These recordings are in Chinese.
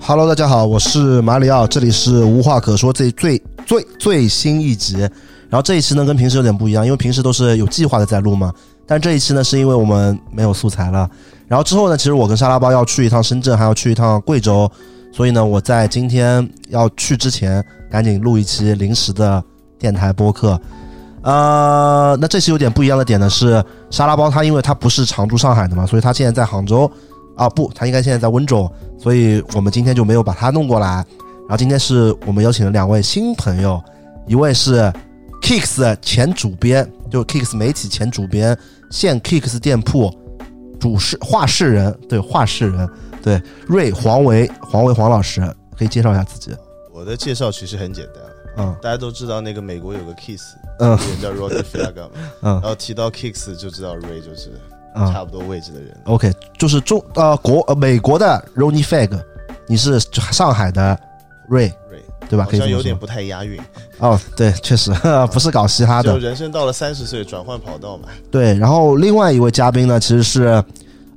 Hello，大家好，我是马里奥，这里是无话可说最最最最新一集。然后这一期呢，跟平时有点不一样，因为平时都是有计划的在录嘛。但这一期呢，是因为我们没有素材了。然后之后呢，其实我跟沙拉包要去一趟深圳，还要去一趟贵州，所以呢，我在今天要去之前，赶紧录一期临时的电台播客。呃，那这期有点不一样的点呢是，沙拉包他因为他不是常驻上海的嘛，所以他现在在杭州，啊不，他应该现在在温州，所以我们今天就没有把他弄过来。然后今天是我们邀请了两位新朋友，一位是 Kicks 的前主编，就是 Kicks 媒体前主编，现 Kicks 店铺主事画事人，对画事人，对瑞黄维黄维黄老师，可以介绍一下自己。我的介绍其实很简单，嗯大家都知道那个美国有个 Kiss，嗯有人叫 Rodney Flag 嘛， 嗯然后提到 Kicks 就知道 Ray 就是啊、差不多位置的人。 OK，就是中呃国呃美国的 Ronnie Fag，你是上海的 Ray Ray 对吧？好可以这像么有点说不太押韵，哦，对，确实 不是搞嘻哈就的。人生到了三十岁转换跑道嘛。对，然后另外一位嘉宾呢，其实是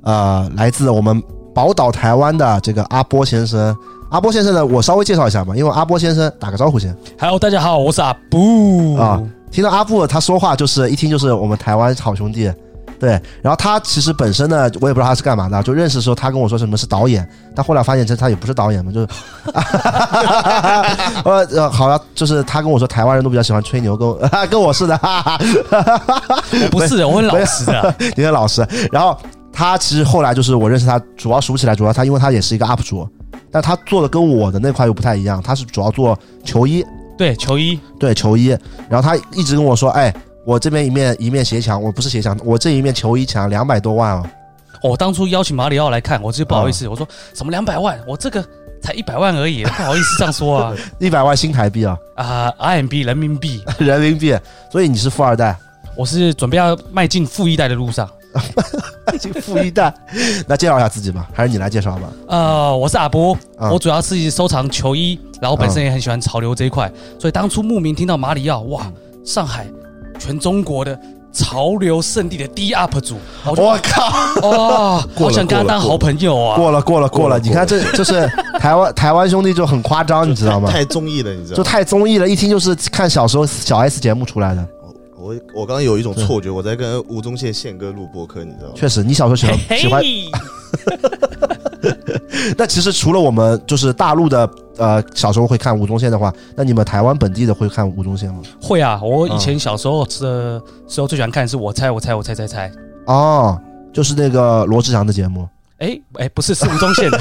呃来自我们宝岛台湾的这个阿波先生。阿波先生呢，我稍微介绍一下吧，因为阿波先生打个招呼先。 Hello，大家好，我是阿布啊听到阿布他说话，就是一听就是我们台湾好兄弟。对，然后他其实本身呢，我也不知道他是干嘛的，就认识的时候他跟我说什么是导演，但后来发现这他也不是导演嘛，就是， 呃呃，好像就是他跟我说台湾人都比较喜欢吹牛，跟我跟我似的，哈哈我不是，我很老实 的。你很老实。然后他其实后来就是我认识他，主要熟起来，主要他因为他也是一个 UP 主，但他做的跟我的那块又不太一样，他是主要做球衣，对，球衣对球衣，然后他一直跟我说，哎，我这边一面一面鞋墙，我不是鞋墙，我这一面球衣墙两百多万哦，我当初邀请马里奥来看，我就不好意啊思，我说什么两百万，我这个才一百万而已，不好意思这样 说啊一百万新台币啊，啊、RMB 人民币，人民币，所以你是富二代，我是准备要迈进富一代的路上。富一代。那介绍一下自己吧，还是你来介绍吧？呃，我是阿波，啊我主要是收藏球衣，然后本身也很喜欢潮流这一块，所以当初慕名听到马里奥，哇，嗯上海全中国的潮流圣地的第一 UP 主，我就我靠，哦，过好了想跟他过了当好朋友 啊。过了过了过过了，了你看这这是台 湾台湾兄弟就很夸张，你知道吗？太综艺了，你知道就吗？太综艺了，一听就是看小时候小 S 节目出来的。我我刚刚有一种错觉，我在跟吴宗宪宪哥录播客，你知道吗？确实，你小时候喜欢喜欢。嘿那其实除了我们就是大陆的呃小时候会看吴宗宪的话，那你们台湾本地的会看吴宗宪吗？ 会啊，我以前小时候的时候最喜欢看的是我猜我猜我猜猜猜。哦，就是那个罗志祥的节目。哎哎，不是，是吴宗宪的。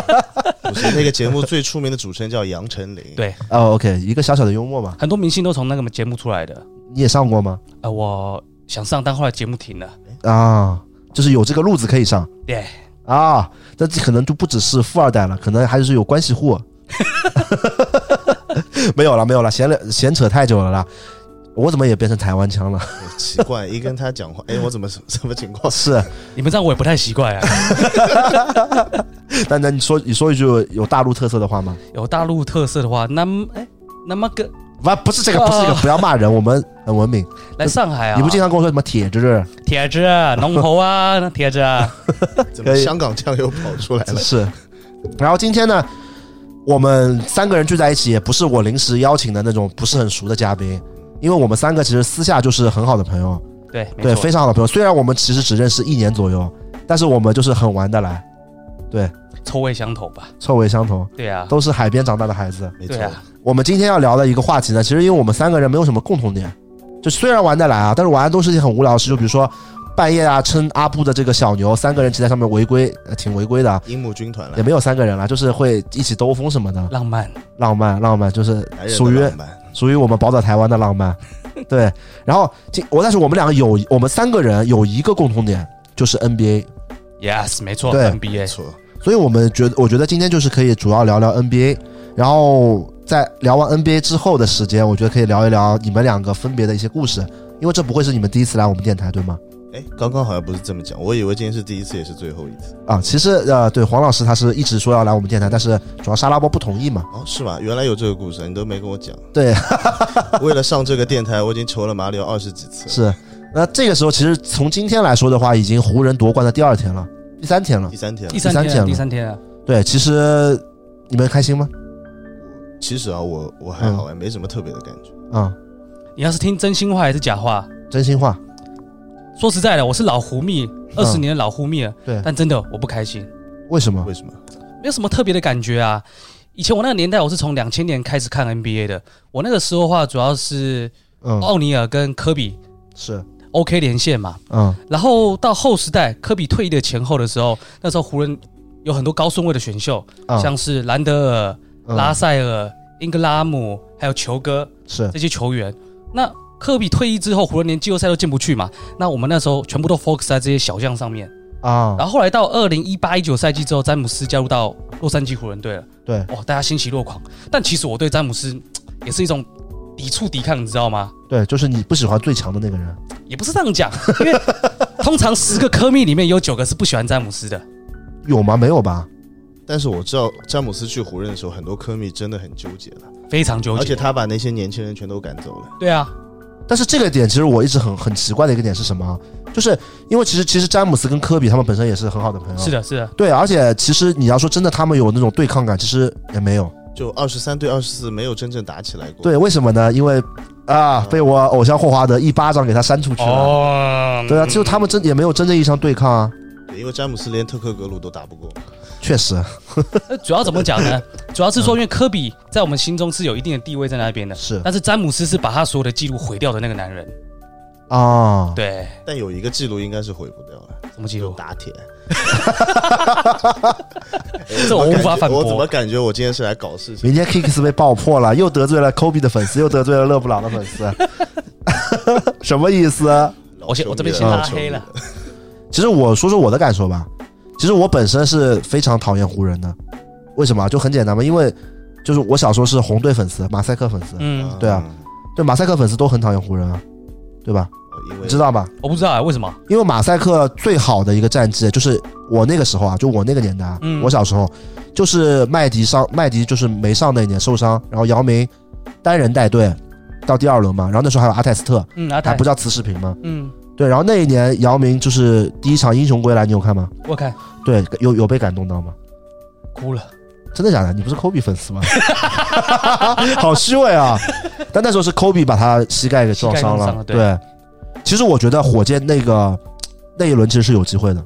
不是那个节目最出名的主持人叫杨丞琳，对哦，OK，一个小小的幽默嘛。很多明星都从那个节目出来的。你也上过吗？呃，我想上，但后来节目停了。啊，就是有这个路子可以上对，啊。那这可能就不只是富二代了，可能还是有关系户。 没有了，没有了，闲聊闲扯太久了啦。我怎么也变成台湾腔了？ 哎奇怪，一跟他讲话，哎，我怎么什什么情况？是，你们这样我也不太习惯啊。 丹丹，你说你说一句有大陆特色的话吗？有大陆特色的话，那么哎，那么个不，不是这个，哦不是这个，不要骂人，我们很文明。来上海啊，你不经常跟我说什么铁子？铁子啊、龙猴啊，那铁子啊，怎么可以香港酱又跑出来了？是。然后今天呢，我们三个人聚在一起，也不是我临时邀请的那种不是很熟的嘉宾，因为我们三个其实私下就是很好的朋友，对，没对，错非常好的朋友。虽然我们其实只认识一年左右，但是我们就是很玩得来，臭味相投吧？臭味相同，对啊，都是海边长大的孩子。没错对，啊，我们今天要聊的一个话题呢，其实因为我们三个人没有什么共同点，就虽然玩得来啊，但是玩的都是一些很无聊的事，就比如说半夜啊撑阿布的这个小牛，三个人骑在上面违规，呃挺违规的啊，樱木军团也了，没有三个人啦，就是会一起兜风什么的，浪漫。浪漫浪漫，就是男人的属于浪漫属于我们宝岛台湾的浪漫，对。然后今我但是我们两个有我们三个人有一个共同点，就是 NBA， Yes，没错对没，NBA。错。所以我们觉得，我觉得今天就是可以主要聊聊 NBA，然后在聊完 NBA 之后的时间，我觉得可以聊一聊你们两个分别的一些故事，因为这不会是你们第一次来我们电台对吗？哎，刚刚好像不是这么讲，我以为今天是第一次，也是最后一次。啊，其实呃，对黄老师他是一直说要来我们电台，但是主要沙拉波不同意嘛。哦，是吗？原来有这个故事，你都没跟我讲。对， 为了上这个电台，我已经求了马里奥二十几次了，是，那这个时候其实从今天来说的话，已经湖人夺冠的第二天了，第三天了第。三天了第。三第三天天了啊，第三天啊，对，其实你们开心吗？其实啊，我我还嗯好，哎，没什么特别的感觉。啊、你要是听真心话还是假话？真心话，说实在的，我是老狐蜜，二十年的老狐蜜了，嗯对但真的我不开心，为什么？为什么？没有什么特别的感觉啊。以前我那个年代，我是从两千年开始看 NBA 的。我那个时候的话，主要是嗯，奥尼尔跟科比是， OK 连线嘛。嗯然后到后时代，科比退役的前后的时候，那时候湖人有很多高顺位的选秀，啊，像是兰德尔、嗯拉塞尔、英格拉姆，还有球哥是这些球员。那科比退役之后，湖人连季后赛都进不去嘛。那我们那时候全部都 focus 在这些小将上面。啊，然后后来到二零一八一九赛季之后，詹姆斯加入到洛杉矶湖人队了，对，哇，大家欣喜若狂。但其实我对詹姆斯也是一种抵触抵抗，你知道吗？对，就是你不喜欢最强的那个人，也不是这样讲， 因为通常十个科密里面有九个是不喜欢詹姆斯的。有吗？没有吧？但是我知道詹姆斯去湖人的时候，很多科密真的很纠结了，非常纠而且结。他把那些年轻人全都赶走了。对啊，但是这个点其实我一直很很奇怪的一个点是什么啊？就是因为其实其实詹姆斯跟科比他们本身也是很好的朋友，是的，是的，对，而且其实你要说真的，他们有那种对抗感，其实也没有。就二十三对二十四，没有真正打起来过。对，为什么呢？因为啊，被我偶像霍华德一巴掌给他扇出去了。哦对啊，就他们真也没有真正意义上对抗啊，对，因为詹姆斯连特克格鲁都打不过。确实呃主要怎么讲呢？嗯主要是说，因为科比在我们心中是有一定的地位在那边的，是但是詹姆斯是把他所有的记录毁掉的那个男人。啊，对，但有一个记录应该是毁不掉了，什么记就录？打铁。 这我无法反我怎么驳。感觉我今天是来搞事情？明天 Kicks 被爆破了，又得罪了 Kobe 的粉丝，又得罪了勒布朗的粉丝， 什么意思？啊我啊先我这边先老拉黑了。。其实我说说我的感受吧。其实我本身是非常讨厌湖人的，为什么？就很简单嘛，因为就是我小时候是红队粉丝、马赛克粉丝，嗯，对啊，对马赛克粉丝都很讨厌湖人啊，对吧？因为你知道吧？我不知道啊，为什么？因为马赛克最好的一个战绩，就是我那个时候啊，就我那个年代啊，嗯我小时候就是麦迪上麦迪就是没上那一年受伤，然后姚明单人带队到第二轮嘛，然后那时候还有阿泰斯特，嗯，阿还泰啊不，叫磁石屏吗？嗯，对，然后那一年姚明就是第一场英雄归来，你有看吗？我看对，有有被感动到吗？哭了。真的假的？你不是 Kobe 粉 丝吗？好虚伪啊！但那时候是 Kobe 把他膝盖给撞伤膝盖弄伤了。了对其实我觉得火箭那个那一轮其实是有机会的，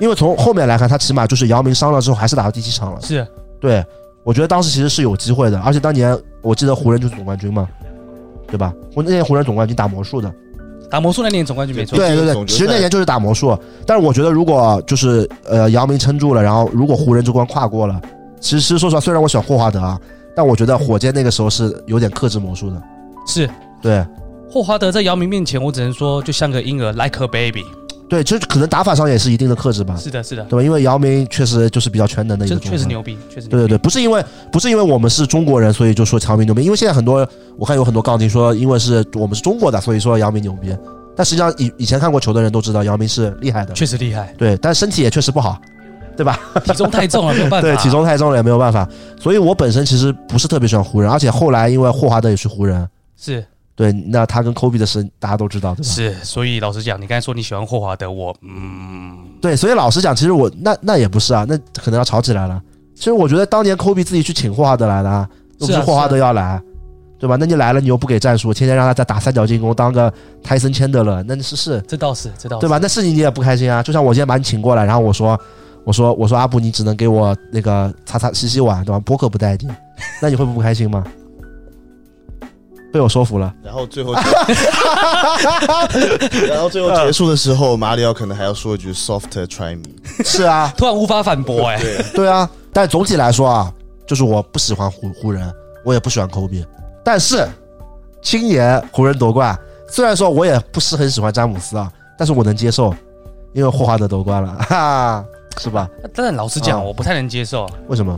因为从后面来看，他起码就是姚明伤了之后还是打到第七场了。是，啊对，我觉得当时其实是有机会的，而且当年我记得湖人就是总冠军嘛，对吧？我那年湖人总冠军打魔术的，打魔术那年总冠军没错。对对总决对，总决其实那赛年就是打魔术，但是我觉得如果就是呃姚明撑住了，然后如果湖人这关跨过了，其实其实说实话，虽然我喜欢霍华德啊，但我觉得火箭那个时候是有点克制魔术的，是，对霍华德在姚明面前，我只能说就像个婴儿，like a baby。对，就是可能打法上也是一定的克制吧，是的，是的，对吧？因为姚明确实就是比较全啊能的一个这中确锋实。牛逼，确实对牛对对，逼。不是因为不是因为我们是中国人，所以就说姚明牛逼。因为现在很多我看有很多杠精说，因为是我们是中国的，所以说姚明牛逼。但实际上以以前看过球的人都知道，姚明是厉害的，确实厉害，对，但身体也确实不好，对吧？体重太重了，没有办法。对，体重太重了也没有办法。所以我本身其实不是特别喜欢湖人，而且后来因为霍华德也去湖人，是对，那他跟科比的事大家都知道，对吧？是，所以老实讲，你刚才说你喜欢霍华德，我嗯，对，所以老实讲，其实我那那也不是啊，那可能要吵起来了。其实我觉得当年科比自己去请霍华德来的，啊，又不是是啊霍华德要来，对吧？那你来了，你又不给战术，天天让他再打三角进攻，当个泰森签的了，那是是，这倒是，这倒是，对吧？？那是你你也不开心啊。就像我今天把你请过来，然后我说，我说我说阿布，你只能给我那个擦擦洗洗碗，对吧？播客不带劲，那你会不不开心吗？ 被我说服了， 然后最后结， 然后最后结束的时候，马里奥可能还要说一句 “soft try me”。 是啊，突然无法反驳、哎，对，对啊。但总体来说啊，就是我不喜欢湖湖人，我也不喜欢科比，但是今年湖人夺冠，虽然说我也不是很喜欢詹姆斯啊，但是我能接受，因为霍华德夺冠了，哈，是吧？但老实讲，啊我不太能接受。为什么？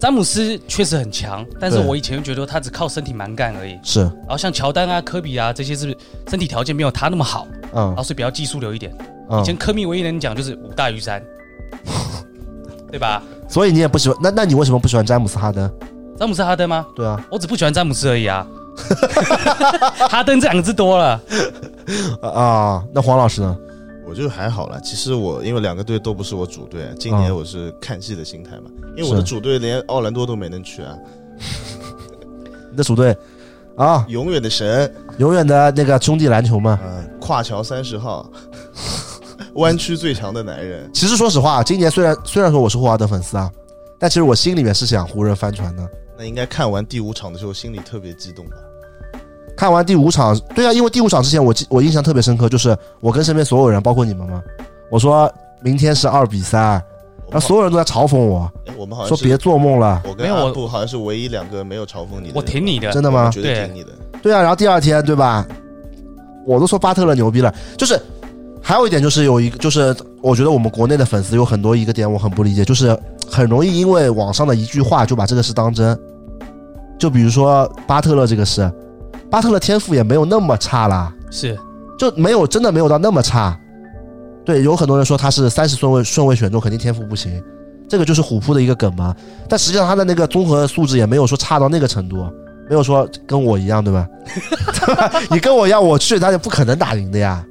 詹姆斯确实很强，但是对我以前就觉得他只靠身体蛮干而已。是，然后像乔丹啊、科比啊这些是身体条件没有他那么好，嗯然后是比较技术流一点。以嗯前，科密唯一能讲就是五大于三， 对吧？所以你也不喜欢，那那你为什么不喜欢詹姆斯哈登？詹姆斯哈登吗？对啊，我只不喜欢詹姆斯而已啊。 哈登这两个字多了，啊、啊那黄老师呢？我就还好了。其实我因为两个队都不是我主队，啊今年我是看戏的心态嘛，因为我的嗯是主队连奥兰多都没能去啊，你的主队啊，永远的神，永远的那个兄弟篮球嘛。嗯，跨桥三十号， 湾区最强的男人，其实说实话，今年虽然虽然说我是霍华德粉丝啊，但其实我心里面是想湖人翻船的。那应该看完第五场的时候心里特别激动吧？看完第五场，对啊，因为第五场之前我记我印象特别深刻，就是我跟身边所有人，包括你们嘛，我说明天是二比三，然后我们所有人都在嘲讽我，好哎我们好像说是别做梦了。我没跟有我阿布好像是唯一两个没有嘲讽你的人，我挺你的，真的我吗？绝对对挺你的。对啊，然后第二天对吧？我都说巴特勒牛逼了，就是还有一点就是有一个就是我觉得我们国内的粉丝有很多一个点我很不理解，就是很容易因为网上的一句话就把这个事当真。就比如说巴特勒这个事，巴特勒天赋也没有那么差啦，是就没有真的没有到那么差。对，有很多人说他是三十顺位顺位选中，肯定天赋不行，这个就是虎扑的一个梗嘛。但实际上他的那个综合素质也没有说差到那个程度，没有说跟我一样，对吧？ 你跟我一样，我去他也不可能打赢的呀，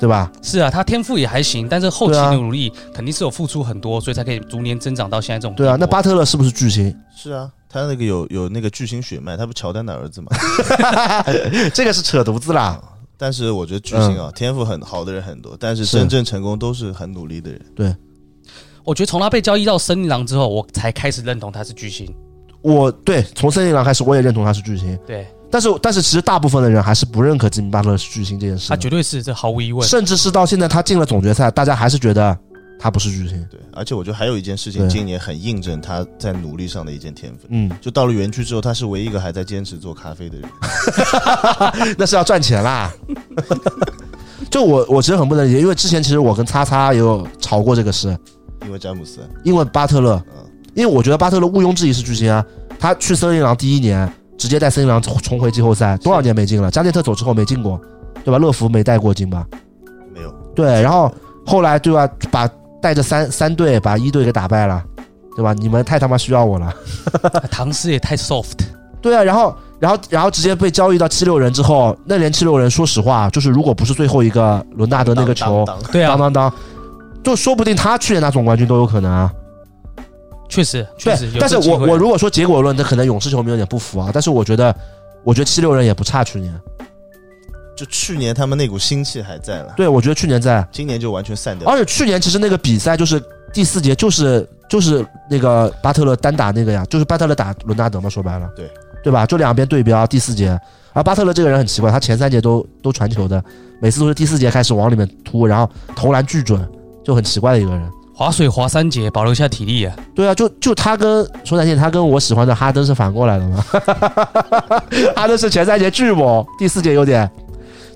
对吧？是啊，他天赋也还行，但是后期对啊的努力肯定是有付出很多，所以才可以逐年增长到现在这种地步。对啊，那巴特勒是不是巨星？是啊，他那个有有那个巨星血脉，他不乔丹的儿子 嘛？这个是扯犊子啦。但是我觉得巨星啊，天赋很好的人很多，但是嗯是真正成功都是很努力的人。我觉得从他被交易到森林狼之后，我才开始认同他是巨星。我对从森林狼开始，我也认同他是巨星，对但是但是其实大部分的人还是不认可吉米巴特勒是巨星这件事他的。啊绝对是，这毫无疑问。甚至是到现在他进了总决赛，大家还是觉得他不是巨星。对，而且我觉得还有一件事情，对今年很印证他在努力上的一件天分。嗯，就到了园区之后，他是唯一一个还在坚持做咖啡的人。那是要赚钱啦。 就我我其实很不能理解，因为之前其实我跟叉叉也有吵过这个事，因为詹姆斯，因为巴特勒，嗯，因为我觉得巴特勒毋庸置疑是巨星啊。他去森林狼第一年，直接带森林狼重回季后赛，多少年没进了？加内特走之后没进过，对吧？乐福没带过进吧？没有，对，然后后来对吧，把带着三三队把一队给打败了，对吧？你们太他妈需要我了。啊唐斯也太 soft，对啊，然后然后然后直接被交易到七六人之后，那连七六人说实话，就是如果不是最后一个伦纳德那个球，当当当对当啊，当当，就说不定他去年拿总冠军都有可能啊。确实确对实有，但这是机我会。我如果说结果论，那可能勇士球迷有点不服啊。但是我觉得，我觉得七六人也不差去年，就去年他们那股心气还在了，对我啊觉得去年在，今年就完全散掉了。而且去年其实那个比赛就是第四节就是就是那个巴特勒单打那个呀，就是巴特勒打伦纳德嘛，说白了，对对吧？就两边对标第四节，而巴特勒这个人很奇怪，他前三节都都传球的，每次都是第四节开始往里面突，然后投篮巨准，就很奇怪的一个人。划水划三节，保留一下体力啊。对啊，就就他跟说难听，他跟我喜欢的哈登是反过来的嘛。 哈登是前三节巨猛，第四节有点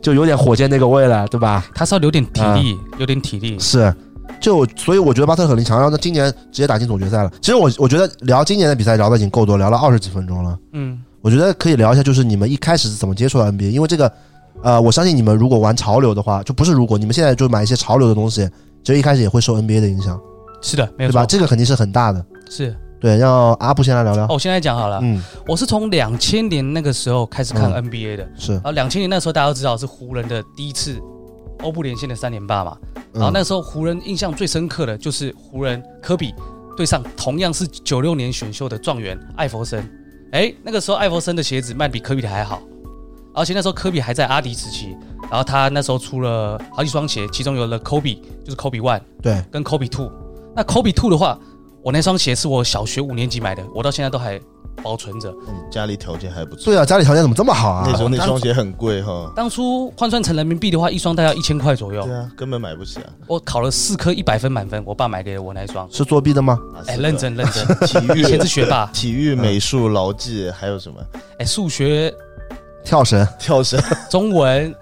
就有点火箭那个味了，对吧？他是要留点体力，啊有点体力。是，就我所以我觉得巴特勒很强，然后他今年直接打进总决赛了。其实我我觉得聊今年的比赛聊的已经够多，聊了二十几分钟了。嗯，我觉得可以聊一下，就是你们一开始是怎么接触到 NBA，因为这个，呃，我相信你们如果玩潮流的话，就不是如果你们现在就买一些潮流的东西，其实一开始也会受 NBA 的影响，是的，没有对吧？错，这个肯定是很大的。是。对，让阿布先来聊聊。哦，我现在讲好了，嗯，我是从两千年那个时候开始看嗯 NBA 的。是然。后两千年那时候大家都知道是湖人的第一次欧布连线的三连霸嘛。然后嗯那时候湖人印象最深刻的就是湖人科比对上同样是九六年选秀的状元艾弗森，哎，那个时候艾弗森的鞋子卖比科比的还好，而且那时候科比还在阿迪时期，然后他那时候出了好几双鞋，其中有了 Kobe 就是 Kobe One 对，跟 Kobe Two。那 Kobe Two 的话，我那双鞋是我小学五年级买的，我到现在都还保存着。嗯家里条件还不错，对啊，家里条件怎么这么好啊那？时候我那当双鞋很贵哈。当初换算成人民币的话，一双大概一千块左右对。啊，根本买不起啊！我考了四科一百分满分，我爸买给我那一双。是作弊的吗？啊哎、四个认真认真， 体以前是育、学霸。体育、美术、劳技，还有什么哎、数学、跳绳，跳绳？中文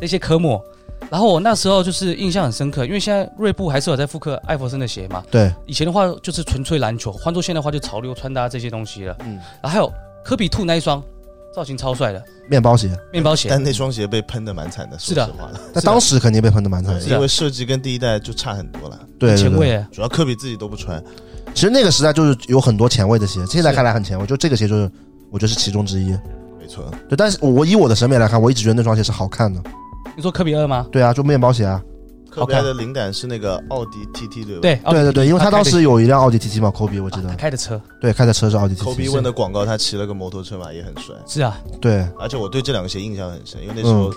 这些科目。然后我那时候就是印象很深刻，因为现在锐步还是有在复刻艾弗森的鞋嘛。对，以前的话就是纯粹篮球，换做现在的话就潮流穿搭这些东西了。嗯，然后还有科比兔那一双，造型超帅的面包鞋，面包鞋。但那双鞋被喷的蛮惨的，是说实的话了，那当时肯定被喷的蛮惨的。 是的因为设计跟第一代就差很多了。对，对前卫对。耶，主要科比自己都不穿，其实那个时代就是有很多前卫的鞋，现在看来很前卫，就这个鞋就是我觉得是其中之一。没错，对，但是我以我的审美来看，我一直觉得那双鞋是好看的，你说科比二吗？对啊，就面包鞋啊，科比的灵感是那个奥迪 TT 对吧？对，奥对地对对，利因为他他开当的时有一辆奥迪 TT 嘛，科比我记啊他得，开的车对，开的车是奥迪 TT。科比问的广告，他骑了个摩托车嘛，也很帅。是啊，对，而且我对这两个鞋印象很深，因为那时候嗯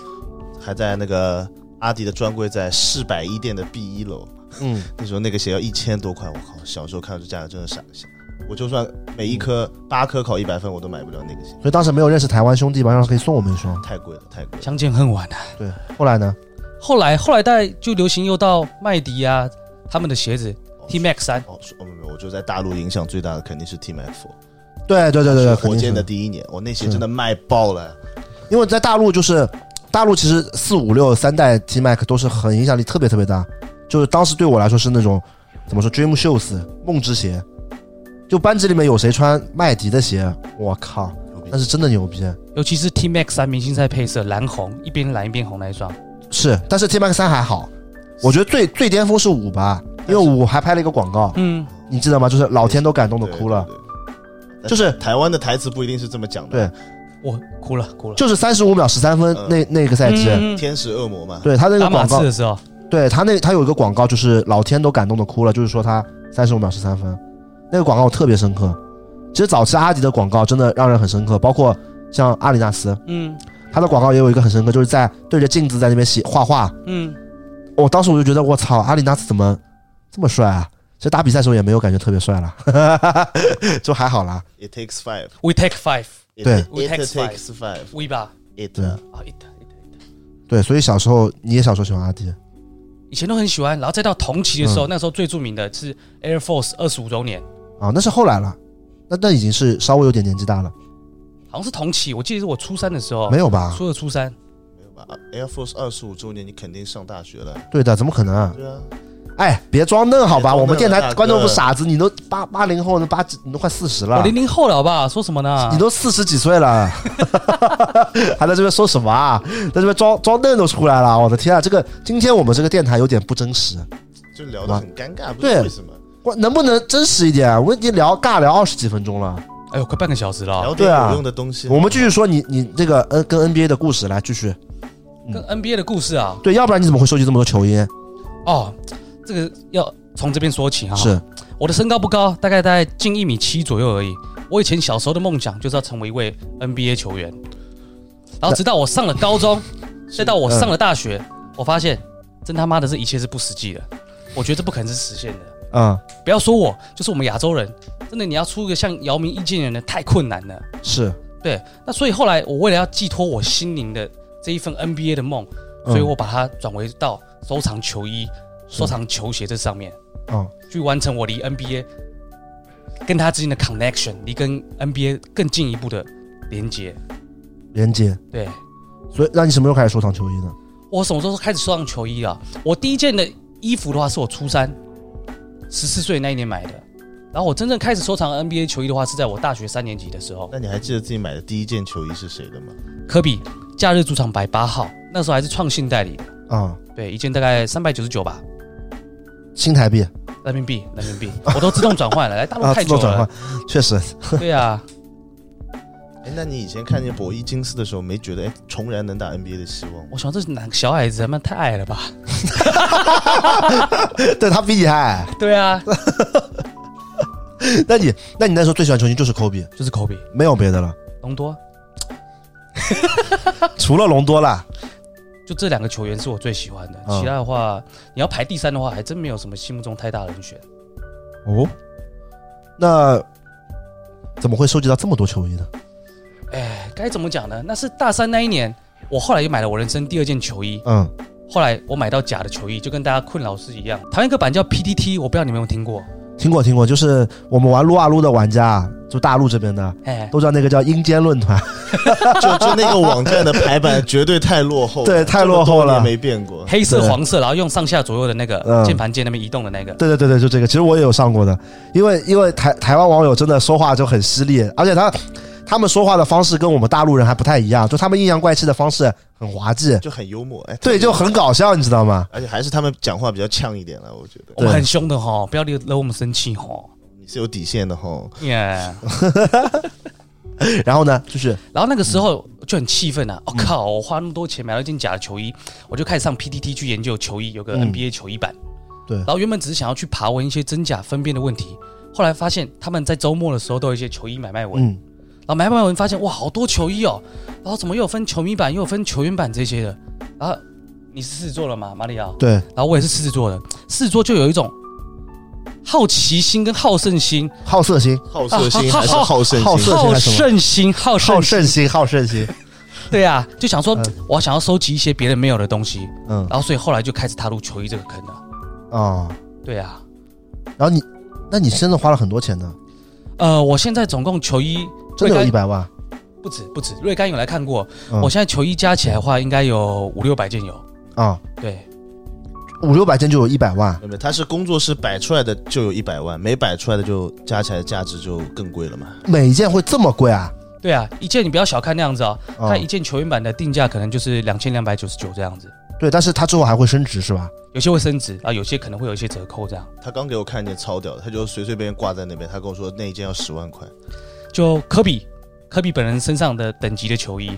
还在那个阿迪的专柜在市百一店的 B 一楼，嗯，那时候那个鞋要一千多块，我靠！小时候看到这价格真的傻一下。我就算每一科八科考一百分，我都买不了那个鞋，所以当时没有认识台湾兄弟吧，让他可以送我们一双。太贵了，太贵了。相见恨晚啊。对，后来呢？后来后来大概就流行又到麦迪啊他们的鞋子 T Max 三，哦，说哦没有没有，我觉得在大陆影响最大的肯定是 T Mac Four，对对对对对，肯火定是箭的第一年，我那鞋真的卖爆了。因为在大陆就是大陆其实四五六三代 T Mac 都是很影响力特别特别大，就是当时对我来说是那种怎么说 Dream Shoes 梦之鞋，就班级里面有谁穿麦迪的鞋，我靠，牛逼那是真的牛逼。尤其是 T Max 三明星赛配色蓝红，一边蓝一边红那一双，是，但是 T Mac 三还好，我觉得最最巅峰是五吧，因为五还拍了一个广告，嗯，你记得吗？就是老天都感动的对哭了，对对对就是台湾的台词不一定是这么讲的，我哭了哭了。就是三十五秒十三分嗯那那个赛季，嗯天使恶魔嘛。对他那个打马广告刺的时候，对他那他有一个广告，就是老天都感动的哭了，就是说他三十五秒十三分，那个广告我特别深刻。其实早期阿迪的广告真的让人很深刻，包括像阿里纳斯，嗯他的广告也有一个很深刻，就是在对着镜子在那边写画画。嗯，我、当时我就觉得我操，阿里纳斯怎么这么帅啊？其实打比赛的时候也没有感觉特别帅啦， 就还好啦。 i t takes five，it We Take Five，We 对 it It takes takes five，it 吧，对啊，it- 对，所以小时候你也小时候喜欢阿迪，以前都很喜欢，然后再到同期的时嗯候，那时候最著名的是 Air Force 二十五周年，啊，那是后来了，那那已经是稍微有点年纪大了，好像是同期，我记得是我初三的时候，没有啊吧？初二初三，没有吧？Air 啊 Force 二十五周年，你肯定上大学了。对的，怎么可能、啊？对啊，哎，别装嫩好别装吧，嫩我们电大台哥观众不傻子，你都八八零后，你八几，你都快四十我了，哦零零后了，好不好？说什么呢？你都四十几岁了， 还在这边说什么啊？在这边装装嫩都出来了，我的天啊！这个今天我们这个电台有点不真实，就聊得很尴尬，不对知道为什么。我能不能真实一点？啊我已经聊尬聊二十几分钟了，哎呦，快半个小时了哦。聊对点啊有用的东西。我们继续说你你这个 N 跟 NBA 的故事来继续。跟 NBA 的故事啊，对，要不然你怎么会收集这么多球衣？哦，这个要从这边说起哈。是我的身高不高，大概在近一米七左右而已。我以前小时候的梦想就是要成为一位 NBA 球员，然后直到我上了高中，再到我上了大学，我发现真他妈的这一切是不实际的，我觉得这不可能是实现的。嗯，不要说我，就是我们亚洲人，真的你要出一个像姚明、易建联的太困难了。是，对，那所以后来我为了要寄托我心灵的这一份 NBA 的梦，嗯所以我把它转为到收藏球衣、收藏球鞋这上面，嗯去完成我离 NBA 跟他之间的 connection，离跟 NBA 更进一步的连接。连接。对所以，那你什么时候开始收藏球衣呢？我什么时候开始收藏球衣啊？我第一件的衣服的话，是我初三十四岁那一年买的。然后我真正开始收藏 NBA 球衣的话，是在我大学三年级的时候。那你还记得自己买的第一件球衣是谁的吗？科比假日主场摆八号，那时候还是创信代理的，啊、对，一件大概三百九十九吧，新台币人民币，人民币， 我都自动转换了，来大陆啊，太自久动转了换，，确实 对啊，哎，那你以前看见博伊金斯的时候，没觉得哎重燃能打 NBA 的希望 吗？我想这男小矮子他妈太矮了吧？对他比你还矮。对啊，那你那你那时候最喜欢球 星就是科比，就是科比，没有别的了，隆多，除了隆多啦。就这两个球员是我最喜欢的，嗯其他的话，你要排第三的话，还真没有什么心目中太大的人选。哦，那怎么会收集到这么多球衣呢？哎，该怎么讲呢？那是大三那一年，我后来又买了我人生第二件球衣，嗯，后来我买到假的球衣，就跟大家困扰是一样。台湾一个版叫 PTT，我不知道你们有没有听过？听过听过，就是我们玩撸啊撸的玩家，就大陆这边的哎，都知道那个叫阴间论坛， 就就那个网站的排版绝对太落后了，对太落后了这么多年没变过。黑色、对黄色，然后用上下左右的那个嗯键盘键那边移动的那个。对对对对，就这个。其实我也有上过的，因为因为台台湾网友真的说话就很犀利，而且他他们说话的方式跟我们大陆人还不太一样，就他们阴阳怪气的方式很滑稽，就很幽默，哎，对，就很搞笑，你知道吗？而且还是他们讲话比较呛一点了，我觉得我们对很凶的哈，不要惹惹我们生气哈。你是有底线的哈。耶、然后呢，就是然后那个时候、就很气愤啊！嗯我、靠，我花那么多钱买了一件假的球衣，我就开始上 PTT 去研究球衣，有个嗯 NBA 球衣版。对然后原本只是想要去爬文一些真假分辨的问题，后来发现他们在周末的时候都有一些球衣买卖文，嗯，然后买卖文发现哇，好多球衣哦，然后怎么又有分球迷版，又有分球员版这些的。然后你是狮子座了吗，马里奥？对，然后我也是狮子座的，狮子座就有一种好奇心跟好胜心，好色心，好 胜心啊还是好好胜好心？色心好还是什胜心，好胜好心，胜心，好胜 心，对啊，就想说嗯我想要收集一些别人没有的东西，嗯然后所以后来就开始踏入球衣这个坑了。啊。对啊，然后你，那你真的花了很多钱呢，呃，我现在总共球衣真的有瑞一甘百万。不止不止，瑞甘有来看过，嗯我现在球衣加起来的话应该有五六百件有。啊，对，五六百件就有一百万。没有，他是工作室摆出来的就有一百万，没摆出来的就加起来价值就更贵了嘛。每一件会这么贵啊？对啊，一件你不要小看那样子哦，啊它一件球员版的定价可能就是两千两百九十九这样子，对，但是它之后还会升值是吧？有些会升值啊，有些可能会有一些折扣这样。他刚给我看一件超屌的，他就随随便便挂在那边，他跟我说那一件要十万块，就科比，科比本人身上的等级的球衣，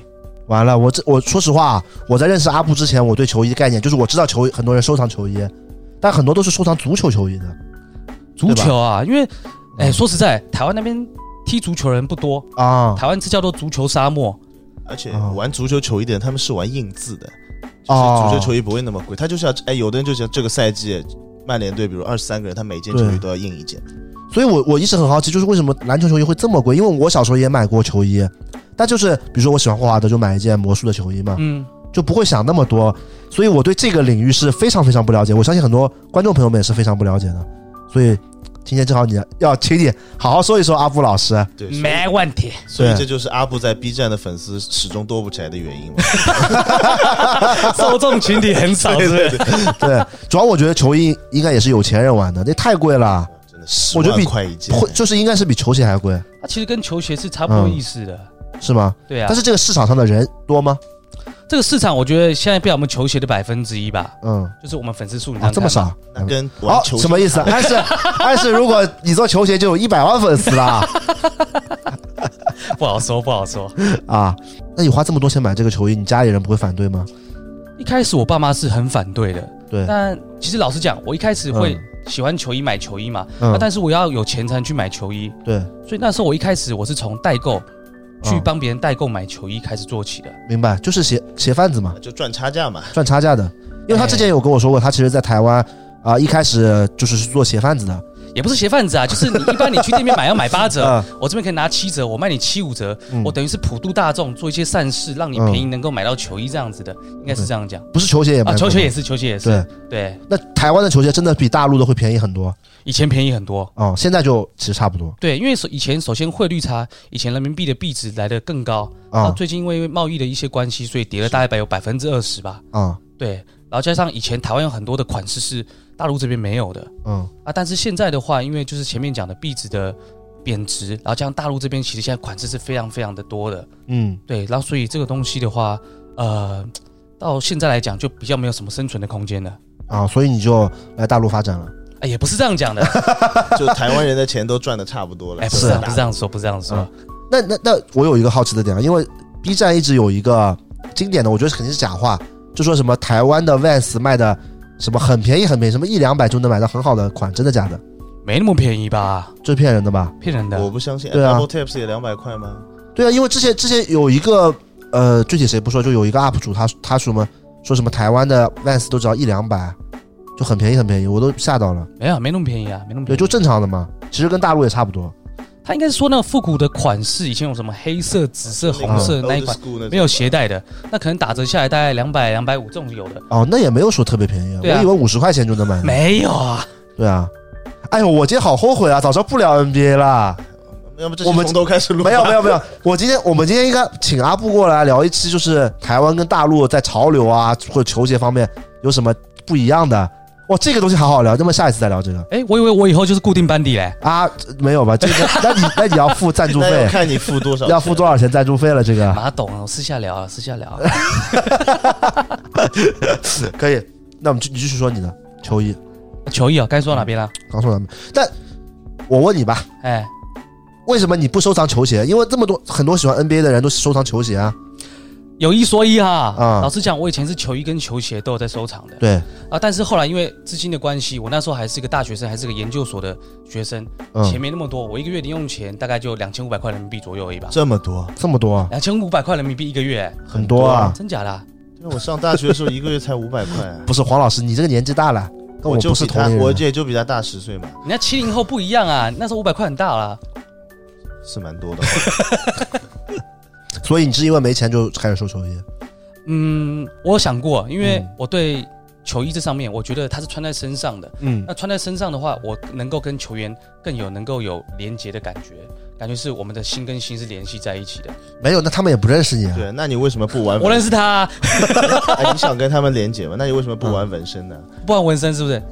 完了，我这我说实话啊，我在认识阿布之前，我对球衣的概念就是我知道球衣，很多人收藏球衣，但很多都是收藏足球球衣的足球啊，因为哎、嗯说实在，台湾那边踢足球的人不多，啊台湾这叫做足球沙漠。而且哦玩足球球衣的人他们是玩印字的，哦就是足球球衣不会那么贵，他就是要哎，有的人就想这个赛季曼联队比如二十三个人，他每件球衣对都要印一件。所以我我一直很好奇，就是为什么篮球球衣会这么贵？因为我小时候也买过球衣，但就是比如说我喜欢霍华德，就买一件魔术的球衣嘛，嗯，就不会想那么多。所以我对这个领域是非常非常不了解，我相信很多观众朋友们也是非常不了解的。所以今天正好你要，请你好好说一说阿布老师。对，所以没问题。所以对这就是阿布在 B 站的粉丝始终多不起来的原因嘛。 受众群体很少，是不是？对，主要我觉得球衣应该也是有钱人玩的，那太贵了，真的十我觉得万比块一件，会就是应该是比球鞋还贵，它其实跟球鞋是差不多意思的，是吗？对啊。嗯但是这个市场上的人多吗？这个市场，我觉得现在被我们球鞋的百分之一吧，嗯，就是我们粉丝数，你啊，这么看少嘛？，那跟玩好，球什么意思？暗示暗示，如果你做球鞋就有一百万粉丝了 不好说，不好说。啊！那你花这么多钱买这个球衣，你家里人不会反对吗？一开始我爸妈是很反对的，对，但其实老实讲，我一开始会嗯喜欢球衣，买球衣嘛，嗯啊，但是我要有钱才能去买球衣，对，所以那时候我一开始我是从代购去嗯帮别人代购买球衣开始做起的。明白，就是鞋鞋贩子嘛，就赚差价嘛。 赚差价的。因为他之前有跟我说过，他其实在台湾啊、一开始就是是做鞋贩子的，也不是鞋贩 子啊，就是你一般你去店面买要买八折，嗯我这边可以拿七折，我卖你七五折，嗯我等于是普度大众，做一些善事，让你便宜能够买到球衣这样子的，应该是这样讲不是球鞋嗯也卖啊。过球吗鞋也是，球鞋也是，对。对，那台湾的球鞋真的比大陆的会便宜很多以前便宜很多，啊、现在就其实差不多对，因为首以前首先汇率差，以前人民币的币值来的更高，啊，啊最近因为贸易的一些关系，所以跌了大概有百分之二十吧，啊对，然后加上以前台湾有很多的款式是大陆这边没有的，嗯啊，但是现在的话，因为就是前面讲的币值的贬值，然后加上大陆这边其实现在款式是非常非常的多的，嗯，对，然后所以这个东西的话，呃，到现在来讲就比较没有什么生存的空间了。啊，所以你就来大陆发展了。哎，也不是这样讲的，就台湾人的钱都赚的差不多了。 哎，不是是啊啊不是这样说，不是这样说嗯，那那那我有一个好奇的点啊，因为 B 站一直有一个经典的，我觉得肯定是假话，就说什么台湾的 Vans 卖的什么很便宜很便宜，什么一两百就能买到很好的款，真的假的？没那么便宜吧？这是骗人的吧？骗人我的。不相信对啊 Apple Tips 也两百块吗？对啊，因为之前之前有一个呃，具体谁不说，就有一个 UP 主他他说什么说什么台湾的 Vans 都只要一两百，就很便宜很便宜，我都吓到了。没有，没那么便宜啊，没那么便对，宜。就正常的嘛，其实跟大陆也差不多。他应该是说那个复古的款式，以前有什么黑色、紫色、红色那一款，款没有携带的，那可能打折下来大概两百、两百五这种有的，哦，那也没有说特别便宜，对啊我以为五十块钱就能买。没有啊。对啊，哎呦，我今天好后悔啊，早知道不聊 NBA 啦。要不这我我们们从头开始录吧？没有没有没 有，我今天我们今天应该请阿布过来聊一期，就是台湾跟大陆在潮流啊或者球鞋方面有什么不一样的。哇，这个东西好好聊，那么下一次再聊这个哎，我以为我以后就是固定班底嘞。啊，没有吧？这个那你那你要付赞助那要费，看啊你付多少，要付多少钱赞助费了？这个马董，我私下聊啊，私下聊啊。可以。那我们继你继续说你的球衣，球衣啊，该说到哪边了？刚说咱们，但我问你吧，哎，为什么你不收藏球鞋？因为这么多很多喜欢 NBA 的人都收藏球鞋啊。有一说一哈，嗯老实讲，我以前是球衣跟球鞋都有在收藏的对，啊，但是后来因为资金的关系，我那时候还是一个大学生，还是个研究所的学生，钱嗯，没那么多，我一个月零用钱大概就两千五百块人民币左右而已吧，这么多，这么多啊，两千五百块人民币一个月，很多啊。真假的啊、 因为我上大学的时候一个月才五百块 啊，不是黄老师，你这个年纪大了，跟我就不是比同他，龄我人。也就比他大十岁嘛， 人家七零后不一样啊，那时候五百块很大啊啦。是蛮多的。所以你是因为没钱就开始收球衣？嗯，我有想过，因为嗯我对球衣这上面，我觉得它是穿在身上的。嗯那穿在身上的话，我能够跟球员更有能够有连接的感觉，感觉是我们的心跟心是联系在一起的。没有，那他们也不认识你啊。对，那你为什么不玩？我认识他啊、哎，你想跟他们连结吗？那你为什么不玩纹身呢？不然纹身是不是？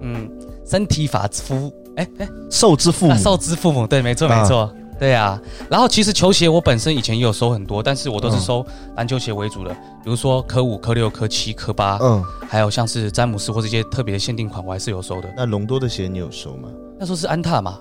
嗯，身体发肤，哎哎，受之父那母。受之父母，对，没错啊没错，对啊。然后其实球鞋我本身以前也有收很多，但是我都是收篮球鞋为主的，比如说科五、科六、科七、科八，嗯，还有像是詹姆斯或这些特别的限定款，我还是有收的。那隆多的鞋你有收吗？那时候是安踏嘛，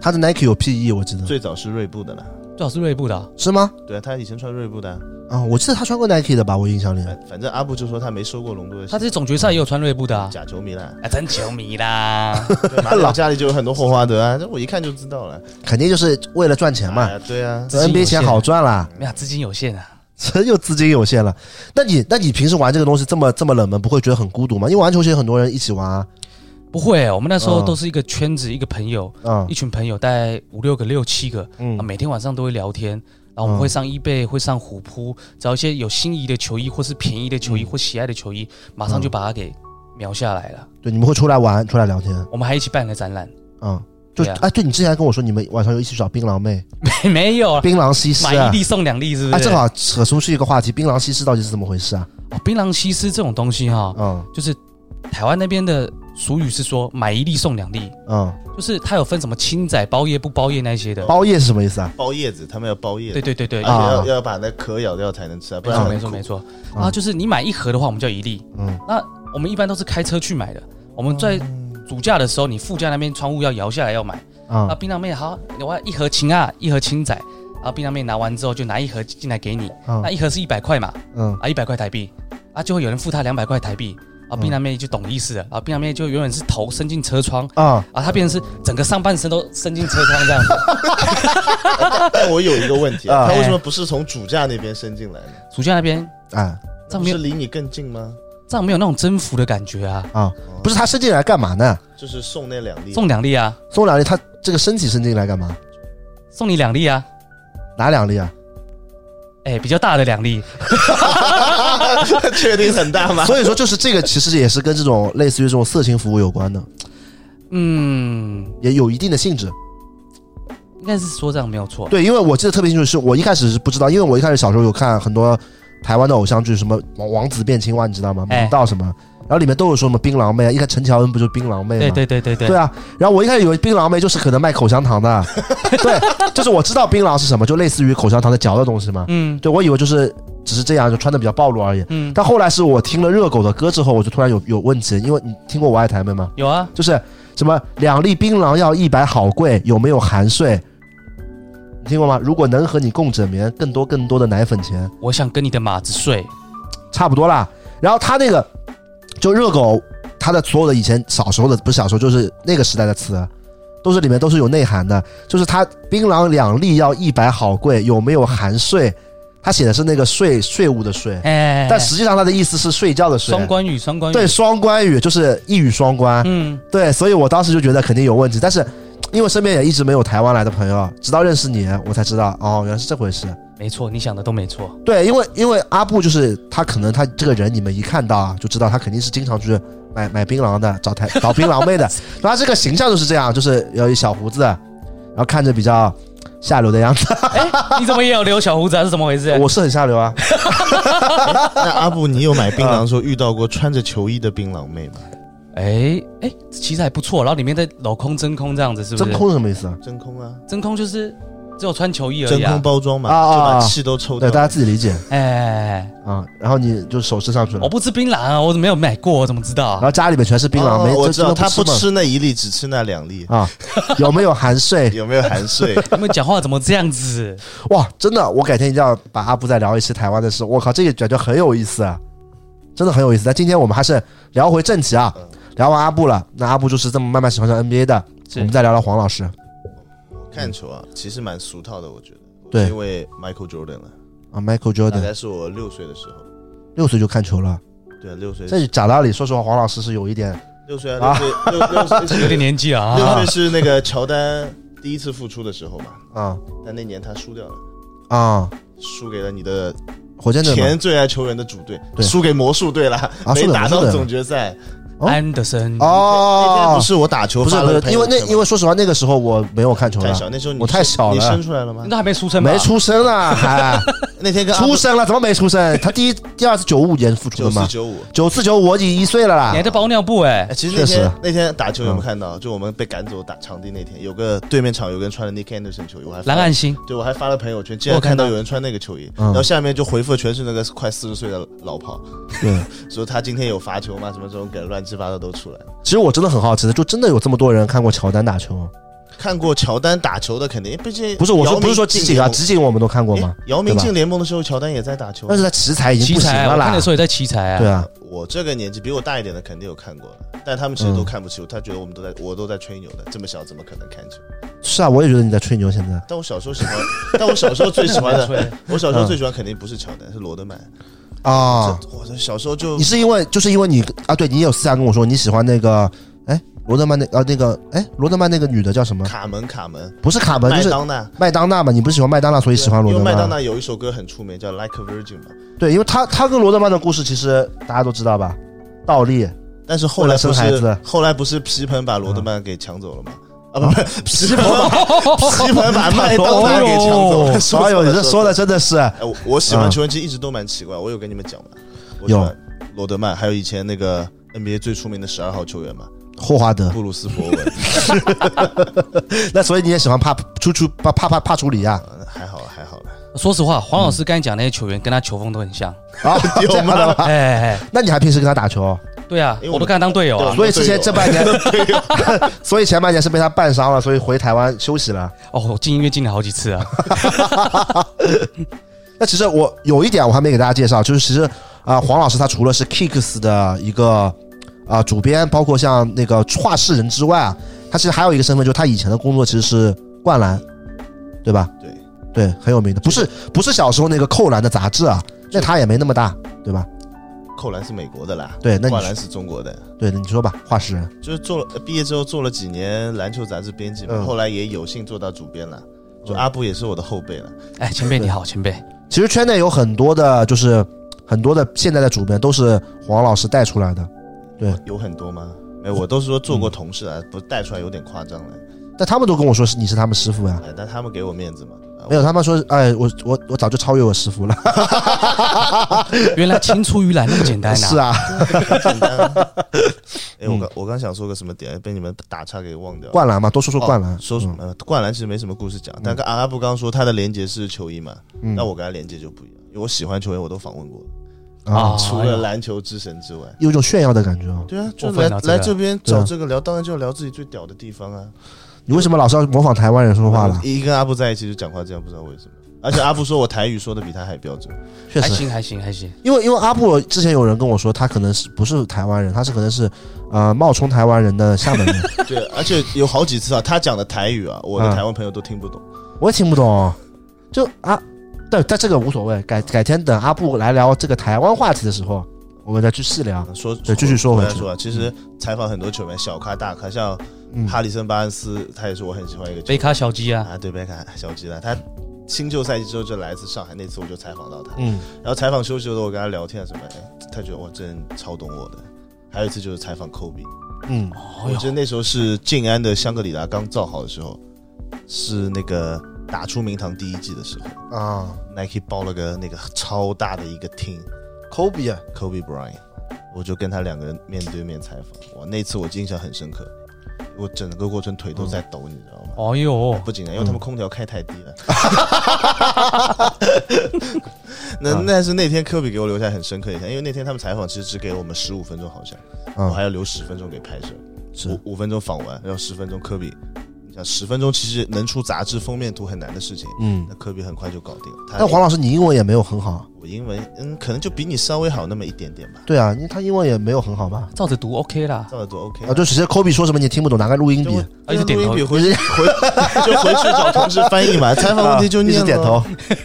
他的 Nike 有 PE，我记得最早是锐步的啦，最好是锐步的啊、是吗？对啊，他以前穿锐步的啊，啊，我记得他穿过 Nike 的吧？我印象里，反反正阿布就说他没收过隆多的他鞋，这总决赛也有穿锐步的啊。假球迷啦， 啊，真球迷啦！对马里奥家里就有很多霍华德啊，这我一看就知道了。肯定就是为了赚钱嘛哎。呀对啊，资金有限 NBA 钱好赚啦，没有资金有限啊， 这就资金有限了。那你那你平时玩这个东西这么这么冷门，不会觉得很孤独吗？因为玩球鞋很多人一起玩啊，不会、我们那时候嗯都是一个圈子，一个朋友，嗯一群朋友，大概五六个、六七个，啊，嗯每天晚上都会聊天。然后我嗯们会上 eBay，会上虎扑，找一些有心仪的球衣，或是便宜的嗯球衣，或喜爱的球衣，马上就把它给描下来了。对，你们会出来玩，出来聊天，我们还一起办了展览，嗯，就对啊哎，对你之前还跟我说你们晚上有一起找槟榔妹，没有啊，槟榔西施买啊一，粒送两粒，是不是？哎，正好扯出去一个话题，槟榔西施到底是怎么回事啊？哦槟榔西施这种东西哈，嗯就是台湾那边的俗语是说买一粒送两粒，嗯，就是它有分什么青仔包叶不包叶那些的。包夜是什么意思啊？包叶子，他们要包叶对子，对对对，而且啊要要把那壳咬掉才能吃啊，不没然错很没错苦没错。嗯然后就是你买一盒的话，我们叫一粒。嗯我们一般都是开车去买的。我们在主驾的时候，你副驾那边窗户要摇下来要买。那啊槟榔妹好，我要一盒青啊，一盒青仔。然后槟榔妹拿完之后，就拿一盒进来给你。啊嗯那一盒是一百块嘛，嗯啊，一百块台币，啊，就会有人付他两百块台币。啊，嗯槟榔妹就懂意思了。啊，槟榔妹就原本是头伸进车窗，啊，啊，她变成是整个上半身都伸进车窗这样子。 但我有一个问题啊，啊他哎为什么不是从主驾那边伸进来呢？主驾那边哎这那不样没有是离你更近吗？这样没有那种征服的感觉啊，啊，不是他伸进来干嘛呢？就是送那两粒，送两粒啊，送两粒，他这个身体伸进来干嘛？送你两粒啊，哪两粒啊？哎、比较大的两粒。确定很大吗？ 所以说，就是这个其实也是跟这种类似于这种色情服务有关的，嗯，也有一定的性质。应该是说这样没有错。对，因为我记得特别清楚，是我一开始是不知道，因为我一开始小时候有看很多台湾的偶像剧，什么王王子变青蛙，你知道吗？哎明道什么，然后里面都有说什么槟榔妹啊，一看陈乔恩不就槟榔妹吗？对对对对对对啊，然后我一开始以为槟榔妹就是可能卖口香糖 的，对，就是我知道槟榔是什么，就类似于口香糖的嚼的东西嘛。嗯对，我以为就是只是这样，就穿的比较暴露而已。嗯，但后来是我听了热狗的歌之后，我就突然有有问题，因为你听过《我爱台妹》吗？有啊，就是什么两粒槟榔要一百好贵，有没有含税？你听过吗？如果能和你共枕眠，更多更多的奶粉钱，我想跟你的马子睡。差不多啦。然后他那个就热狗，他的所有的以前小时候的不是小时候，就是那个时代的词，都是里面都是有内涵的。就是他槟榔两粒要一百好贵，有没有含税？他写的是那个税税务的税，哎、但实际上他的意思是睡觉的睡。双关语，双关语。对，双关语就是一语双关。嗯，对，所以我当时就觉得肯定有问题，但是因为身边也一直没有台湾来的朋友，直到认识你，我才知道哦，原来是这回事。没错，你想的都没错。对，因为因为阿布就是他，可能他这个人你们一看到啊，就知道他肯定是经常去买买槟榔的，找台 找槟榔妹的，然后他这个形象就是这样，就是有一小胡子，然后看着比较下流的样子。你怎么也有留小胡子啊？是怎么回事？我是很下流啊，那阿布，你有买槟榔的时候遇到过穿着球衣的槟榔妹吗？哎哎、其实还不错。然后里面在镂空真空这样子，是不是？真空是什么意思啊？真空啊，真空就是只有穿球衣而真已啊空。包装嘛，啊啊就啊把气都抽对，掉。大家自己理解哎哎，哎啊。然后你就手吃上去了哦我，不吃槟榔啊，我没有买过，我怎么知道然？后家里面全是槟榔，哦没我这知真道的他不吗吃那一粒，只吃那两粒。啊，有没有含税？有没有含税？你们讲话怎么这样子？哇，真的，我改天一定要把阿布再聊一期台湾的事。我靠，这个感觉很有意思啊，真的很有意思。但今天我们还是聊回正题啊，嗯聊完阿布了，那阿布就是这么慢慢喜欢上 NBA 的。是我们再聊聊黄老师看球啊，其实蛮俗套的，我觉得。对我是因为 Michael Jordan 了，啊，Michael 大 Jordan 概是我六岁的时候。六岁就看球了，对啊，六岁，这讲道理，说实话，黄老师是有一点六岁啊，六岁，六六岁有是点年纪啊，六岁是那个乔丹第一次复出的时候嘛，啊但那年他输掉了，啊，输给了你的火箭队嘛前最爱球员的主队，对输给魔术队了，啊输没给打魔术到队总决赛。哦安德森，那天哦不，是我打球不是发不了个是，朋因友为圈吗，那因为说实话，那个时候我没有看球太小，了，那时候你我太小了你生出来了吗你？都还没出生吧？没出生啊， 还那天跟出生了，怎么没出生？他第一第二次九五年复出九的四嘛，九五。九四九五我已经一岁了啦你还。在包尿布哎哎，？其实那确实嗯天那天打球有没有看到？就我们被赶走打场地那天，有个对面场有个人穿的 Nick Anderson 球衣，我还发蓝岸星，对我还发了朋友圈，竟我然看看到到有人穿那个球衣，嗯然后下面就回复全是那个快四十岁的老炮，对， 说他今天有罚球吗？什么这种梗乱七八糟都出来了。其实我真的很好奇的，就真的有这么多人看过乔丹打球吗？看过乔丹打球的肯定，毕竟不是我姚说明不是说进集锦啊，联盟集锦我们都看过吗诶？姚对明吧进联盟的时候，乔丹也在打球啊。但是他奇才已经奇不行才啊，了我看啦的。时候也在奇才啊。对啊，我这个年纪比我大一点的肯定有看过了，但他们其实都看不起我，他觉得我们都在我都在吹牛的，这么小怎么可能看球？是啊，我也觉得你在吹牛。现在但我小时候 喜欢，但我小时候最喜欢的，吹我小时候最喜欢肯定不是乔丹，是罗德曼。啊，这我这小时候就你是因为就是因为你啊，对你有私下跟我说你喜欢那个哎罗德曼那啊那个哎罗德曼那个女的叫什么？卡门卡门不是卡门，麦就是当娜。麦当娜嘛。你不是喜欢麦当娜，所以喜欢罗德因为麦当曼？娜有一首歌很出名，叫《Like a Virgin》嘛。对，因为他他跟罗德曼的故事其实大家都知道吧？倒立但是后来不为了生孩是子嗯后来不是皮盆把罗德曼给抢走了吗？啊，不不，皮盆 把皮盆把麦当娜给抢走了。 说错哎呦，了你这错说了的真的是哎，我我喜欢嗯球员其实一直都蛮奇怪，我有跟你们讲嘛，有我喜欢罗德曼，还有以前那个 NBA 最出名的十二号球员嘛，霍华德。布鲁斯博 文，那所以你也喜欢帕出出帕帕帕帕楚里 亚呃还好了还好了，说实话，黄老师刚才讲那些球员跟他球风都很像。啊？有这样吗啊哎哎，那你还平时跟他打球？哎对啊因，为我我们都跟他当队友啊对。所以之前这半年 对哦， 所以前半年是被他绊伤了，所以回台湾休息了。哦，我进音乐进了好 几次啊。那其实我有一点我还没给大家介绍，就是其实啊、呃黄老师他除了是 Kicks 的一个啊、呃主编，包括像那个画室人之外啊，他其实还有一个身份，就是他以前的工作其实是灌篮，对吧？对对，很有名的，不是不是小时候那个扣篮的杂志啊，那他也没那么大，对吧？扣篮是美国的啦，对，那你灌篮是中国的，对，你说吧，画室人就是做了呃毕业之后做了几年篮球杂志编辑嘛，嗯后来也有幸做到主编了，就嗯阿布也是我的后辈了，哎，前辈你好，前辈。其实圈内有很多的，就是很多的现在的主编都是黄老师带出来的，有很多吗？没有，我都是说做嗯过同事啊，不带出来有点夸张了，但他们都跟我说是你是他们师傅呀、哎，但他们给我面子嘛， 啊没有，他们说，哎，我我我早就超越我师傅了。原来青出于蓝那么简单 是啊！啊，哦简 单啊。哎、嗯我刚我刚想说个什么点，被你们打岔给忘掉了。灌篮嘛，多说说灌篮。哦说什么？嗯呃灌篮其实没什么故事讲，但跟阿拉布刚刚说他的连接是球衣嘛，嗯？那我跟他连接就不一样，因为我喜欢球员我都访问过，嗯啊啊，除了篮球之神之外。有一种炫耀的感觉啊！对啊，就过来分了这个来这边对找啊这个聊，当然就要聊自己最屌的地方啊。你为什么老是要模仿台湾人说话了？一跟阿布在一起就讲话这样，不知道为什么。而且阿布说我台语说的比他还 标准，确哎还实，行还行还行，因为因为阿布之前有人跟我说，他可能是不是台湾人，他是可能是呃冒充台湾人的厦门人，对，而且有好几次啊，他讲的台语啊，我的嗯台湾朋友都听不懂。我也听不懂。就啊，但但这个无所谓，改改天等阿布来聊这个台湾话题的时候，我们再去细聊。说对继续说回来去说啊，其实采访很多球员，小咖大咖，像嗯，哈里森巴恩斯，他也是我很喜欢一个球贝员卡小鸡啊，啊，对贝卡小吉拉，他新旧赛季之后就来自上海，那次我就采访到他，嗯，然后采访休息的时候我跟他聊天啊什么，哎，他觉得哇，这人超懂我的。还有一次就是采访科比，嗯，哦我记得哟，那时候是静安的香格里拉刚造好的时候，是那个打出名堂第一季的时候啊， ，Nike 包了个那个超大的一个厅，科比，啊 Kobe Bryant，我就跟他两个人面对面采访，哇，那次我印象很深刻。我整个过程腿都在抖，你知道吗？哦呦，不仅啊然，因为他们空调开太低了。嗯 那啊但是那天科比给我留下很深刻的印象，因为那天他们采访其实只给我们十五分钟，好像我还嗯，要留十分钟给拍摄，是五五分钟访完，然后十分钟科比。你想十分钟其实能出杂志封面图很难的事情，嗯那。科比很快就搞定了。他但黄老师，你英文也没有很好，我英文嗯，可能就比你稍微好那么一点点吧，对啊，因为他英文也没有很好吧？照着读 OK 啦。照得多 OK 啊，就直接 Kobe 说什么你也听不懂，拿个录音嗯就笔，啊一直点头录音笔 回去回就回去找同事翻译嘛，采访问题就啊一念直咯点 头。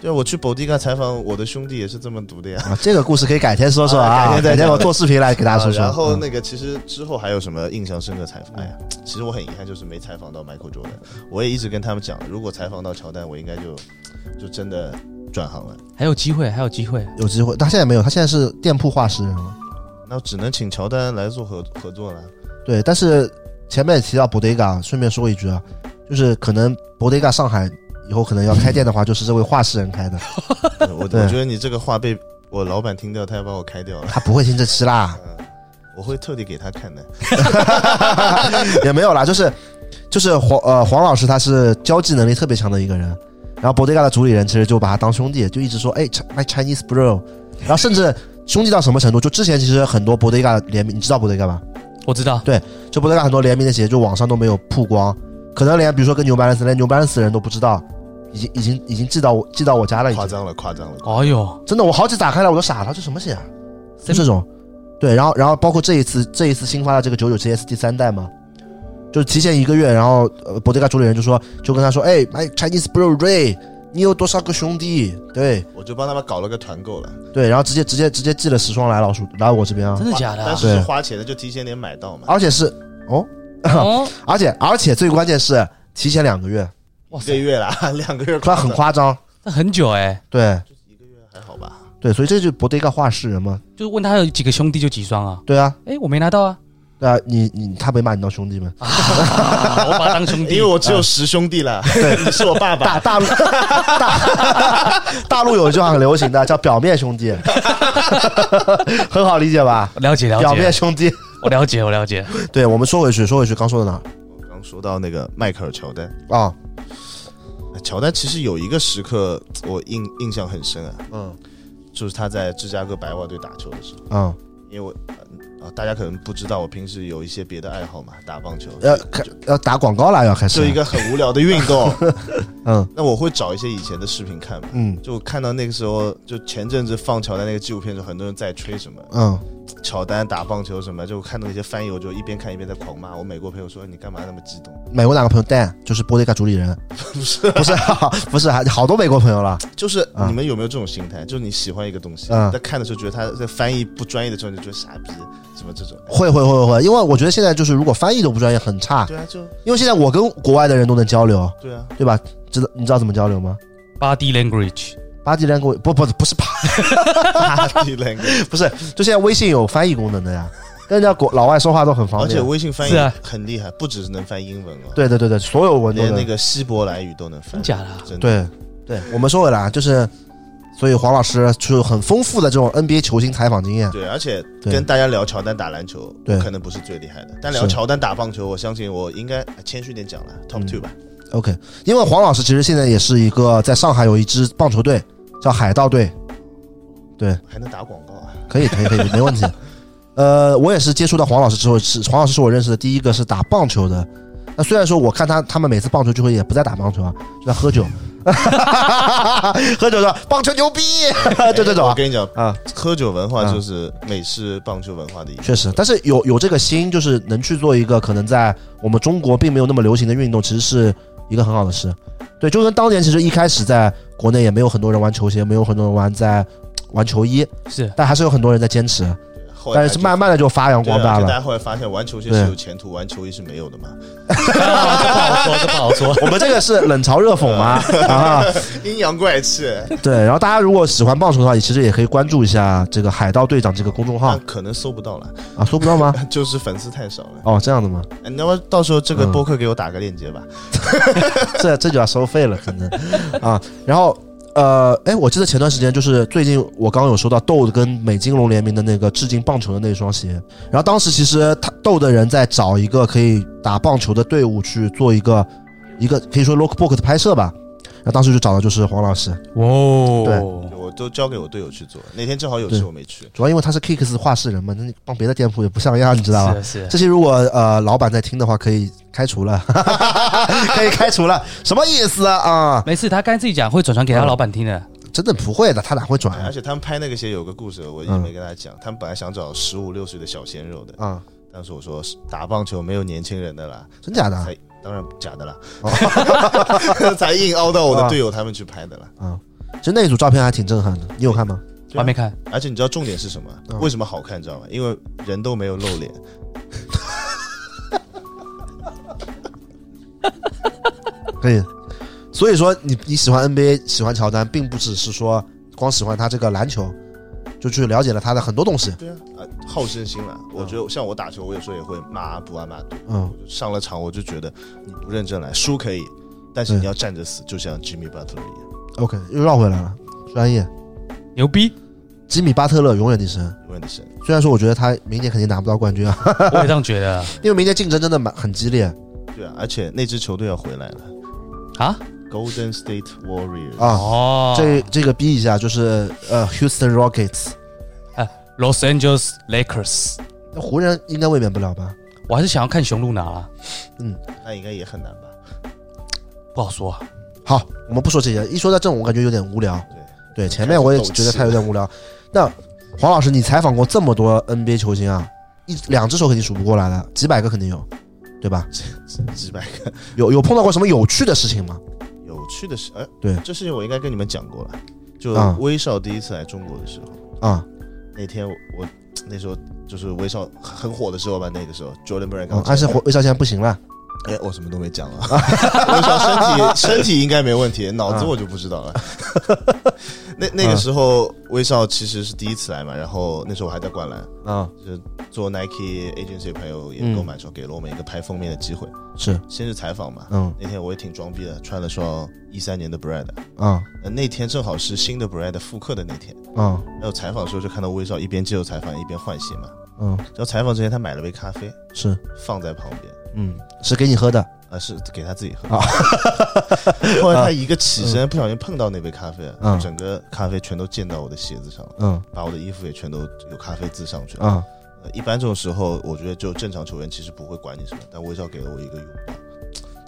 对，我去保地干采访我的兄弟也是这么读的呀。啊，这个故事可以改天说说啊啊， 改天再改天讲啊我做视频来给 大家说说。然后嗯那个其实之后还有什么印象深刻采访？哎呀，其实我很遗憾就是没采访到 Michael Jordan。我也一直跟他们讲，如果采访到乔丹，我应该就就真的转行了。还有机会，还有机会。有机会，他现在没有，他现在是店铺画师人了。那只能请乔丹来做合合作了。对，但是前面也提到 Bodega，顺便说一句啊，就是可能 Bodega 上海以后可能要开店的话，就是这位画室人开的，对我 我对觉得你这个话被我老板听掉，他要把我开掉了。他不会听这期啦， 我会特地给他看的。也没有啦，就是就是黄呃黄老师他是交际能力特别强的一个人，然后 Bodega 的主理人其实就把他当兄弟，就一直说哎 Chi- my Chinese bro，然后甚至兄弟到什么程度，就之前其实很多 Bodega 联名，你知道 Bodega 吧？我知道，就 Bodega 很多联名的鞋，就网上都没有曝光，可能连比如说跟 New Balance 连 New Balance 的人都不知道，已经已经已经寄到我寄到我家了，已经夸。张了，夸张了。哎呦，真的，我好几打开了，我都傻了，这什么鞋啊？就这种，对，然后然后包括这一次这一次新发的这个九九 GS 第三代嘛，就是提前一个月，然后呃，博德加主理人就说，就跟他说，哎，my Chinese bro Ray，你有多少个兄弟？对我就帮他们搞了个团购了，对，然后直接直接直接寄了十双来老鼠来我这边啊真，的假的但啊？是是对花钱的，就提前点买到嘛。而且是哦，哦，而且而且最关键是提前两个月， 哇一个塞，月啦， 两个月突然很夸张，那很久哎，对还好吧？对，所以这就是博德加画室人嘛，就是问他有几个兄弟就几双啊？对啊，哎，我没拿 到啊，对啊，你你他没把你当兄弟吗？啊我把他当兄因弟啊为。我只有十兄弟了，你 是我爸爸。大大陆大 大陆有一句话很流行的，叫“表面兄弟”， 很好理解吧？了解了表面解，兄弟，我了解我了解。对我们说回去，说回去，刚说到哪刚说到那个迈克尔乔丹，呃儿啊？乔丹其实有一个时刻我印印象很深啊，嗯就是他在芝加哥白袜队打球的时候，嗯，因为我呃啊，大家可能不知道我平时有一些别的爱好嘛，打棒球，要呃开要打广告了，要开始就一个很无聊的运动。 嗯那我会找一些以前的视频看嘛，嗯就看到那个时候，就前阵子放乔丹那个纪录片的时候，很多人在吹什么嗯，乔丹打棒球什么，就看到那些翻译，我就一边看一边在狂骂。我美国朋友说你干嘛那么激动？美国哪个朋友 Dan 就是波德加主理 人，不是，不是不是，还好多美国朋友了，就是啊你们有没有这种心态？就是你喜欢一个东西，嗯在看的时候觉得他在翻译不专业的时候，你就觉得傻逼什么这种。会会会会，因为我觉得现在就是如果翻译都不专业很差，对啊，就因为现在我跟国外的人都能交流，对啊，对吧？知道你知道怎么交流吗？ Body language，巴基人跟我不不不是巴哈地那个，不是，就现在微信有翻译功能的呀， 跟人家国老外说话都很方而便且。微信翻译是啊很厉害，不只是能翻英文哦，对对对对，所有文都连能。那个希伯来语都能翻真。假的啊？真的，对对，我们说回来啊，就是，所以黄老师就有很丰富的这种 NBA 球星采访经验。对，而且对跟大家聊乔丹打篮球，对我可能不是最厉害的，但聊是乔丹打棒球，我相信我应该哎谦虚点讲了，top two 吧。 OK，因为黄老师其实现在也是一个在上海有一支棒球队叫海盗队，还能打广告啊？可以可以可以，没问题。 呃，我也是接触到黄老师之后，是黄老师是我认识的第一个是打棒球的。那虽然说我看他他们每次棒球聚会也不在打棒球啊，就在喝酒， 喝酒说棒球牛逼， 就这种哎我啊。跟你讲啊，喝酒文化啊就是美式棒球文化的一确实，但嗯是有有这个心，就是能去做一个可能在我们中国并没有那么流行的运动，其实是一个很好的事。对，就跟当年其实一开始在国内也没有很多人玩球鞋，没有很多人玩在玩球衣，是但还是有很多人在坚持，后来但是慢慢的就发扬对啊光大就了大。家后来发现玩球鞋对是有前途，玩球衣是没有的嘛。说这不好说。 我们这个是冷嘲热讽吗？啊，阴阳 怪气，对。然后大家如果喜欢棒球的话，也其实也可以关注一下这个海盗队长这个公众号但可能搜不到了，啊，搜不到吗？就是粉丝太少了。哦，这样的吗？哎那么到时候这个嗯播客给我打个链接吧。这这就要收费了，可能啊。然后呃，哎，我记得前段时间就是最近我刚刚有收到豆跟美金龙联名的那个致敬棒球的那双鞋，然后当时其实他豆的人在找一个可以打棒球的队伍去做一个一个可以说 lookbook 的拍摄吧，然后当时就找的就是黄老师， 哇哦，我都交给我队友去做。那天正好有对事，我没去。主要因为他是 Kicks 画室人嘛，那你帮别的店铺也不像样，你知道吧？是啊是，这些如果呃老板在听的话，可以开除了， 可以开除了，什么意思啊？啊，没事，他刚才自己讲会转传给他老板听的。真的不会的，他哪会转哎而啊？且他们拍那个鞋有个故事，我一直没跟他讲。他们本来想找十五六岁的小鲜肉的，啊，但是我说打棒球没有年轻人 的啦，真假的啊？才当然假的啦， 才硬凹到我的队友他们去拍的啦。啊，其实那组照片还挺震撼的，你有看吗？对啊我还没看，而且你知道重点是什么？嗯为什么好看？你知道吗？因为人都没有露脸。可以。所以说你你喜欢 NBA，喜欢乔丹，并不只是说光喜欢他这个篮球，就去了解了他的很多东西。对啊，啊，好胜心啦。我觉得像我打球，我有时候也会骂不阿啊骂多。嗯，上了场我就觉得你不认真来，输可以，但是对你要站着死，就像 Jimmy Butler 一样， OK，又绕回来了，专业。牛 逼！吉米巴特勒永远的神，永远的神。虽然说我觉得他明年肯定拿不到冠军啊，我也这样觉得因为明年竞争真的蛮很激烈对啊，而且那支球队要回来了啊。 ，Golden State Warriors。啊。哦，这这个逼一下就是呃，Houston Rockets， Los Angeles Lakers，那湖人应该卫冕不了吧？我还是想要看雄鹿拿啊啦，那应该也很难吧？不好说 啊。好，我们不说这些，一说到这种我感觉有点无聊。对，前面我也觉得他有点无聊。那黄老师，你采访过这么多 NBA 球星啊，一两只手肯定数不过来了，几百个肯定有，对吧？几百个有有碰到过什么有趣的事情吗？有趣的事，哎，对这事情我应该跟你们讲过了。就啊威少第一次来中国的时候，啊、那天我我那时候就是威少很火的时候吧，那个时候 Jordan Brand 嗯刚，但是黄魏少现在不行了，哎，我什么都没讲啊。 我想身体身体应该没问题，脑子我就不知道了。 那那个时候威少其实是第一次来嘛，然后那时候我还在灌篮，啊、做 Nike agency 的朋友也购买说给了我们一个拍封面的机会，是，先是采访嘛。嗯那天我也挺装逼的，穿了双一三年的 Brad，啊呃那天正好是新的 Brad 复刻的那天。啊然后采访的时候就看到威少一边接受采访一边换鞋嘛。嗯，然后采访之前他买了杯咖啡是，放在旁边，嗯，是给你喝的，啊，是给他 自己喝啊。后来他一个起身，不小心碰到那杯咖啡，嗯整个咖啡全都溅到我的鞋子上了，嗯把我的衣服也全都有咖啡渍上去了。啊呃一般这种时候，我觉得就正常球员其实不会管你什么，但威少给了我一个拥抱。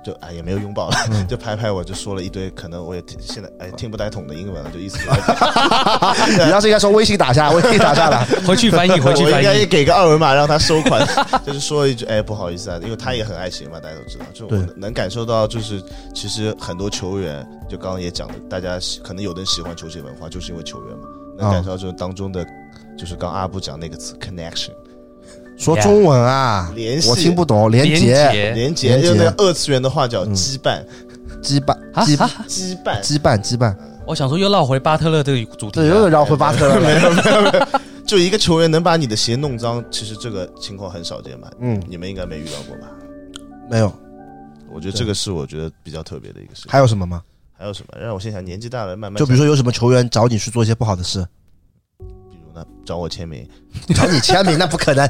就哎也没有拥抱了，嗯就拍拍我，就说了一堆可能我也听现在哎听不太懂的英文了，就意思就是 你当时应该说微信打下，微信打下了，回去翻译，回去我翻应该也译。给个二维码让他收款， 就是说一句，哎，不好意思啊，因为他也很爱鞋嘛，大家都知道，就我对能感受到，就是其实很多球员，就刚刚也讲了，大家喜可能有的人喜欢球鞋文化，就是因为球员嘛，能感受到就是当中的，就是刚阿布讲那个词 connection 说中文啊，联系我听不懂，连结、结连接，连接用那个二次元的话叫嗯羁绊，羁绊、啊羁啊！羁绊， 羁绊、羁绊，我想说又绕回巴特勒这个主题啊这又了有。绕回巴特勒了，就一个球员能把你的鞋弄脏，其实这个情况很少见吧？ 嗯，你们应该没遇到过吧？没有，我觉得这个是我觉得比较特别的一个事情。还有什么吗？还有什么？让我先想，年纪大了，慢慢就比如说有什么球员找你去做一些不好的 事，比如呢，找我签名，找你签名那不 可能，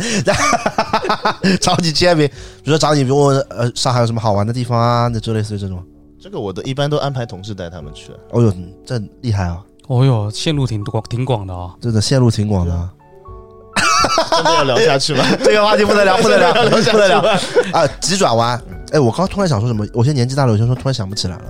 找你签名，比如说找你，比如问呃上海有什么好玩的地方啊，那就类似于这种。这个我的一般都安排同事带他们 去。哦呦，这厉害啊，哦哟，线路挺广，挺广的哦。真的线路挺广的啊。真的要聊下去吗？ 这个话题不能聊，不能聊，不 真能的要聊聊下去吗？啊！急转弯，哎，我刚突然想说什么，我现在年纪大了，有些时候突然想不起来了。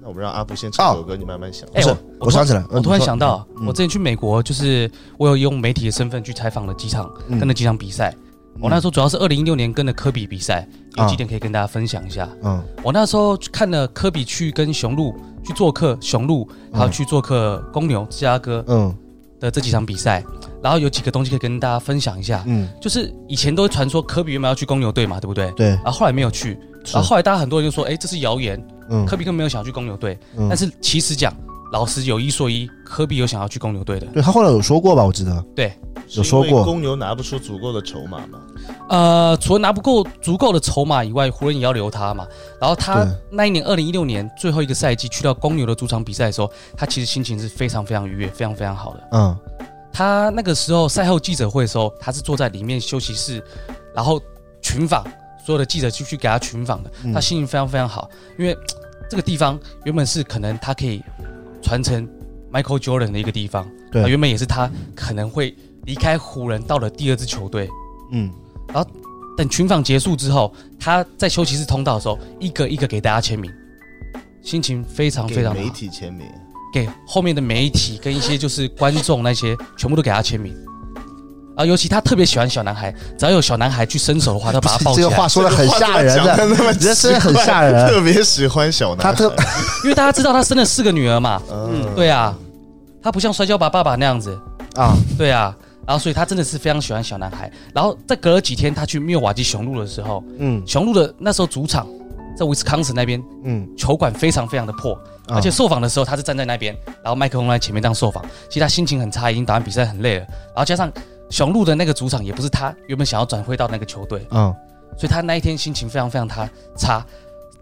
那我们让阿布先唱首歌，你慢慢想。哎，不是我我想起来，我突然想到，嗯我之前去美国，就是我有用媒体的身份去采访了几场，嗯跟了几场比赛。我那时候主要是二零一六年跟了科比比赛，有啊几点可以跟大家分享一下。嗯我那时候看了科比去跟雄鹿去做客，雄鹿还有去做客公牛、芝加哥嗯的这几场比赛，然后有几个东西可以跟大家分享一下。嗯，就是以前都传说科比原本要去公牛队嘛，对不对？对，然后后来没有去，是然后后来大家很多人就说，哎，这是谣言，嗯科比根本没有想要去公牛队。嗯但是其实讲，老实有一说一，科比有想要去公牛队的。对他后来有说过吧，我记得。对，有说是因为过，公牛拿不出足够的筹码嘛？呃，除了拿不够足够的筹码以外，湖人也要留他嘛。然后他对那一年二零一六年最后一个赛季去到公牛的主场比赛的时候，他其实心情是非常非常愉悦，非常非常好的。嗯，他那个时候赛后记者会的时候，他是坐在里面休息室，然后群访所有的记者就去给他群访的，嗯他心情非常非常好，因为嘖这个地方原本是可能他可以传承 Michael Jordan 的一个地方，啊对，原本也是他可能会离开湖人到了第二支球队。嗯，等群访结束之后，他在休息室通道的时候，一个一个给大家签名，心情非哦常非给常好媒，体签名，给后面的媒体跟一些就是观众那些，全部都给他签名。啊，尤其他特别喜欢小男孩，只要有小男孩去伸手的话，他把他抱这起个来话，说的很吓人这个的，话讲得那么人家真的奇很怪吓人啊特别喜欢小男他孩。特因为大家知道他生了四个女儿嘛，嗯，对啊，他不像摔跤吧爸爸那样子，啊，对啊，然后所以他真的是非常喜欢小男孩。然后再隔了几天，他去密尔瓦基雄鹿的时候，嗯雄鹿的那时候主场在威斯康省那边，嗯，球馆非常非常的破，啊而且受访的时候他是站在那边，然后麦克风在前面这样受访，其实他心情很差，已经打完比赛很累了，然后加上雄鹿的那个主场也不是他原本想要转会到那个球队，嗯，所以他那一天心情非常非常他差。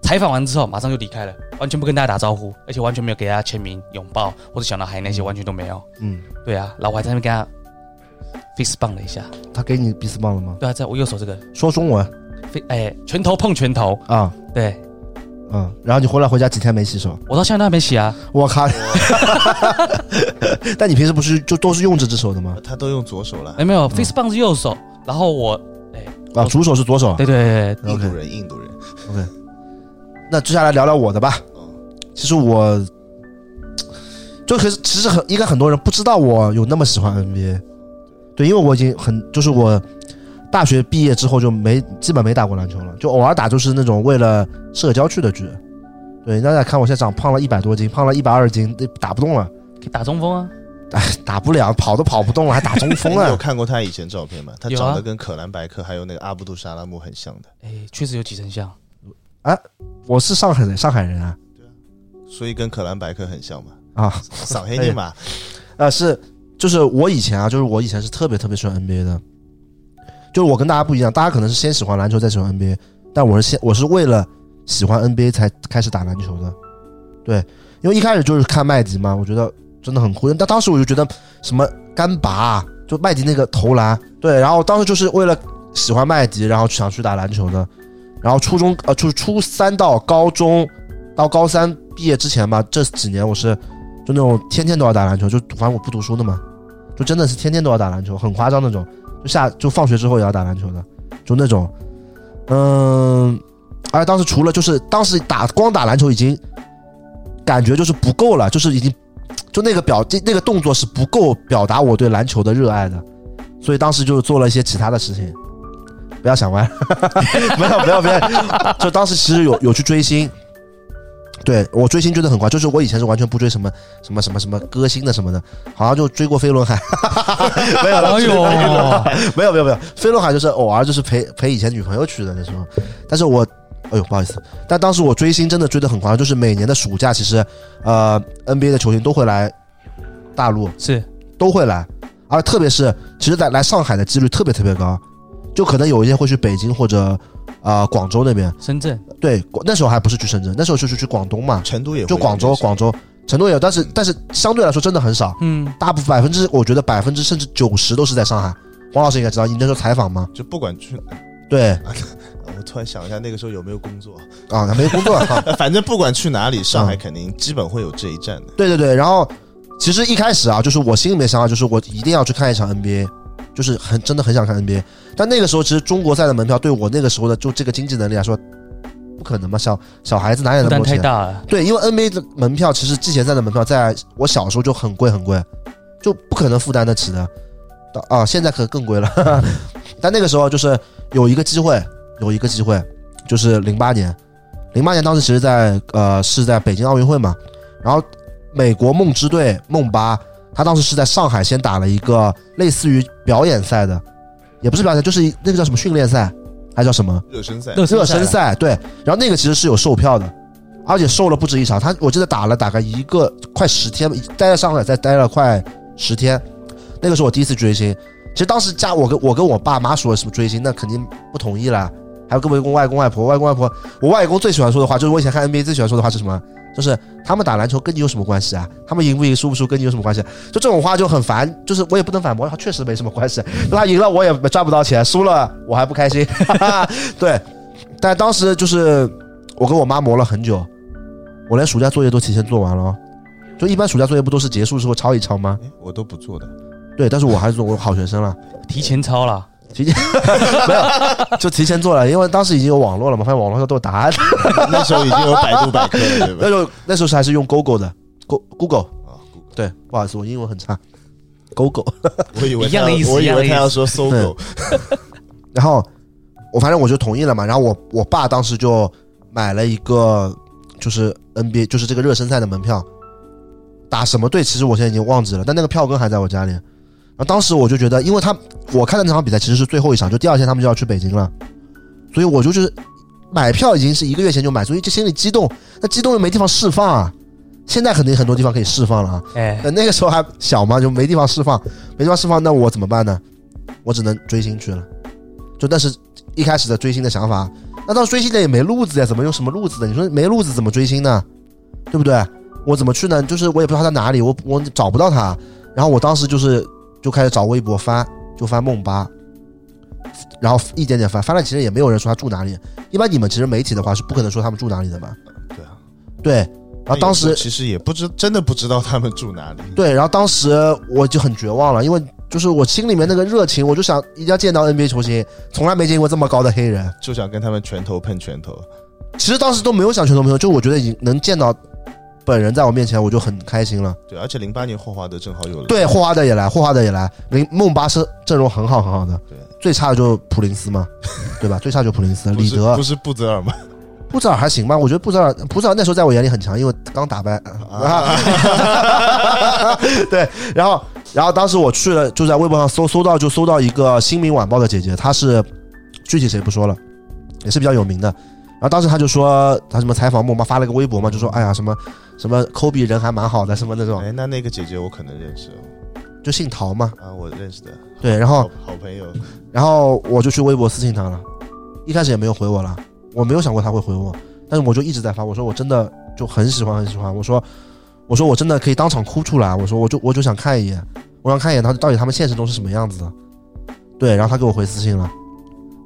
采访完之后马上就离开了，完全不跟大家打招呼，而且完全没有给大家签名、拥抱或者小男孩那些完全都没有。嗯，对啊，然后我还在那边跟他 fist bump 了一下，他给你 b i s 棒了吗？对啊，在我右手这个说中文 f 哎拳头碰拳头，啊，对嗯，然后你回来回家几天没洗手，我到现在都还没洗啊，我靠！ 但你平时不是就都是用这只手的吗？他都用左手了哎。没有 fist bump 是右手，然后我啊，主手是左手啊。对对对对印度人，印度人， OK，那接下来聊聊我的吧。其实我，就可是其实很应该很多人不知道我有那么喜欢 NBA，对，因为我已经很就是我大学毕业之后就没基本没打过篮球了，就偶尔打就是那种为了社交去的局。对，大家看我现在长胖了一百多斤，胖了一百二斤，那打不动了，可以打中锋啊，打不了，跑都跑不动了，还打中锋啊你了 有。看过他以前照片吗？他有啊长得跟可兰白克还有那个阿布杜沙拉木很像的，哎确实有几成像，我是上海人，上海人啊，所以跟可兰白克很像嘛。啊，赏黑你嘛，呃，是就是我以前啊，就是我以前是特别特别喜欢 NBA 的，就是我跟大家不一样，大家可能是先喜欢篮球再喜欢 NBA，但我是先我是为了喜欢 NBA 才开始打篮球的，对，因为一开始就是看麦迪嘛，我觉得真的很酷，但当时我就觉得什么干拔啊、就麦迪那个投篮，对，然后当时就是为了喜欢麦迪，然后想去打篮球的，然后初中呃就是初三到高中到高三毕业之前吧，这几年我是。就那种天天都要打篮球，就反正我不读书的嘛，就真的是天天都要打篮球，很夸张那种，就下就放学之后也要打篮球的，就那种，嗯，而且当时除了就是当时打光打篮球已经感觉就是不够了，就是已经就那个表那个动作是不够表达我对篮球的热爱的，所以当时就做了一些其他的事情，不要想歪， 没有没有没有，就当时其实有有去追星。对我追星追的很快，就是我以前是完全不追什么什么什么什么歌星的什么的，好像就追过飞轮海， 没有了，哎呦，没有没有没有，飞轮海就是偶尔就是陪陪以前女朋友去的那时候，但是我，哎呦不好意思，但当时我追星真的追得很狂，就是每年的暑假其实，呃 NBA 的球星都会来大陆， 是都会来，而特别是其实来来上海的几率特别特别高，就可能有一些会去北京或者呃广州那边，深圳。对，那时候还不是去深圳，那时候就是去广东嘛，成都也会就广州有广州成都也有，但是但是相对来说真的很少，嗯，大部分百分之我觉得百分之甚至九十都是在上海。黄老师应该知道，你那时候采访吗？就不管去，啊对我突然想一下，那个时候有没有工作？呃啊，没工作哈、反正不管去哪里，上嗯海肯定基本会有这一站的。对对对，然后其实一开始啊，就是我心里面想法就是我一定要去看一场 NBA，就是很真的很想看 NBA。但那个时候其实中国赛的门票对我那个时候的就这个经济能力来说，不可能嘛，小小孩子哪里负那担么多太钱？大了。对，因为 NBA 的门票其实季前赛的门票在我小时候就很贵很贵，就不可能负担得起的。到啊，现在可更贵了， 但那个时候就是有一个机会，有一个机会，就是零八年，零八年当时其实在呃是在北京奥运会嘛，然后美国梦之队梦八，他当时是在上海先打了一个类似于表演赛的，也不是表演赛，就是一那个叫什么训练赛，还叫什么？热身赛，热身赛，啊对，然后那个其实是有售票的，而且售了不止一场。他我记得打了大概一个快十天，待在上海再待了快十天。那个是我第一次追星，其实当时家我跟我跟我爸妈说什么追星，那肯定不同意啦。还有跟我公外公外婆，外公外婆，我外公最喜欢说的话就是我以前看 NBA 最喜欢说的话是什么？就是他们打篮球跟你有什么关系啊？他们赢不赢、输不输跟你有什么关系？啊就这种话就很烦，就是我也不能反驳，他确实没什么关系。那他赢了我也赚不到钱，输了我还不开心。 对，但当时就是我跟我妈磨了很久，我连暑假作业都提前做完了哦。就一般暑假作业不都是结束之后抄一抄吗？哎，我都不做的， 对，但是我还是做我好学生了，提前抄了，提前没有就提前做了，因为当时已经有网络了嘛，发现网络上都有答案。 那时候已经有百度百科了，对吧那？时候那时候是还是用 Google 的，Go Google 啊，对，不好意思，我英文很差，Google。我以为一样的意思他我以一样的为意他思要说搜啊狗，然后我反正我就同意了嘛。然后我我爸当时就买了一个就是 NBA 就是这个热身赛的门票，打什么队其实我现在已经忘记了，但那个票根还在我家里。然后当时我就觉得，因为他我看的那场比赛其实是最后一场，就第二天他们就要去北京了，所以我就就是买票已经是一个月前就买，所以这心里激动，那激动又没地方释放啊。现在肯定很多地方可以释放了啊，哎， 呃，那个时候还小嘛，就没地方释放，没地方释放，那我怎么办呢？我只能追星去了。就但是一开始的追星的想法，那当时追星的也没路子呀，怎么有什么路子的？你说没路子怎么追星呢？对不对？我怎么去呢？就是我也不知道他在哪里，我我找不到他。然后我当时就是就开始找微博翻，就翻梦吧，然后一点点翻，翻了其实也没有人说他住哪里。一般你们其实媒体的话是不可能说他们住哪里的嘛。对啊。对，然后当时那有时候其实也不知真的不知道他们住哪里，对，然后当时我就很绝望了，因为就是我心里面那个热情，我就想一定要见到 NBA 球星，从来没见过这么高的黑人。就想跟他们拳头碰拳头。其实当时都没有想全都没有，就我觉得已经能见到本人在我面前，我就很开心了。对，而且零八年霍华德正好有了，对，霍华德也来，霍华德也来，林梦巴是阵容很好很好的，对最差的就是普林斯嘛，对吧？最差就是普林斯，不里是德嗯不、是布泽尔 吗？布泽尔还行吧，我觉得布泽尔布泽尔那时候在我眼里很强，因为刚打败啊， 对，然后然后当时我去了，就在微博上搜搜到就搜到一个《新民晚报》的姐姐，她是具体谁不说了，也是比较有名的。然后当时她就说她什么采访梦妈发了个微博嘛，就说哎呀什么什么科比人还蛮好的什么那种，哎，那那个姐姐我可能认识就姓陶嘛，啊，我认识的对，然后好好朋友，然后我就去微博私信他了，一开始也没有回我了，我没有想过他会回我，但是我就一直在发，我说我真的就很喜欢很喜欢，我说我说我真的可以当场哭出来，我说我就我就想看一眼，我想看一眼他到底他们现实中是什么样子的，对，然后他给我回私信了，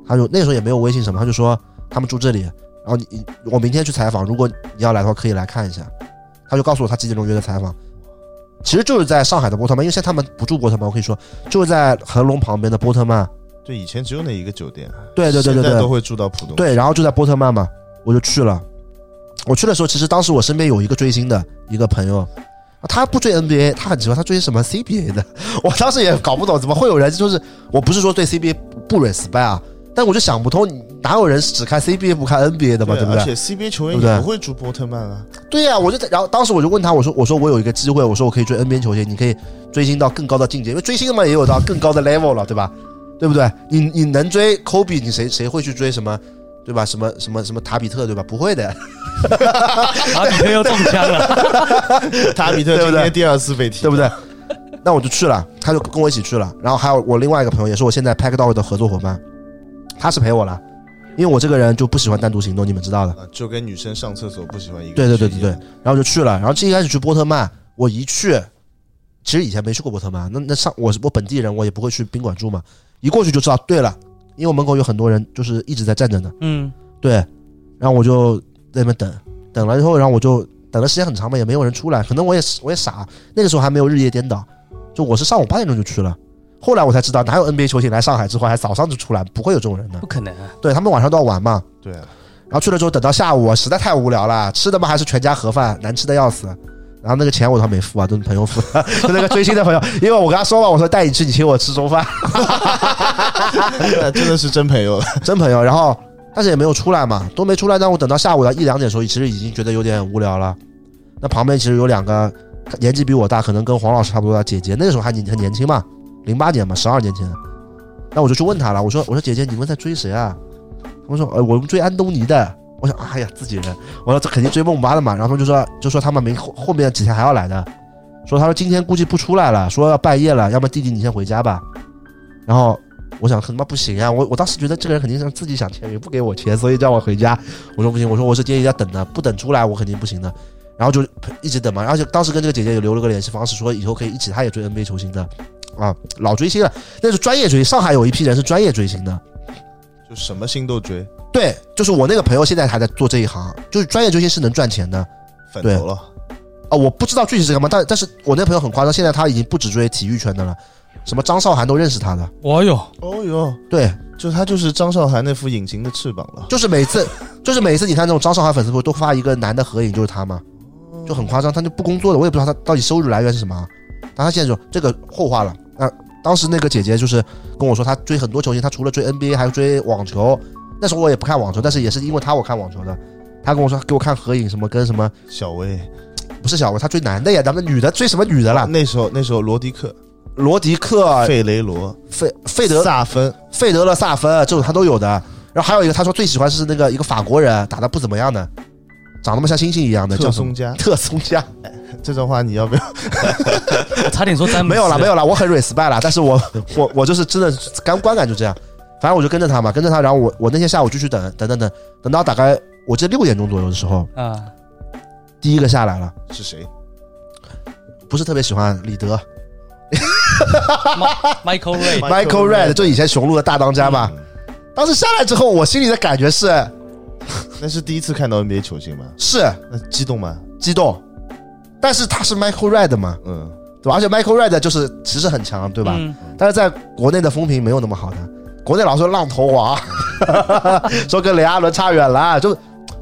他就那时候也没有微信什么，他就说他们住这里，然后你你我明天去采访，如果你要来的话可以来看一下，他就告诉我他几点钟约的采访。其实就是在上海的波特曼，因为现在他们不住波特曼，我可以说就是在恒隆旁边的波特曼，对，以前只有那一个酒店，啊对对对对现在都对会住到浦东，，对，然后就在波特曼嘛，我就去了。我去的时候，其实当时我身边有一个追星的一个朋友，啊他不追 NBA，他很奇怪，他追什么 CBA 的。 我当时也搞不懂，怎么会有人就是我不是说对 CBA 不 respect 啊，但我就想不通，你哪有人只看 CBA 不看 NBA 的嘛，对不而对？且 CBA 球对员不对也不会住波特曼 啊，对呀、我就在，然后当时我就问他，我说我说我有一个机会，我说我可以追 NBA 球星，你可以追星到更高的境界，因为追星嘛也有到更高的 level 了，对吧？对不对？你你能追 Kobe，你谁谁会去追什么，对吧？什么什么什么塔比特，对吧？不会的，然后你朋友中枪了，塔比特对不今对天第二次被踢对，不对？那我就去了，他就跟我一起去了，然后还有我另外一个朋友，也是我现在 Pack Dog 的合作伙伴，他是陪我了，因为我这个人就不喜欢单独行动，你们知道的。啊，就跟女生上厕所不喜欢一个对人对对去对一对样，，然后就去了，然后这一开始去波特曼，我一去，其实以前没去过波特曼，那那上我是我本地人，我也不会去宾馆住嘛，一过去就知道，对了，因为我门口有很多人就是一直在站着呢，嗯，对，然后我就在那边等，等了之后，然后我就等的时间很长嘛，也没有人出来，可能我也我也傻，那个时候还没有日夜颠倒，就我是上午八点钟就去了。后来我才知道，哪有 NBA 球星来上海之后还早上就出来，不会有这种人的不。可能啊，对他们晚上都要玩嘛，对啊，然后去了之后，等到下午，我实在太无聊了，吃的嘛还是全家盒饭，难吃的要死。然后那个钱我倒没付啊，都是朋友付的， 就那个追星的朋友，因为我跟他说嘛，我说带你去，你请我吃中饭，那真的是真朋友了， 真朋友。然后但是也没有出来嘛，都没出来。但我等到下午的一两点的时候，其实已经觉得有点无聊了。那旁边其实有两个年纪比我大，可能跟黄老师差不多的姐姐，那个时候还年很年轻嘛，零八年嘛，十二年前。那我就去问她了，我说我说姐姐，你们在追谁啊？他们说呃我们追安东尼的。我想哎呀自己人，我说这肯定追梦八的嘛。然后他们就说就说他们明后后面几天还要来的，说他说今天估计不出来了，说要半夜了，要么弟弟你先回家吧。然后我想他妈不行啊！我我当时觉得这个人肯定是自己想签约，不给我钱，所以让我回家。我说不行，我说我是建议要等的，不等出来我肯定不行的。然后就一直等嘛，而且当时跟这个姐姐也留了个联系方式，说以后可以一起，她也追 NBA 球星的，啊，老追星了，那是专业追星。上海有一批人是专业追星的，就什么星都追，对，就是我那个朋友现在还在做这一行，就是专业追星是能赚钱的。粉对头了。啊，我不知道具体是干嘛，但但是我那朋友很夸张，现在他已经不只追体育圈的了，什么张韶涵都认识他的。我有，哦哟，对，就他就是张韶涵那副隐形的翅膀了。就是每次，就是每次你看那种张韶涵粉丝会都发一个男的合影，就是他嘛，就很夸张。他就不工作了，我也不知道他到底收入来源是什么啊。但他现在就这个后话了。那、当时那个姐姐就是跟我说，她追很多球星，她除了追 NBA 还追网球。那时候我也不看网球，但是也是因为她我看网球的。她跟我说给我看合影，什么跟什么小薇，不是小薇，她追男的呀，咱们女的追什么女的了？那时候那时候罗迪克、哦罗迪克、费雷罗、费啊费德萨芬，费德勒、萨芬这种他都有的。然后还有一个，他说最喜欢是那个一个法国人，打的不怎么样的，长得那么像猩猩一样的，叫特什么松加。特松加。这段话你要不要？ 我差点说嗯詹姆斯，没有啦，没有，有啦，我很 respect 啦，但是我我我就是真的感观感就这样，反正我就跟着他嘛，跟着他，然后我我那天下午继续等等等等，等到大概我记得六点钟左右的时候，啊，第一个下来了，是谁？不是特别喜欢李德嗯 Michael Ray， Michael Michael Red Red，就以前雄鹿的大当家嘛。嗯当时下来之后，我心里的感觉是那是第一次看到 NBA 球星吗？是那激动吗？激动，但是他是 Michael Red 嘛，嗯，对吧？而且 Michael Red 就是其实很强， 对吧？嗯但是在国内的风评没有那么好的，国内老说浪头王，说跟雷阿伦差远了，啊就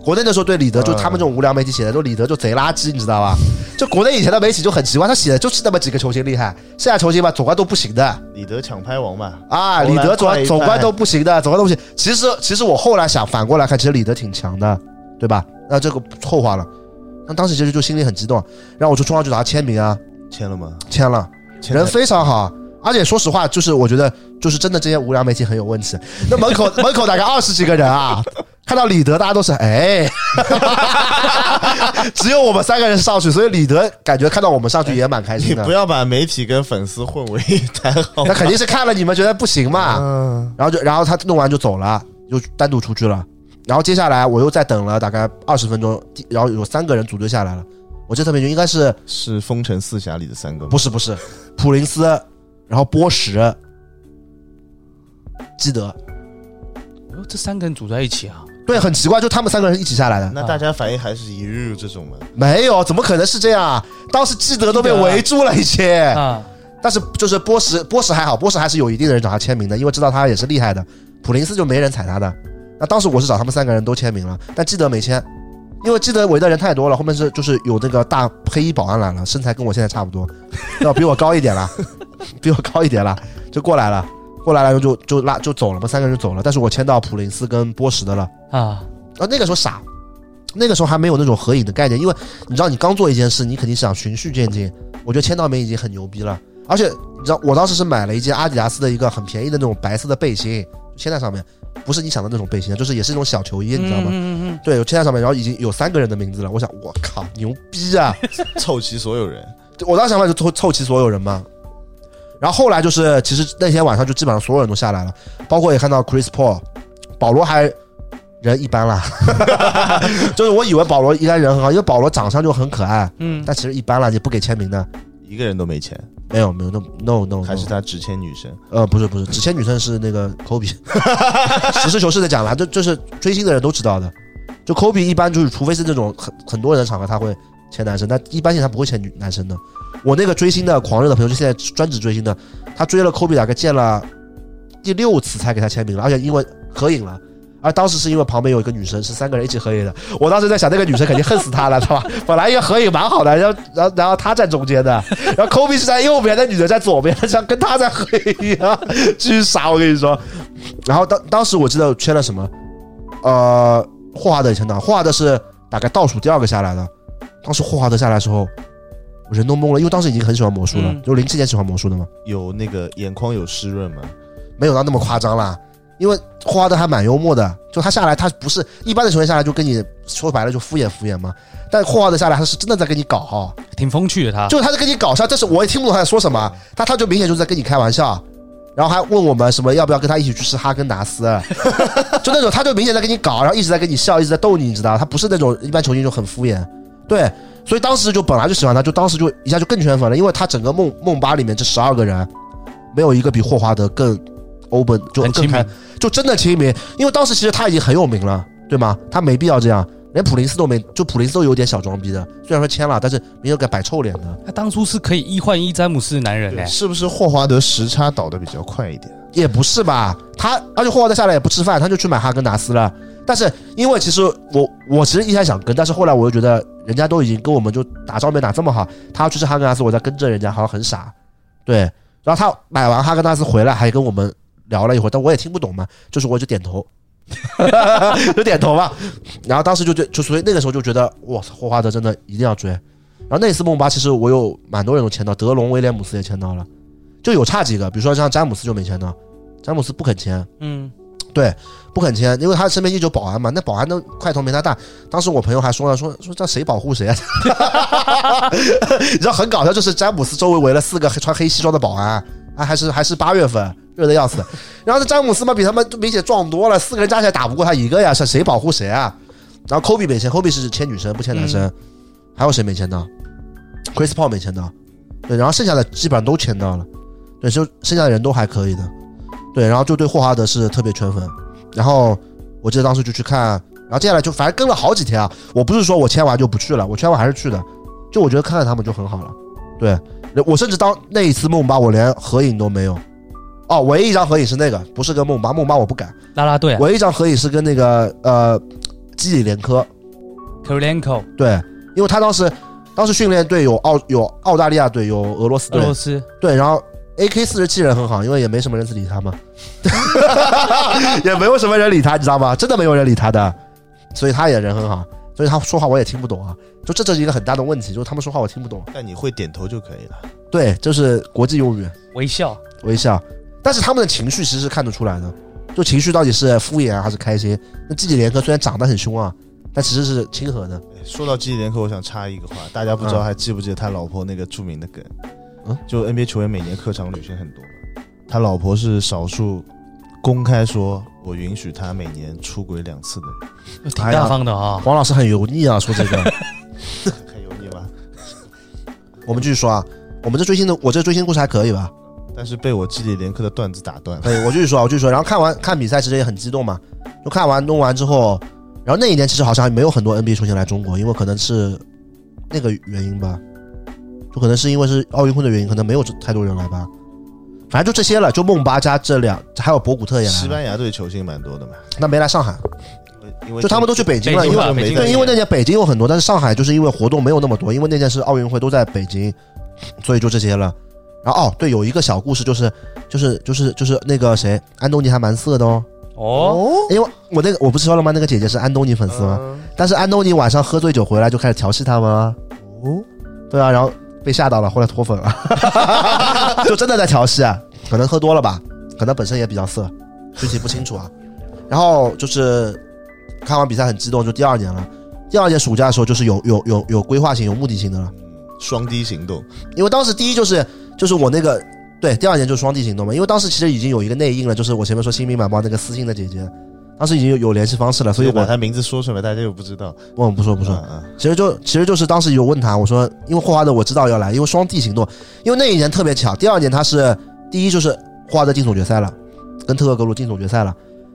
国内那时候对李德，就他们这种无良媒体写的，都李德就贼垃圾，你知道吧？就国内以前的媒体就很奇怪，他写的就是那么几个球星厉害，现在球星吧总冠都不行的李德抢拍王嘛。啊，投李篮德快总一半总冠都不行的，总冠都不行。其实其实我后来想反过来看，其实李德挺强的，对吧？那这个后话了。那当时其实就心里很激动，然后我就冲上去找他签名啊，签了吗？签了。签人了非常好。而且说实话，就是我觉得，就是真的这些无良媒体很有问题。那门 口门口大概二十几个人啊，看到李德，大家都是哎， 只有我们三个人上去，所以李德感觉看到我们上去也蛮开哎你心的不。要把媒体跟粉丝混为一谈好他？吗肯定是看了你们觉得不行嘛，嗯，然后就然后他弄完就走了，就单独出去了。然后接下来我又再等了大概二十分钟，第然后有三个人组队下来了。我记得特别清，应该是是《封神四侠》里的三个吗？不是不是，普林斯，然后波什，基德，哟这三个人组在一起啊，对，很奇怪，就他们三个人一起下来的，那大家反应还是一日这种吗？没有，怎么可能是这样啊？当时基德都被围住了，已经。啊，但是就是波什，波什还好，波什还是有一定的人找他签名的，因为知道他也是厉害的。普林斯就没人踩他的。那当时我是找他们三个人都签名了，但基德没签，因为基德围的人太多了。后面是就是有那个大黑衣保安来了，身材跟我现在差不多，要比我高一点了，比我高一点了，就过来了，过来了就就拉就走了嘛，三个人就走了。但是我签到普林斯跟波什的了。啊，啊，那个时候傻，那个时候还没有那种合影的概念，因为你知道你刚做一件事，你肯定想循序渐进。我觉得签到名已经很牛逼了，而且你知道我当时是买了一件阿迪达斯的一个很便宜的那种白色的背心，就签在上面，不是你想的那种背心，啊就是也是那种小球衣，你知道吗？嗯嗯嗯对，我签在上面，然后已经有三个人的名字了。我想，我靠，牛逼啊！凑齐所有人，就我当时想法就凑凑齐所有人嘛。然后后来就是，其实那天晚上就基本上所有人都下来了，包括也看到 Chris Paul，保罗还人一般啦， 就是我以为保罗应该人很好，因为保罗长相就很可爱，嗯，但其实一般啦，也不给签名的，一个人都没签，没有没有，no no no，, no 还是他只签女生。呃，不是不是，只签女生是那个 Kobe，实事求是的讲啦，就就是追星的人都知道的，就 Kobe 一般就是，除非是那种很很多人的场合他会签男生，但一般性他不会签女男生的。我那个追星的狂热的朋友，就现在专职追星的，他追了 Kobe 大概见了第六次才给他签名了，而且因为合影了。而当时是因为旁边有一个女生，是三个人一起合影的。我当时在想，那个女生肯定恨死他 了，对吧？本来一个合影蛮好的，然后然后然后他站中间的，然后 Kobe 是在右边，那女的在左边，想跟他在合影啊，巨傻！我跟你说。然后当当时我记得我签了什么，呃，霍华德也签到，霍华德是大概倒数第二个下来的。当时霍华德下来的时候，我人都懵了，因为当时已经很喜欢魔术了，嗯就零七年喜欢魔术的嘛，有那个眼眶有湿润吗？没有到那么夸张啦。因为霍华德还蛮幽默的，就他下来，他不是一般的球员下来就跟你说白了就敷衍敷衍嘛，但霍华德下来他是真的在跟你搞哈、挺风趣的他，就是他在跟你搞笑，但是我也听不懂他在说什么，但他就明显就是在跟你开玩笑。然后还问我们什么要不要跟他一起去吃哈根达 斯，就那种他就明显在跟你搞，然后一直在跟你笑，一直在逗你，你知道，他不是那种一般球星就很敷衍，对，所以当时就本来就喜欢他，就当时就一下就更圈粉了，因为他整个梦梦八里面这十二个人，没有一个比霍华德更 open 就很更亲开民，就真的亲民，因为当时其实他已经很有名了，对吗？他没必要这样，连普林斯都没，就普林斯都有点小装逼的，虽然说签了，但是没有敢摆臭脸的。他当初是可以一换一詹姆斯的男人呢、对是不是霍华德时差倒的比较快一点？也不是吧，他而且霍华德下来也不吃饭，他就去买哈根达斯了。但是因为其实我我其实一开始想跟，但是后来我又觉得人家都已经跟我们就打照面打这么好，他要去吃哈根达斯，我再跟着人家好像很傻。对，然后他买完哈根达斯回来还跟我们聊了一会儿，但我也听不懂嘛，就是我就点头， 就点头嘛。然后当时就就就所以那个时候就觉得哇，霍华德真的一定要追。然后那次梦八其实我有蛮多人都签到，德隆、威廉姆斯也签到了，就有差几个，比如说像詹姆斯就没签到。詹姆斯不肯签，嗯，不肯签，因为他身边一直有保安嘛，那保安的块头没他大。当时我朋友还说了，说说这谁保护谁啊？啊 你知道很搞笑，就是詹姆斯周围围了四个黑穿黑西装的保安，啊，还是还是八月份，热的要死。然后这詹姆斯嘛，比他们明显壮多了，四个人加起来打不过他一个呀，是谁保护谁啊？然后科比没签，科比是签女生不签男生，还有谁没签到？Chris Paul 没签到，对，然后剩下的基本上都签到了，对，就剩下的人都还可以的，对，然后就对霍华德是特别圈粉，然后我记得当时就去看，然后接下来就反正跟了好几天啊，我不是说我签完就不去了，我签完还是去的，就我觉得看看他们就很好了，对我甚至当那一次梦吧，我连合影都没有。哦，唯一一张合影是那个，不是跟梦吧，梦吧我不敢。拉拉队啊唯一一张合影是跟那个呃基里连科， k o r e n k o 对，因为他当时当时训练队有澳有澳大利亚队有俄罗斯俄队，罗斯，对，然后 AK 四十七人很好，因为也没什么人理他嘛，也没有什么人理他，你知道吗？真的没有人理他的，所以他也人很好，所以他说话我也听不懂啊，就这这是一个很大的问题，就是他们说话我听不懂。但你会点头就可以了。对，就是国际用语微笑，微笑，但是他们的情绪其实是看得出来的，就情绪到底是敷衍啊还是开心。那季里连科虽然长得很凶啊，但其实是亲和的。说到基里连科，我想插一个话，大家不知道嗯还记不记得他老婆那个著名的梗？嗯就 NBA 球员每年客场旅行很多嘛，他老婆是少数公开说我允许他每年出轨两次的人，哎挺大方的啊、黄老师很油腻啊，说这个。很油腻吧？我们继续说啊，我们这追星的，我这追星故事还可以吧？但是被我基里连科的段子打断了。可以，我继续说啊，我继续说。然后看完看比赛，其实也很激动嘛。就看完弄完之后，然后那一年其实好像没有很多 NBA 球星来中国，因为可能是那个原因吧，就可能是因为是奥运会的原因，可能没有太多人来吧。反正就这些了，就梦巴加这两，还有博古特也来西了，班牙队球星蛮多的嘛，那没来上海，因为就他们都去北京了，北因京为吧因为北京对，对因为那年北京有很多，但是上海就是因为活动没有那么多，因为那年是奥运会都在北京，所以就这些了。然后哦，对，有一个小故事就是就是就是就是那个谁，安东尼还蛮色的哦。哦，因为我那个我不是说了吗？那个姐姐是安东尼粉丝吗？嗯但是安东尼晚上喝醉酒回来就开始调戏他们啊。哦，对啊，然后被吓到了，后来脱粉了，就真的在调戏啊，可能喝多了吧，可能本身也比较色，具体不清楚啊。然后就是看完比赛很激动，就第二年了。第二年暑假的时候，就是有有有有规划性、有目的性的了。双低行动，因为当时第一就是就是我那个对，第二年就是双地行动嘛，因为当时其实已经有一个内应了，就是我前面说新民晚报那个私信的姐姐，当时已经有有联系方式了，所以就把我他名字说出来，大家又不知道。我不说不说，嗯嗯其实就其实就是当时有问他，我说因为霍华德我知道要来，因为双地行动，因为那一年特别巧，第二年他是第一就是霍华德进总决赛了，跟特克格鲁进总决赛了，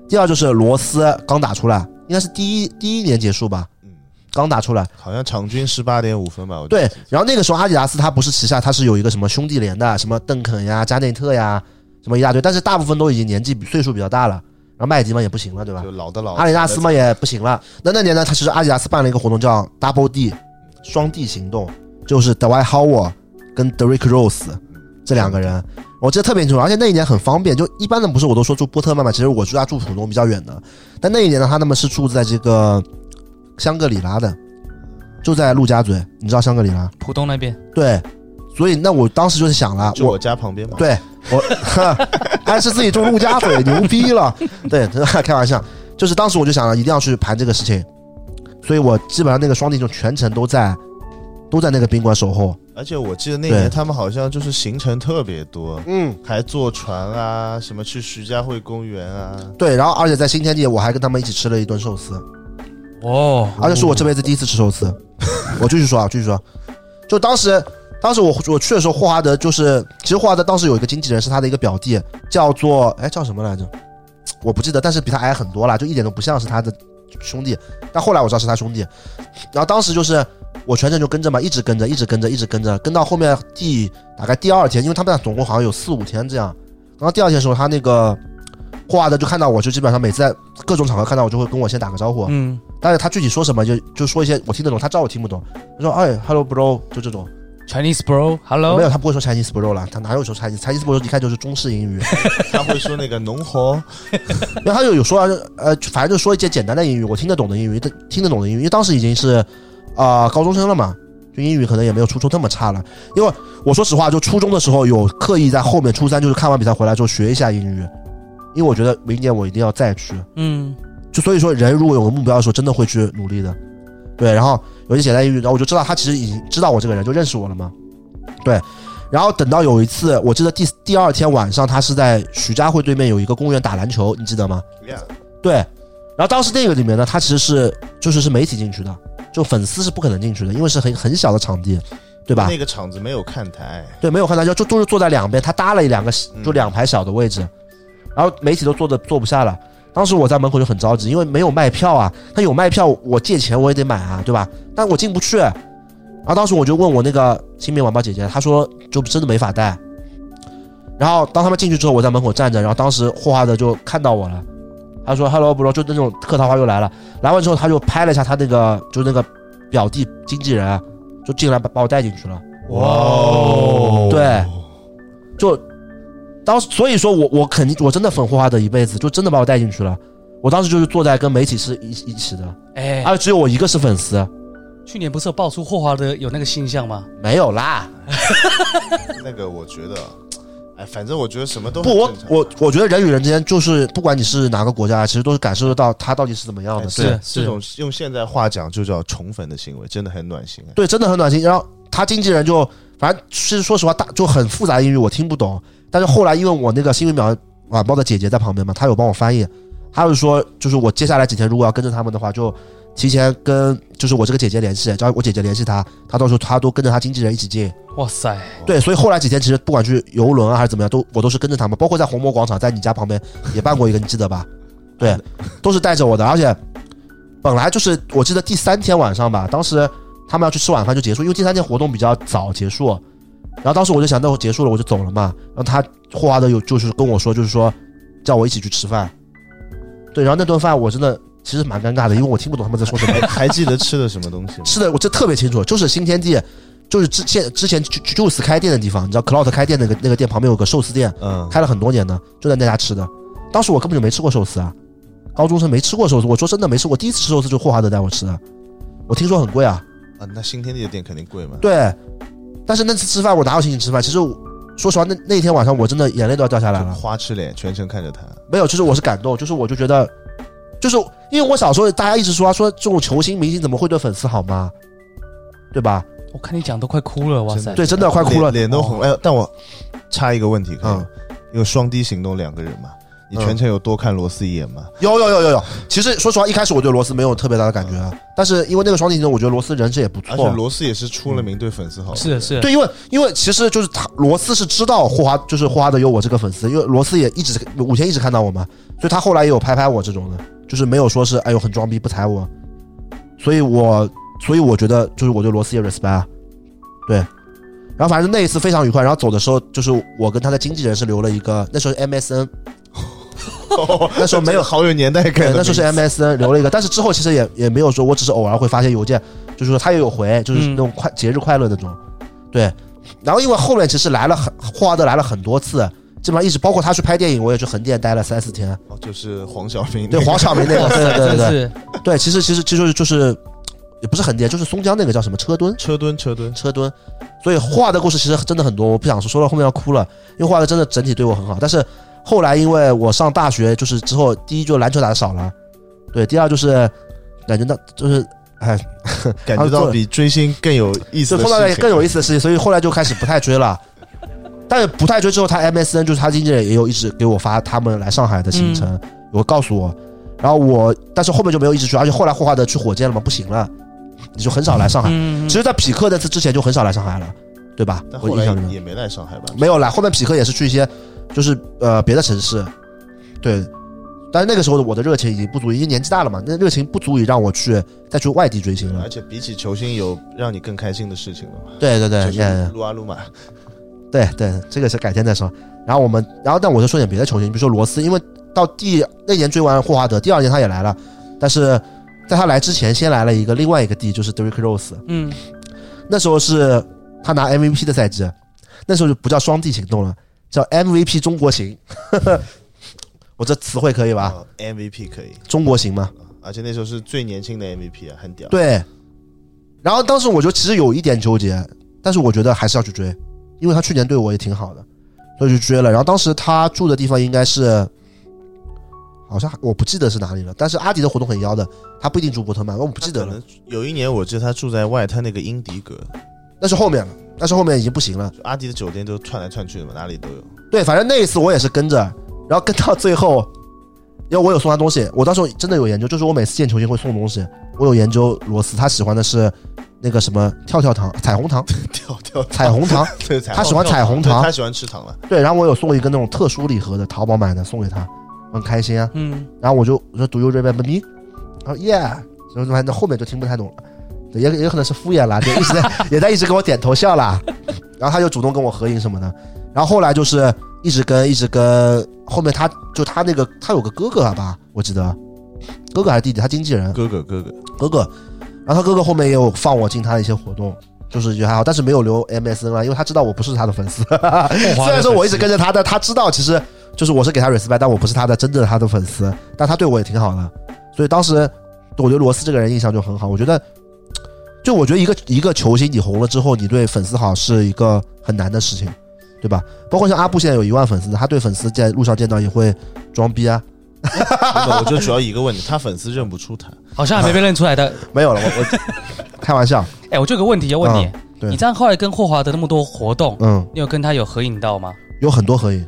第二就是罗斯刚打出来，应该是第一第一年结束吧，嗯，刚打出来，好像场均十八点五分吧？我记得对，然后那个时候阿迪达斯它不是旗下，它是有一个什么兄弟连的，什么邓肯呀、加内特呀，什么一大堆，但是大部分都已经年纪比岁数比较大了，然后麦迪嘛也不行了，对吧？就老的老，阿迪达斯嘛也不行了。那那年呢，他其实阿迪达斯办了一个活动叫 Double D 双 D 行动，就是 Dwight Howard 跟 Derrick Rose 这两个人，我记得特别清楚。而且那一年很方便，就一般的不是我都说住波特曼嘛，其实我住家住浦东比较远的，但那一年呢，他那么是住在这个香格里拉的，就在陆家嘴，你知道香格里拉？浦东那边，对，所以那我当时就是想了，就啊我我家旁边嘛。对我还是自己住陆家嘴，牛逼了。对， 开玩笑，就是当时我就想了，一定要去盘这个事情，所以我基本上那个双地就全程都在都在那个宾馆守候。而且我记得那对年他们好像就是行程特别多，嗯，还坐船啊，什么去徐家汇公园 啊，对，然后而且在新天地，我还跟他们一起吃了一顿寿司，哦，而且是我这辈子第一次吃寿司。我继续说啊，继续说，就当时，当时我我去的时候，霍华德就是，其实霍华德当时有一个经纪人是他的一个表弟，叫做哎叫什么来着，我不记得，但是比他矮很多啦，就一点都不像是他的兄弟。但后来我知道是他兄弟，然后当时就是我全程就跟着嘛，一直跟着，一直跟着，一直跟着，跟到后面第大概第二天，因为他们俩总共好像有四五天这样，然后第二天的时候，他那个霍华德就看到我，就基本上每次在各种场合看到我，就会跟我先打个招呼，嗯，但是他具体说什么就就说一些我听得懂，他知道我听不懂，他说哎，hello bro，就这种。 Chinese bro，hello，没有，他不会说 Chinese bro 啦，他哪有说 Chinese？Chinese bro 一看就是中式英语，他会说那个农 活，然后他就有说啊呃，反正就说一些简单的英语，我听得懂的英语，听得懂的英语，因为当时已经是啊、高中生了嘛，就英语可能也没有初中那么差了。因为我说实话，就初中的时候有刻意在后面，初三就是看完比赛回来之后学一下英语，因为我觉得明年我一定要再去。嗯，就所以说，人如果有个目标的时候，真的会去努力的。对，然后有些简单英语，然后我就知道他其实已经知道我这个人，就认识我了嘛。对，然后等到有一次，我记得第第二天晚上，他是在徐家汇对面有一个公园打篮球，你记得吗？对，然后当时那个里面呢，他其实是就是是媒体进去的，就粉丝是不可能进去的，因为是很很小的场地，对吧？那个场子没有看台，对，没有看他，就就就是坐在两边，他搭了一两个嗯就两排小的位置，然后媒体都坐的坐不下了。当时我在门口就很着急，因为没有卖票啊。他有卖票，我借钱我也得买啊，对吧？但我进不去。然后当时我就问我那个新民晚报姐姐，她说就真的没法带。然后当他们进去之后，我在门口站着，然后当时霍华德就看到我了，他说 “hello bro”，就那种客套话又来了。来完之后，他就拍了一下他那个就那个表弟经纪人，啊就进来把把我带进去了。哇哦对，就当时，所以说我我肯定我真的粉霍华德一辈子，就真的把我带进去了。我当时就是坐在跟媒体是一一起的，哎、而且只有我一个是粉丝，去年不是有爆出霍华德有那个性向吗？没有啦。那个我觉得，哎，反正我觉得什么都不，很我正常我我觉得人与人之间就是不管你是哪个国家，其实都是感受得到他到底哦是怎么样哎的。是这这种用现在话讲就叫宠粉的行为，真的很暖心哎。对，真的很暖心。然后他经纪人就反正是说实话大就很复杂的英语我听不懂，但是后来因为我那个新闻秒晚报的姐姐在旁边嘛，她有帮我翻译，她就说就是我接下来几天如果要跟着他们的话，就提前跟就是我这个姐姐联系，只要我姐姐联系她，她到时候她都跟着她经纪人一起进。哇塞，对，所以后来几天其实不管去游轮啊还是怎么样，都我都是跟着他们，包括在红魔广场，在你家旁边也办过一个，你记得吧？对，都是带着我的，而且本来就是我记得第三天晚上吧，当时他们要去吃晚饭就结束，因为第三天活动比较早结束，然后当时我就想，那我结束了我就走了嘛，然后他霍华德有就是跟我说，就是说叫我一起去吃饭，对，然后那顿饭我真的其实蛮尴尬的，因为我听不懂他们在说什么。哎 还还记得吃的什么东西吗？是的，我这特别清楚，就是新天地，就是之前之前 Ju- Ju- Juice 开店的地方，你知道 Cloud 开店那个那个店旁边有个寿司店，嗯，开了很多年的，就在那家吃的。当时我根本就没吃过寿司啊，高中生没吃过寿司，我说真的没吃过，第一次吃寿司就霍华德带我吃的，我听说很贵啊，啊，那新天地的店肯定贵嘛。对，但是那次吃饭我哪有心情吃饭？其实我说实话，那那天晚上我真的眼泪都要掉下来就了，花痴脸，全程看着他。没有，就是我是感动，就是我就觉得，就是因为我小时候大家一直说啊说这种球星明星怎么会对粉丝好吗？对吧？我看你讲都快哭了，哇塞，对，真的快哭了哦脸，脸都红。哎，但我插一个问题，可以吗嗯？因为双低行动两个人嘛，你全程有多看罗斯一眼吗？有有有有有，其实说实话，一开始我对罗斯没有特别大的感觉，啊但是因为那个双体呢，我觉得罗斯人是也不而且错。罗斯也是出嗯了名对粉丝好。是的，是的，对，因为因为其实就是他罗斯是知道霍华就是霍华德有我这个粉丝，因为罗斯也一直五天一直看到我嘛，所以他后来也有拍拍我这种的，就是没有说是哎呦很装逼不踩我，所以我所以我觉得就是我对罗斯也 respect，啊对，然后反正那一次非常愉快，然后走的时候就是我跟他的经纪人是留了一个那时候是 MSN，那时候没有好有年代对，感的名字。那时候是 MSN 留了一个，但是之后其实也也没有说，我只是偶尔会发些邮件，就是说他也有回，就是那种快、节日快乐那种，对。然后因为后面其实来了很霍华德来了很多次，基本上一直包括他去拍电影，我也去横店待了三四天。哦就是黄晓明那个。 对，黄晓明那个，对对对 对对真是对，其实其实其实就是就是也不是横店，就是松江那个叫什么车墩，车墩，车墩。车墩。所以霍华德故事其实真的很多，我不想说，说到后面要哭了，因为霍华德真的整体对我很好。但是后来因为我上大学，就是之后，第一就篮球打的少了，对，第二就是感觉到就是哎，感觉到比追星更有意思就的碰到事了情。更有意思的事情，所以后来就开始不太追了。但是不太追之后，他 MSN 就是他经纪人也有一直给我发他们来上海的行嗯程，有告诉我。然后我，但是后面就没有一直追，而且后来霍华德去火箭了嘛，不行了，你就很少来上海。嗯其实，在匹克那次之前就很少来上海了，对吧但？我后印来象里面也没来上海吧？没有啦，后面匹克也是去一些就是呃别的城市，对。但是那个时候的我的热情已经不足以，因为年纪大了嘛，那热情不足以让我去再去外地追星了而。且比起球星，有让你更开心的事情了嘛？对对对，就是嗯撸啊撸嘛，对对，这个是改天再说。然后我们，然后但我就说点别的球星，比如说罗斯，因为到第那年追完霍华德，第二年他也来了，但是在他来之前，先来了一个另外一个 D，就是 Derrick Rose。嗯，那时候是他拿 MVP 的赛季，那时候就不叫双 D 行动了，叫 MVP 中国行。 我这词汇可以吧？啊，MVP 可以，中国行嘛，而且那时候是最年轻的 MVP 啊，很屌。对。然后当时我就其实有一点纠结，但是我觉得还是要去追，因为他去年对我也挺好的，所以就追了。然后当时他住的地方应该是，好像我不记得是哪里了，但是阿迪的活动很妖的，他不一定住波特曼，我不记得可了，能有一年，我记得他住在外滩那个英迪格，那是后面了，那是后面已经不行了。就阿迪的酒店都串来串去的嘛，哪里都有。 对，反正那一次我也是跟着，然后跟到最后， 因为我有送他东西，我到时候真的有研究，就是我每次见球星会送东西，我有研究罗斯他喜欢的是那个什么跳跳糖、彩虹 糖、跳跳，彩虹糖，对，彩虹他喜欢彩虹糖对他喜欢吃糖了。对，然后我有送一个那种特殊礼盒的，淘宝买的送给他，我很开心啊。嗯，然后我就我说 Do you remember me？然后 Yeah，然后反正后面就听不太懂了，对也也有可能是敷衍啦，就一直在 也在一直跟我点头笑啦。然后他就主动跟我合影什么的。然后后来就是一直跟一直跟，后面他就他那个他有个哥哥啊吧，我记得哥哥还是弟弟，他经纪人哥哥哥 哥，哥哥。然后他哥哥后面也有放我进他的一些活动，就是也还好，但是没有留 MSN 了，因为他知道我不是他的粉丝。虽虽然说我一直跟着他，但他知道其实就是我是给他 respect，但我不是他的真正的他的粉丝，但他对我也挺好的，所以当时我对罗斯这个人印象就很好。我觉得，就我觉得一个一个球星你红了之后，你对粉丝好是一个很难的事情，对吧？包括像阿布现在有一万粉丝，他对粉丝在路上见到也会装逼啊，不我就主要一个问题，他粉丝认不出他，好像还没被认出来的。没有了，我我 开玩笑，哎，我就有个问题要问你，嗯对你这样后来跟霍华德那么多活动，嗯，你有跟他有合影到吗？有很多合影，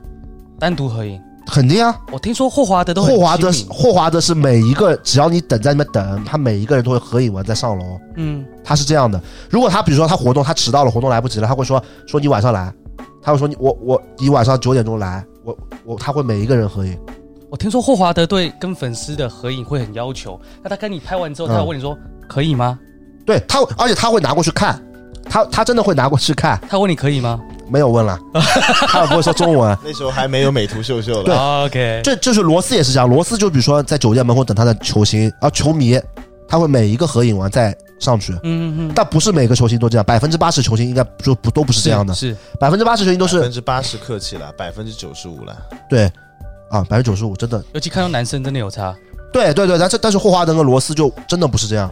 单独合影？肯定啊。我听说霍华德都很霍华德亲是民，霍华德是每一个，只要你等在那边等，他每一个人都会合影完再上楼。嗯，他是这样的，如果他比如说他活动他迟到了，活动来不及了，他会说说你晚上来，他会说你我我你晚上九点钟来，我我他会每一个人合影，我听说霍华德对跟粉丝的合影会很要求，那他跟你拍完之后，嗯他有问你说可以吗？对他，而且他会拿过去看，他他真的会拿过去看，他问你可以吗没有 问了，他也不会说中文。那时候还没有美图 秀秀了。哦？OK，这就是罗斯也是这样，罗斯就比如说在酒店门口等他的球星啊球迷，他会每一个合影完再上去，嗯嗯嗯，但不是每个球星都这样，百分之八十球星应该就不都不是这样的，是百分之八十球星都百是分之八十客气了，百分之九十五了。对啊百分之九十五真的尤其看到男生真的有差，对对对，但是但是霍华德跟罗斯就真的不是这样。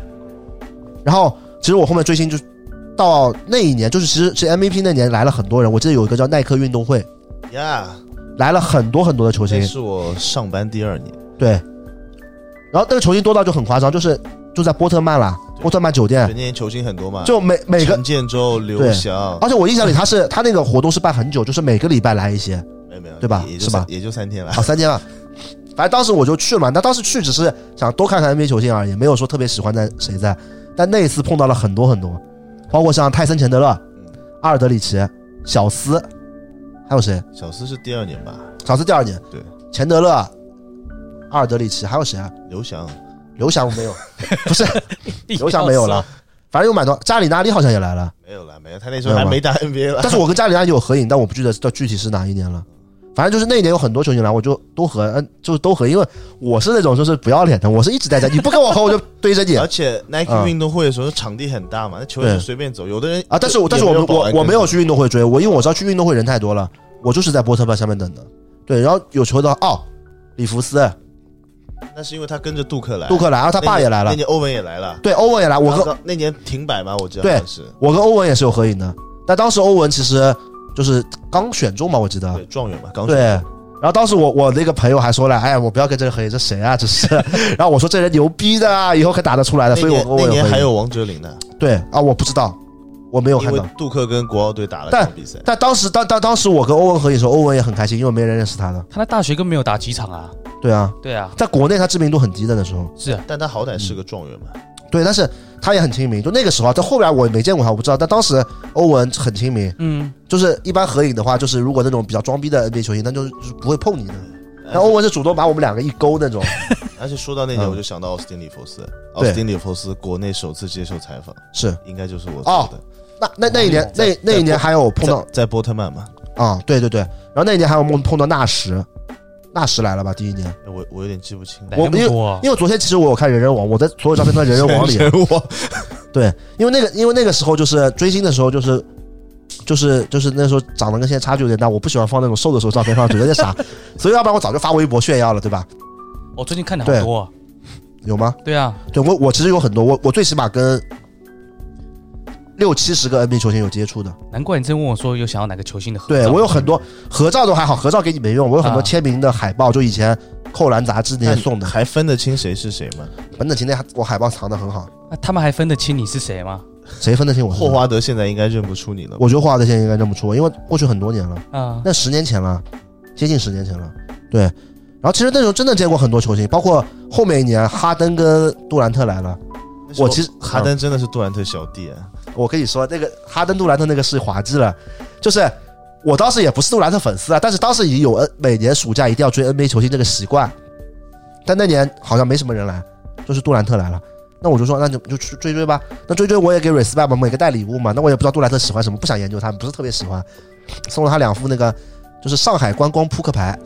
然后其实我后面追星就到那一年，就是其实是 MVP 那年来了很多人，我记得有一个叫耐克运动会，呀、来了很多很多的球这星，是我上班第二年，对。然后那个球星多到就很夸张，就是就在波特曼啦，波特曼酒对，店那，年球星很多嘛，哎就每每个陈，建州、刘对啊翔，而且我印象里他是他那个活动是办很久，就是每个礼拜来一些，没有没有，对吧也就是吧三也就三天了啊，。三天了。反正当时我就去了嘛，那当时去只是想多看看 NBA 球星而已，没有说特别喜欢在谁在。但那一次碰到了很多很多，包括像泰森·钱德勒、阿尔德里奇、小斯，还有谁？小斯是第二年吧，小斯第二年，对，钱德勒、阿尔德里奇，还有谁啊？刘翔刘翔没有，不是刘翔想没有了，反正有蛮多。加里纳利好像也来了，没有了，没有，他那时候没有还吗没打 NBA 了 但。是我跟加里纳利有合影，但我不记得到具体是哪一年了。反正就是那一年有很多球星来，我就都合，嗯，就是都合，因为我是那种就是不要脸的，我是一直在家，你不跟我合我就堆 着你，而且 Nike 嗯运动会的时候场地很大嘛，那球员对是随便走，有的人啊，但是我但是我也们保安我我没有跟去运动会追，我因为我知道去运动会人太多了，我就是在波特曼下面等的。对，然后有球的哦，里弗斯、着，那是因为他跟着杜克来，杜克来，然后他那年爸也来了那，年欧文也来了，对，欧文也来，我然后跟到那年停摆嘛，我记得对好像是我跟欧文也是有合影的。但当时欧文其实就是刚选中嘛，我记得对，状元嘛，刚啊对，然后当时我我那个朋友还说了，哎，我不要跟这个合影，这谁啊？这 是。然后我说这人牛逼的啊，以后可打得出来的。那所以我年跟我那年合影还有王哲林呢，对啊，我不知道，我没有因看为到。杜克跟国奥队打了但场比赛，但当时当当当时我跟欧文合影的时候，欧文也很开心，因为没人认识他的。他在大学根本没有打几场啊。对啊，对啊，在国内他知名度很低的那时候。是啊，但他好歹是个状元嘛，对，但是他也很亲民。就那个时候啊，在后来我也没见过他，我不知道。但当时欧文很亲民，嗯，就是一般合影的话，就是如果那种比较装逼的 NBA 球星，那就是就是不会碰你的。然后欧文是主动把我们两个一勾那 种，而且说到那年，嗯嗯我就想到奥斯汀·里弗斯，奥对斯汀·里弗斯国内首次接受采访，是应该就是我哦说的，那那那一年那那一年还有碰到在在波特曼嘛，啊、对对对，然后那一年还有碰碰到纳什，纳什来了吧？第一年，哎我我有点记不清了。来我那么多啊因为昨天其实我有看人人网，我的所有照片都在人人网里，人 我对，因为那个因为那个时候就是追星的时候就是。就是就是那时候长得跟现在差距有点大，我不喜欢放那种瘦的时候照片放，觉得有点傻，所以要不然我早就发微博炫耀了，对吧？我哦最近看的对好多啊。有吗？对啊，对我我其实有很多，我我最起码跟六七十个 NBA 球星有接触的，难怪你之前问我说有想要哪个球星的合对照我有很多合照都还好，合照给你没用，我有很多啊签名的海报，就以前扣篮杂志那些送的，还分得清谁是谁吗？本等琴那我海报藏的很好，那他们还分得清你是谁吗？谁分得清我是谁？霍华德现在应该认不出你了吧。我觉得霍华德现在应该认不出我，因为过去很多年了，啊，那十年前了，接近十年前了，对。然后其实那时候真的见过很多球星，包括后面一年哈登跟杜兰特来了。那时候我其实嗯哈登真的是杜兰特小弟啊， 我跟你说，那个哈登杜兰特那个是滑稽了，就是我当时也不是杜兰特粉丝啊，但是当时已经有 N 每年暑假一定要追 NBA 球星这个习惯，但那年好像没什么人来，就是杜兰特来了。那我就说，那就就去追追吧。那追追我也给 respect 嘛，每个带礼物嘛。那我也不知道杜兰特喜欢什么，不想研究他，不是特别喜欢。送了他两副那个，就是上海观光扑克牌，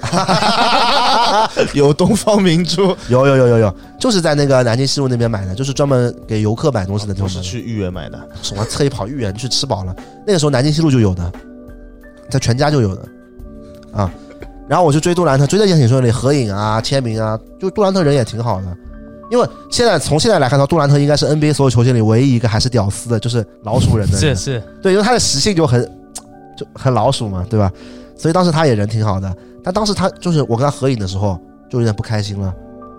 有东方明珠，有有有有有，就是在那个南京西路那边买的，就是专门给游客买东西的那种我门是的。去豫园买的，什么特意跑豫园去吃饱了。那个时候南京西路就有的，在全家就有的啊。然后我就追杜兰特，追的也挺顺利，合影啊、签名啊，就杜兰特人也挺好的。因为现在从现在来看到，杜兰特应该是 NBA 所有球星里唯一一个还是屌丝的，就是老鼠人的 是人。是，对，因为他的习性就很就很老鼠嘛，对吧？所以当时他也人挺好的，但当时他就是我跟他合影的时候就有点不开心了。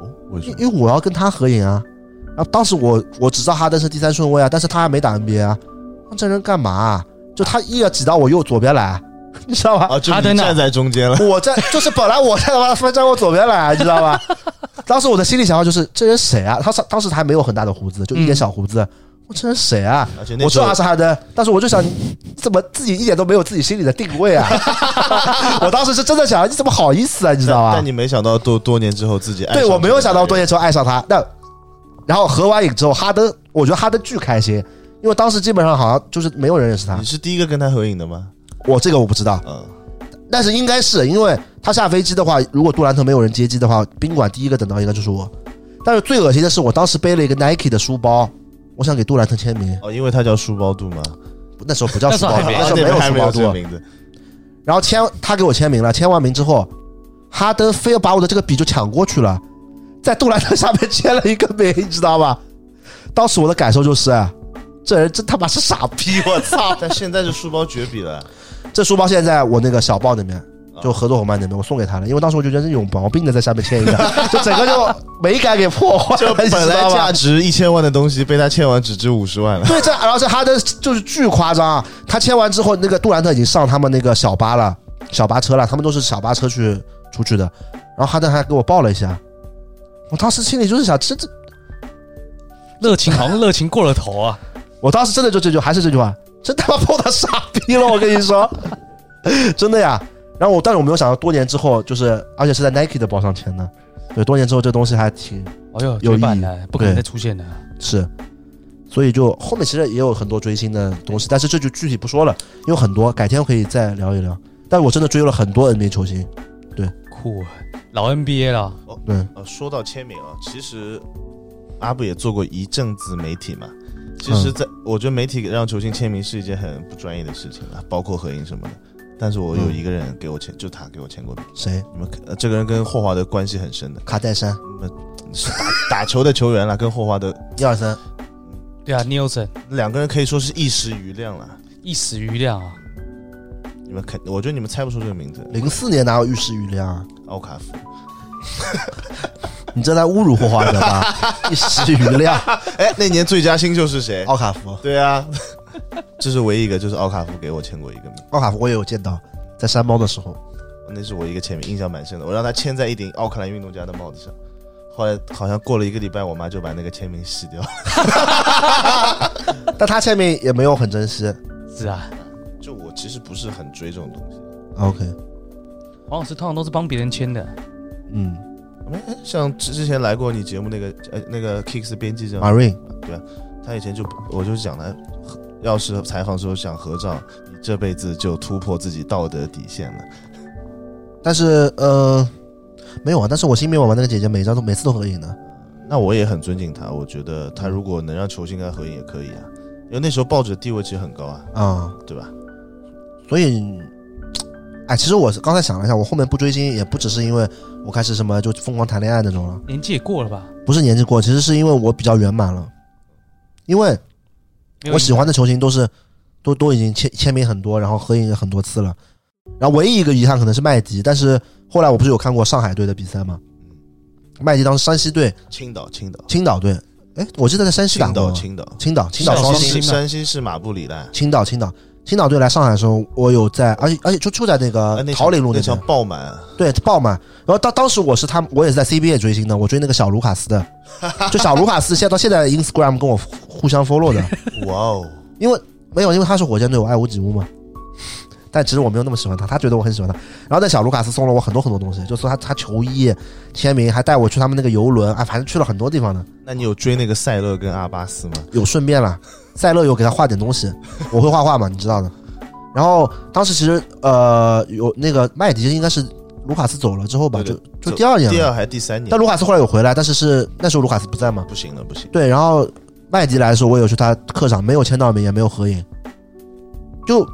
哦，为什因么？因为我要跟他合影啊。然后当时我我只知道哈登是第三顺位啊，但是他还没打 NBA 啊，那这人干嘛、啊？就他硬要挤到我右左边来， 你知道吧？啊，就哈你登啊站在 中间了，我在就是本来我在他妈翻站我左边来，啊你知道吧？当时我的心里想法就是这人谁啊？他上当时还没有很大的胡子，就一点小胡子。我这人谁啊？而且那我知时候道他是哈登，但是我就想，你怎么自己一点都没有自己心里的定位啊？ 我当时是真的想，你怎么好意思啊？你知道吧？但但你没想到多多年之后自己爱上对我没有想到多多年之后爱上他。那然后合完影之后，哈登，我觉得哈登巨开心，因为当时基本上好像就是没有人认识他你。是第一个跟他合影的吗？我这个我不知道，嗯，但是应该是因为他下飞机的话，如果杜兰特没有人接机的话，宾馆第一个等到应该就是我。但是最恶心的是，我当时背了一个 Nike 的书包，我想给杜兰特签名，哦，因为他叫书包度 吗？那时候不叫书包，那时候还没那时候没有有书包这个度。啊 名字，然后签他给我签名了，签完名之后，哈登非要把我的这个笔就抢过去了，在杜兰特下面签了一个名，你知道吧？ 当时我的感受就是，这人真他妈是傻逼！哎我操！ 但现在是书包绝笔 了，这书包现在在我那个小报那边，就合作伙伴那边，我送给他了，因为当时我就觉得这有毛病的，在下面签一个，就整个就美感给破坏 就了，你本知来道吧价？值一千万的东西被他签完只值五十万了。对，这然后这哈登就是巨夸张啊！他签完之后，那个杜兰特已经上他们那个小巴了，小巴车了，他们都是小巴车去出去的。然后哈登还给我抱了一下，我当时心里就是想，这这，热情好像热情过了 头啊。我当时真的就这句，还是这句话，真他妈碰到傻逼了，我跟你说，真的呀。然后我，但是我没有想到，多年之后，就是而且是在 Nike 的包上签的，对，多年之后这东西还挺哎呦，有绝版意义了，不可能对再出现了。是，所以就后面其实也有很多追星的东西，但是这就具体不说了，有很多改天我可以再聊一聊。但我真的追了很多 NBA 球星，酷啊，老 NBA 了。对，呃，说到签名啊，其实阿布也做过一阵子媒体嘛。其实在，我觉得媒体让球星签名是一件很不专业的事情啊，包括合影什么的。但是我有一个人给我签，就他给我签过名。谁？你们看、呃这个人跟霍华德关系很深的，卡戴珊、那是打打球的球员啦，跟霍华德一二三，对啊，Nielsen 两个人可以说是一时瑜亮了。一时瑜亮啊。你你们肯，我觉得你们猜不出这个名字。零四年哪有浴室浴帘啊？奥卡福，你这在侮辱霍华德吧？浴室浴帘，哎，那年最佳新秀是 谁？奥卡福，对啊， 这是唯一一个，就是奥卡福给我签过一个名，奥卡福我也有见到，在山猫的时候，那是我一个签名，印象蛮深的。我让他签在一顶奥克兰运动家的帽子上，后来好像过了一个礼拜，我妈就把那个签名洗掉了。 但他签名也没有很珍惜。是啊，就我其实不是很追这种东西。 OK，黄老师通常都是帮别人签的。嗯哎像之之前来过你节目那个呃那个 Kicks 编辑这样， ，Marine，他以前就我就讲他，要是采访时候想合照，你这辈子就突破自己道德底线了。但是呃，没有啊，但是我新美网玩那个姐姐，每张都每次都合影的。那我也很尊敬他，我觉得他如果能让球星跟他合影也可以啊，因为那时候报纸的地位其实很高啊，啊、对吧？所以，哎，其实我是刚才想了一下，我后面不追星也不只是因为我开始什么就疯狂谈恋爱那种了，年纪也过了吧？不是年纪过，其实是因为我比较圆满了，因为没有我喜欢的球星都是都都已经签签名很多，然后合影也很多次了，然后唯一一个遗憾可能是麦迪，但是后来我不是有看过上海队的比赛吗？麦迪当时山西队、青岛，青岛，青岛队，哎，我记得在山西打青过岛，吗，青岛，青岛青岛青岛双山星啊西双星嘛山西是马布里的，青岛青岛青岛队来上海的时候，我有在，而且而且就就在那啊个那桃场林路那边场。爆满啊，对，爆满。然后当当时我是他，我也是在 CBA 追星的，我追那个小卢卡斯的，就小卢卡斯现在到现在 Instagram 跟我互互相 follow 的，哇哦！因为没有，因为他是火箭队，我爱屋及乌嘛。但其实我没有那么喜欢他，他觉得我很喜欢他。然后那小卢卡斯送了我很多很多东西，就送他他球衣、签名，还带我去他们那个游轮，啊，反正去了很多地方呢。那你有追那个塞勒跟阿巴斯吗？有顺便啦，赛勒有给他画点东西，我会画画嘛，你知道的。然后当时其实呃有那个麦迪应该是卢卡斯走了之后吧，对就的就第二年了第，二还是第三年啊但？卢卡斯后来有回来，但是是那时候卢卡斯不在嘛？不行了，不行，对，然后麦迪来的时候，我有去他客场，没有签到名，也没有合影。就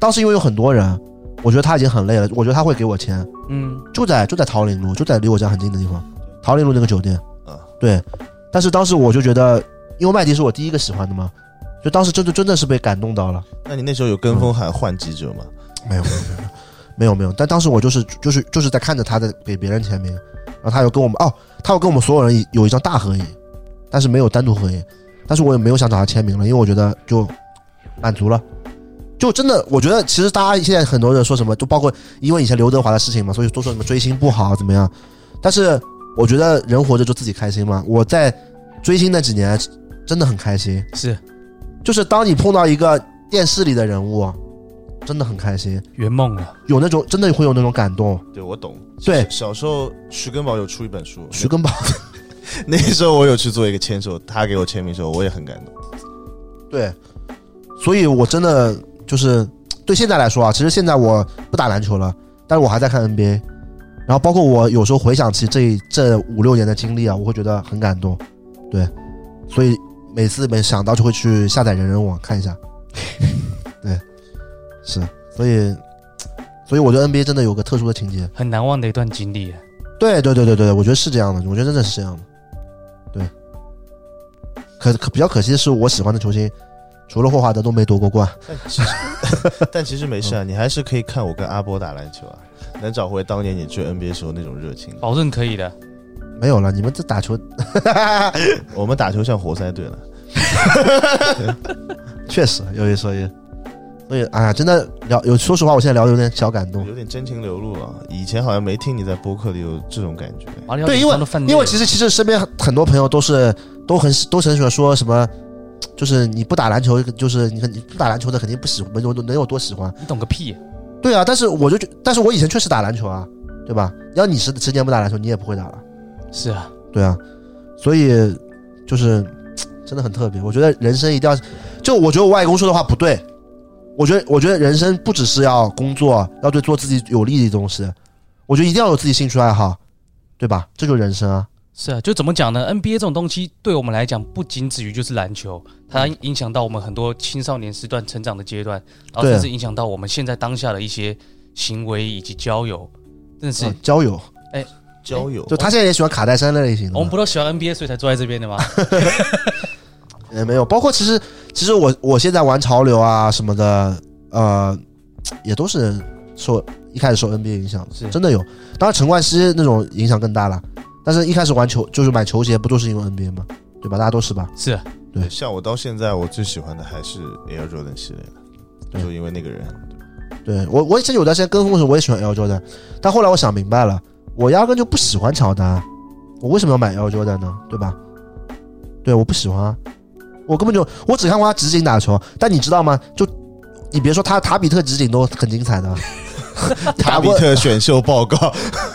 当时因为有很多人，我觉得他已经很累了，我觉得他会给我签，嗯，就在就在桃林路，就在离我家很近的地方，桃林路那个酒店。啊对，但是当时我就觉得，因为麦迪是我第一个喜欢的嘛，就当时真的真的是被感动到了。那你那时候有跟风喊换记者吗？没有没有没有没有没有，但当时我就是就是就是在看着他在给别人签名，然后他有跟我们哦，他有跟我们所有人有一张大合影，但是没有单独合影，但是我也没有想找他签名了，因为我觉得就满足了。就真的，我觉得其实大家现在很多人说什么，就包括因为以前刘德华的事情嘛，所以都说什么追星不好怎么样。但是我觉得人活着就自己开心嘛。我在追星那几年真的很开心，是就是当你碰到一个电视里的人物，真的很开心。圆梦啊了。有那种真的会有那种感动。对，我懂。对小小时候徐根宝有出一本书，徐根宝， 那那时候我有去做一个签售，他给我签名的时候，我也很感动。对，所以我真的就是对现在来说啊，其实现在我不打篮球了，但是我还在看 NBA，然后包括我有时候回想起这这五六年的经历啊，我会觉得很感动。对，所以每次每想到就会去下载人人网看一下。对，是，所以。所以我觉得 NBA 真的有个特殊的情节，很难忘的一段经历啊，对对对对对，我觉得是这样的，我觉得真的是这样的，对。可可比较可惜的是，我喜欢的球星除了霍华德都没夺过冠。但其实， 但其实没事啊，嗯你还是可以看我跟阿波打篮球啊，能找回当年你追 NBA 时候那种热情。哦保证可以的。没有了，你们这打球我们打球像活塞队了，确实有一说一，所以哎呀，真的聊有说实话，我现在聊的有点小感动，有点真情流露了。以前好像没听你在播客里有这种感觉。马里奥对因经常都犯因为我贱其实其实身边很很多朋友都是都很都很喜欢说什么，就是你不打篮球，就是你看你不打篮球的肯定不喜欢，能有能有多喜欢。你懂个屁，对啊，但是我就觉，但是我以前确实打篮球啊，对吧？要你十十年不打篮球，你也不会打了。是啊，对啊，所以就是真的很特别。我觉得人生一定要，就我觉得我外公说的话不对。我觉得，我觉得人生不只是要工作，要对做自己有利的东西。我觉得一定要有自己兴趣爱好，对吧？这就是人生啊。是啊，就怎么讲呢？NBA 这种东西对我们来讲，不仅止于就是篮球，它影响到我们很多青少年时段成长的阶段，然后对甚至影响到我们现在当下的一些行为以及交友，真的是啊交友，交友就他现在也喜欢卡戴珊那类型的我们嘛。不都喜欢 NBA 所以才坐在这边的吗？ 也没有，包括其实，其实我我现在玩潮流啊什么的，呃，也都是受一开始受 NBA 影响是的，真的有。当然陈冠希那种影响更大了，但是一开始玩球就是买球鞋，不就是因为 NBA 吗？对吧？大家都是吧？是啊对嗯像我到现在我最喜欢的还是 Air Jordan 系列的，对就因为那个人，对我，我以前有段时间跟风的时候，我也喜欢 L Jordan，但后来我想明白了，我压根就不喜欢乔丹，我为什么要买 L Jordan 呢？对吧？对，我不喜欢啊，我根本就我只看过他直径打球，但你知道吗？就你别说他塔比特直径都很精 彩的，啊塔打比过特选秀报告，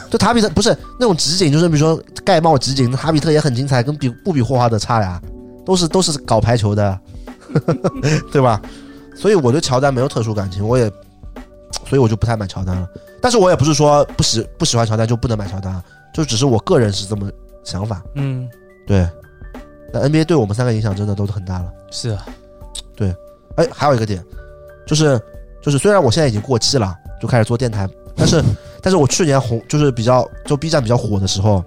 就塔比特不是那种直径，就是比如说盖帽直径，塔比特也很精彩，跟比不比霍华德差呀？都是都是搞排球的， 对吧？所以我对乔丹没有特殊感情，我也，所以我就不太买乔丹了。但是我也不是说不喜不喜欢乔丹就不能买乔丹啊，就只是我个人是这么想法。嗯对，但 NBA 对我们三个影响真的都很大了。是啊哎，还有一个点，就是就是虽然我现在已经过期了，就开始做电台，但是但是我去年红就是比较就 B 站比较火的时候，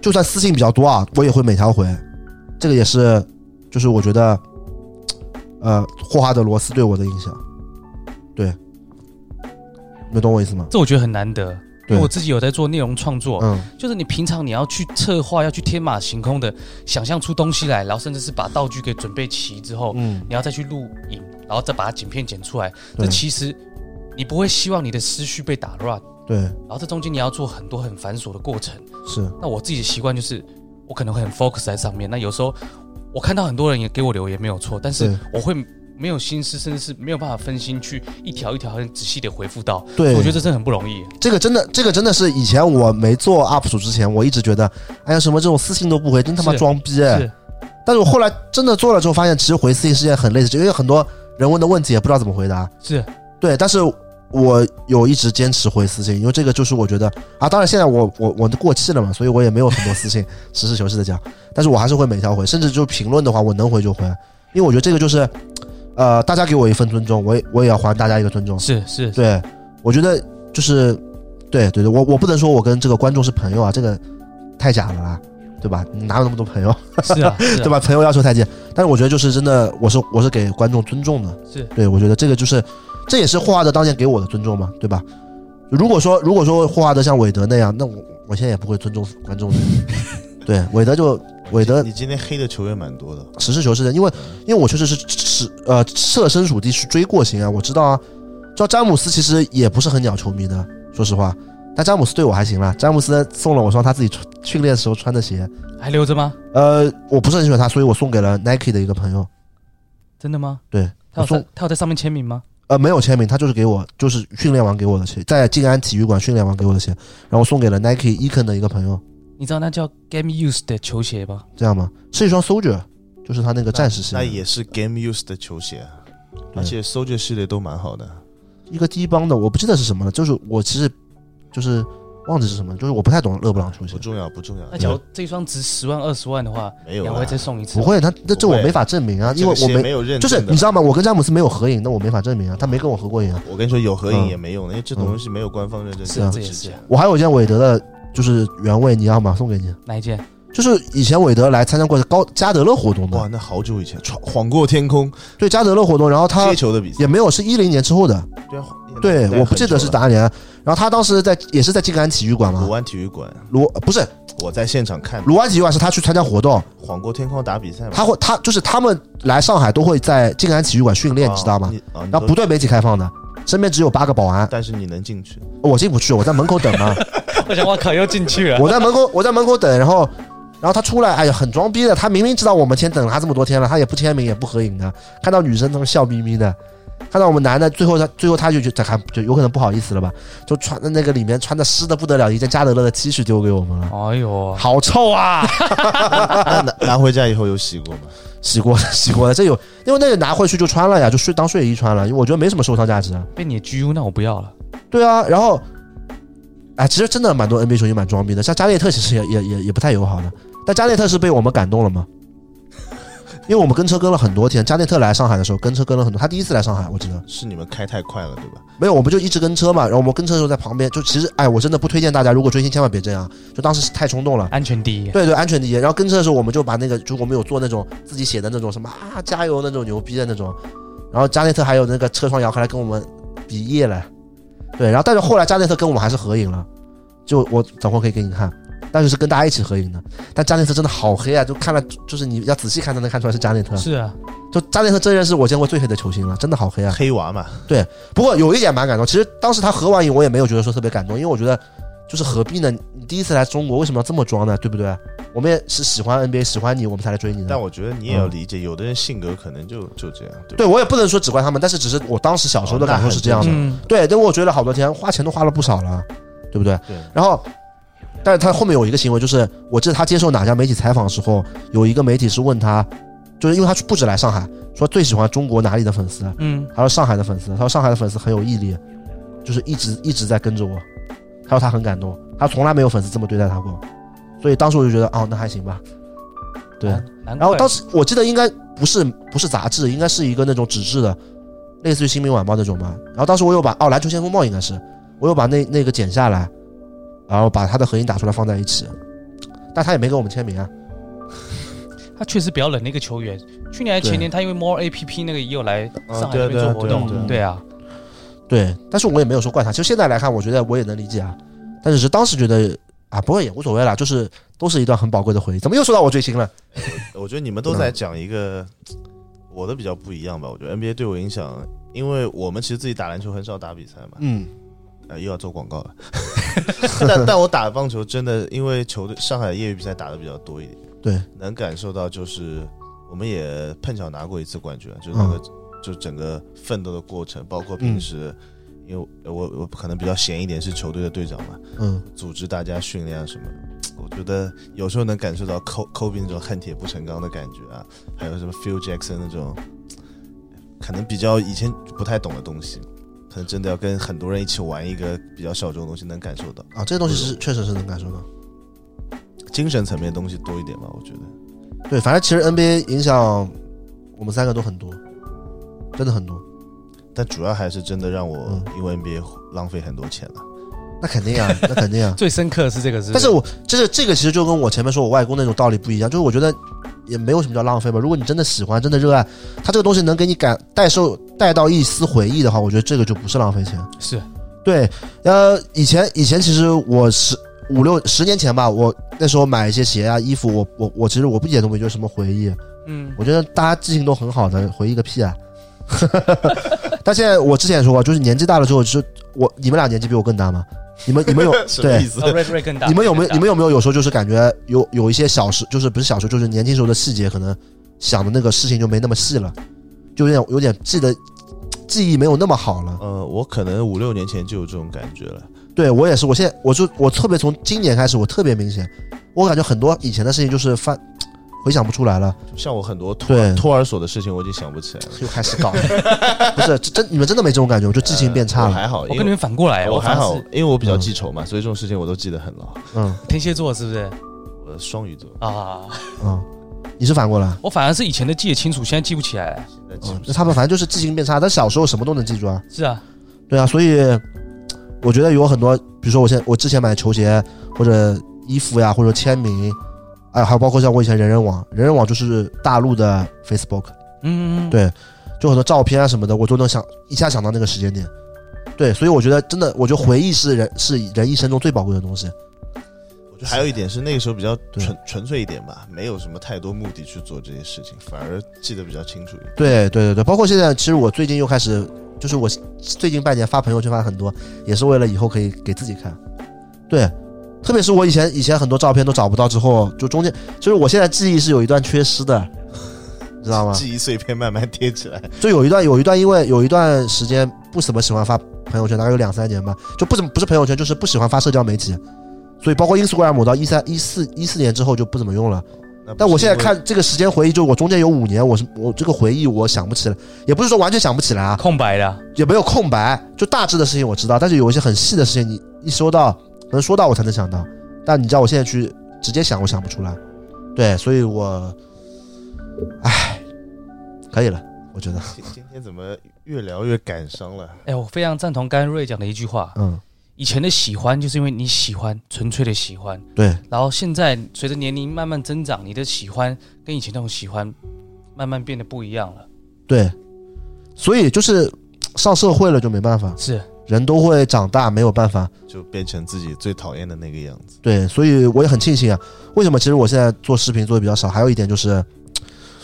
就算私信比较多啊，我也会每条回。这个也是就是我觉得，呃，霍华德罗斯对我的影响，对，你懂我意思吗？这我觉得很难得，因对为我自己有在做内容创作，嗯，就是你平常你要去策划，要去天马行空的想象出东西来，然后甚至是把道具给准备齐之后，嗯，你要再去录影，然后再把它剪片剪出来。这对其实你不会希望你的思绪被打乱，对，然后这中间你要做很多很繁琐的过程。是，那我自己的习惯就是，我可能会很 focus 在上面。那有时候我看到很多人也给我留言没有错，但是对我会没有心思，甚至是没有办法分心去一条一条很仔细的回复到。对，我觉得这真的很不容易。这个真的，这个真的是以前我没做 UP 主之前，我一直觉得，哎呀，什么这种私信都不回，真他妈是装逼。哎是但是我后来真的做了之后，发现其实回私信是件很累的事，因为很多人问的问题也不知道怎么回答。是，对，但是我有一直坚持回私信，因为这个就是我觉得啊，当然现在我我我过气了嘛，所以我也没有很多私信，实事求是的讲，但是我还是会每条回，甚至就评论的话，我能回就回，因为我觉得这个就是，呃，大家给我一份尊重，我也我也要还大家一个尊重。是是，对，我觉得就是，对对对，我我不能说我跟这个观众是朋友啊，这个太假了啦，对吧？哪有那么多朋友？是 啊，是啊对吧？朋友要求太低，但是我觉得就是真的，我是我是给观众尊重的，是对我觉得这个就是，这也是霍华德当年给我的尊重嘛，对吧？如果说如果说霍华德像韦德那样，那我我现在也不会尊重观众的， 对，韦德就 韦德你今天黑的球员蛮多的，实事求是的，因为因为我确实是是呃设身处地去追过型啊，我知道啊，知道詹姆斯其实也不是很鸟球迷的，说实话，但詹姆斯对我还行啦，詹姆斯送了我双他自己穿训练时候穿的鞋，还留着吗？呃，我不是很喜欢他，所以我送给了 Nike 的一个朋友。真的吗？对，他有我送在他有在上面签名吗？呃，没有签名，他就是给我，就是训练完给我的鞋，在静安体育馆训练完给我的鞋，然后送给了 Nike Econ 的一个朋友，你知道那叫 Game Use 的球鞋吗？这样吗？是一双 Soldier，就是嗯他那个战士鞋那，也是 Game Use 的球鞋啊，而且 Soldier 系列都蛮好的。一个低帮的，我不记得是什么了，就是我其实就是忘记是什么了，就是我不太懂勒布朗球鞋不，重要，不重要。那假如这一双值十万二十万的话，没有两啦位再送一次啊不哦？会，他那这我不会没法证明啊，因为这我个鞋没没有认就是证的你知道吗？我跟詹姆斯没有合影，那我没法证明啊，他没跟我合过影啊。我跟你说，有合影嗯也没用的，因为这种东西没有官方认证，是啊这这也直是接我还有一件韦德的，就是原味，你要吗？送给你，哪一件？就是以前韦德来参加过高加德勒活动哇，的，那好久以前，闯晃过天空对加德勒活动，然后他接球的比赛，也没有是一零年之后的。对啊，晃对，我不记得是。那哪年。啊然后他当时在也是在静安体育馆那很久了嘛国，安体育馆，卢不是我在现场看卢湾体育馆是他去参加活动，晃过天空打比赛嘛，他会他就是他们来上海都会在静安体育馆训练，你知道吗？啊，你然后不，对媒体开放的，身边只有八个保安，但是你能进去， 我进不去，我在门口等 嘛，我想，我靠，又进去了。我在门口我在门口等，然后。然后他出来，哎呀，很装逼的。他明明知道我们签等了他这么多天了，他也不签名，也不合影的。看到女生，他们笑眯眯的；看到我们男的，最后他最后他就就他就有可能不好意思了吧，就穿的那个里面穿的湿的不得了，一件加德勒的 T 恤丢给我们了。哎呦，好臭啊！那拿拿回家以后有洗过吗？洗过了， 洗过了，这有，因为那个拿回去就穿了呀，就睡当睡衣穿了，因为我觉得没什么收藏价值啊。被你的 GU，那我不要了。对啊，然后，哎，其实真的蛮多 NBA 球星蛮装逼的，像加内特其实也也也也不太友好的，但加内特是被我们感动了嘛，因为我们跟车跟了很多天，加内特来上海的时候跟车跟了很多，他第一次来上海我记得是你们开太快了，对吧？没有，我们就一直跟车嘛，然后我们跟车的时候在旁边，就其实哎，我真的不推荐大家，如果追星千万别这样，就当时是太冲动了。安全第一。对对，安全第一。然后跟车的时候，我们就把那个，就我们有做那种自己写的那种什么啊加油那种牛逼的那种，然后加内特还有那个车窗摇开来跟我们比耶了，对，然后但是后来加内特跟我们还是合影了，就我等会儿可以给你看，但是是跟大家一起合影的。但加内特真的好黑啊，就看了就是你要仔细看才能看出来是加内特，是啊，就加内特这人是我见过最黑的球星了，真的好黑啊。黑娃嘛，不过有一点蛮感动，其实当时他合完影我也没有觉得说特别感动，因为我觉得就是何必呢？你第一次来中国为什么要这么装呢？对不对？我们也是喜欢 NBA，喜欢你，我们才来追你的。但我觉得嗯你也要理解，有的人性格可能就就这样，对吧？对我也不能说只怪他们，但是只是我当时小时候的感受是这样的。嗯，对，但我追了好多天，花钱都花了不少了，对不对？对然后，但是他后面有一个行为，就是我记得他接受哪家媒体采访的时候，有一个媒体是问他，就是因为他不止来上海，说最喜欢中国哪里的粉丝，啊嗯，他说上海的粉丝，他说上海的粉丝很有毅力，就是一直一直在跟着我。他说他很感动，他从来没有粉丝这么对待他过，所以当时我就觉得哦，那还行吧。对，啊难，哦啊难然后怪当时我记得应该不是不是杂志，应该是一个那种纸质的，类似于《新民晚报》那种吧。然后当时我有把哦，《篮球先锋报》应该是，我有把那那个剪下来，然后把他的合影打出来放在一起，但他也没给我们签名啊。他确实比较冷的一个球员。去年还前年，他因为 More APP 那个也有来哦嗯上海对这啊边做活对啊动对啊对嗯啊，对啊，对，但是我也没有说怪他。其实现在来看，我觉得我也能理解啊。但只是当时觉得啊，不过也无所谓啦，就是都是一段很宝贵的回忆。怎么又说到我追星了？啊我觉得你们都在嗯讲一个我的比较不一样吧。我觉得 NBA 对我影响，因为我们其实自己打篮球很少打比赛嘛，嗯，呃，又要做广告了。 但但我打棒球真的，因为球队上海业余比赛打的比较多一点，对，能感受到就是我们也碰巧拿过一次冠军，啊就是那个、就整个奋斗的过程，包括平时。因为我我可能比较闲一点，是球队的队长嘛，嗯，组织大家训练啊什么。我觉得有时候能感受到 Co Kobe 那种恨铁不成钢的感觉啊，还有什么 Phil Jackson 那种，可能比较以前不太懂的东西，可能真的要跟很多人一起玩一个比较小众的东西，能感受到啊，这些东西是确实是能感受到。精神层面的东西多一点吧。我觉得对，反正其实 NBA 影响我们三个都很多，真的很多。但主要还是真的让我嗯因为 NBA 浪费很多钱了。那肯定 啊，那肯定啊。最深刻的是这个是不但是是。我就是这个，其实就跟我前面说我外公那种道理不一样，就是我觉得也没有什么叫浪费吧。如果你真的喜欢，真的热爱，它这个东西能给你感带受带到一丝回忆的话，我觉得这个就不是浪费钱。是对，呃，以前以前其实我十五六十年前吧，我那时候买一些鞋啊、衣服，我我我其实我不一点都没觉得什么回忆，嗯，我觉得大家记性都很好的，回忆个屁啊！ 但现在我之前也说过，就是年纪大了之后，就是我你们俩年纪比我更大嘛，你们你们有 什么对。意思？啊 Red Red 更大。你们有没有更大你们有没有有时候就是感觉有有一些小时就是不是小时候就是年轻时候的细节，可能想的那个事情就没那么细了，就有点有点记得记忆没有那么好了。呃，我可能五六年前就有这种感觉了。对我也是，我现在我就我特别从今年开始，我特别明显，我感觉很多以前的事情就是翻回想不出来了，像我很多托对托儿所的事情，我已经想不起来了。又开始搞，不是这真你们真的没这种感觉吗，我就记性变差呃我了。还好，我因跟为哎你们反过哦来，我还反而好是，因为我比较记仇嘛，所以这种事情我都记得很牢。嗯天蝎座是不是我双鱼座，啊？嗯，你是反过来，我反而是以前的记得清楚，现在记不起来。现在记嗯不，那起他们反正就是记性变差，但小时候什么都能记住啊。是啊，对啊，所以我觉得有很多，比如说我现我之前买球鞋或者衣服呀，或者签名，哎，还有包括像我以前人人网，人人网就是大陆的 Facebook，嗯，对就很多照片啊什么的，我都能想一下想到那个时间点。对，所以我觉得真的，我觉得回忆是人是人一生中最宝贵的东西。我觉得还有一点是那个时候比较对纯纯粹一点吧，没有什么太多目的去做这些事情，反而记得比较清楚一点。对对对对，包括现在，其实我最近又开始，就是我最近半年发朋友圈发很多，也是为了以后可以给自己看。对，特别是我以前以前很多照片都找不到之后，就中间，就是我现在记忆是有一段缺失的， 你知道吗？记忆碎片慢慢贴起来，就有一段有一段，因为有一段时间不怎么喜欢发朋友圈，大概有两三年吧，就不怎么不是朋友圈，就是不喜欢发社交媒体，所以包括 Instagram 我到一三一四一四年之后就不怎么用了。那不但我现在是因为看这个时间回忆，就我中间有五年，我是我这个回忆我想不起来，也不是说完全想不起来啊，空白的啊，也没有空白，就大致的事情我知道，但是有一些很细的事情，你一说到可能说到我才能想到，但你叫我现在去直接想，我想不出来。对，所以我，唉，可以了，我觉得，今今天怎么越聊越感伤了？哎，我非常赞同刚才瑞讲的一句话，嗯，以前的喜欢就是因为你喜欢，纯粹的喜欢，对然后现在随着年龄慢慢增长，你的喜欢跟以前那种喜欢慢慢变得不一样了。对。所以就是上社会了就没办法，是人都会长大，没有办法。就变成自己最讨厌的那个样子。对，所以我也很庆幸啊。为什么？其实我现在做视频做的比较少，还有一点就是，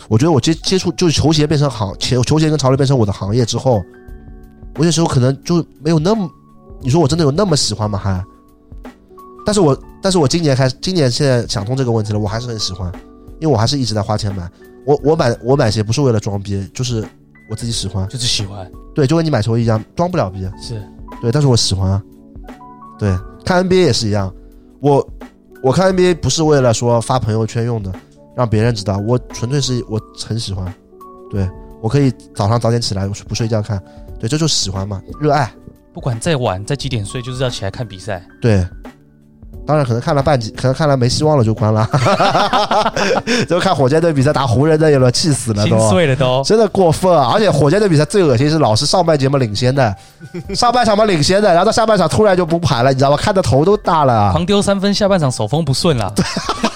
我觉得我接接触就是球鞋变成行，球球鞋跟潮流变成我的行业之后，我有时候可能就没有那么，你说我真的有那么喜欢吗？还，但是我但是我今年开始，今年现在想通这个问题了，我还是很喜欢，因为我还是一直在花钱买。我我买我买鞋不是为了装逼，就是我自己喜欢。就是喜欢，对，就跟你买球衣一样，装不了逼。是对，但是我喜欢啊。对，看 NBA 也是一样，我我看 NBA 不是为了说发朋友圈用的，让别人知道，我纯粹是我很喜欢。对我可以早上早点起来，我不睡觉看，对，这就是喜欢嘛，热爱。不管再晚再几点睡，就是要起来看比赛。对，当然可能看了半集，可能看了没希望了就关了， 就看火箭队比赛打湖人那一轮，气死了心都。碎了 都。真的过分啊！而且火箭队比赛最恶心是老是上半节嘛领先的，上半场嘛领先的，然后到下半场突然就不盘了，你知道吗？看的头都大了啊，狂丢三分，下半场手风不顺啊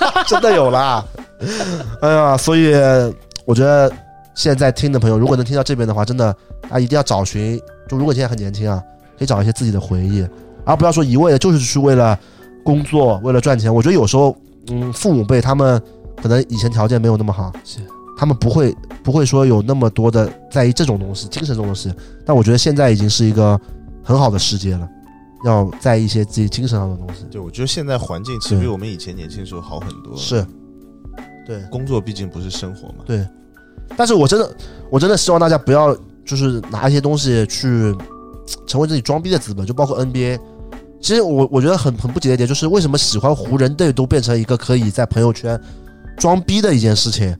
啦。 真的有啦！哎呀，所以我觉得现在听的朋友，如果能听到这边的话，真的啊，一定要找寻，就如果你现在很年轻啊，可以找一些自己的回忆，而不要说一味的就是去为了工作、为了赚钱。我觉得有时候，嗯，父母辈他们可能以前条件没有那么好，是他们不会不会说有那么多的在意这种东西，精神这种东西。但我觉得现在已经是一个很好的世界了，要在意一些自己精神上的东西。对，我觉得现在环境其实比对我们以前年轻的时候好很多。，嗯是，对工作毕竟不是生活嘛。对。但是我真的我真的希望大家不要就是拿一些东西去成为自己装逼的资本，就包括 NBA。其实我我觉得很很不解的一点就是，为什么喜欢湖人队都变成一个可以在朋友圈装逼的一件事情？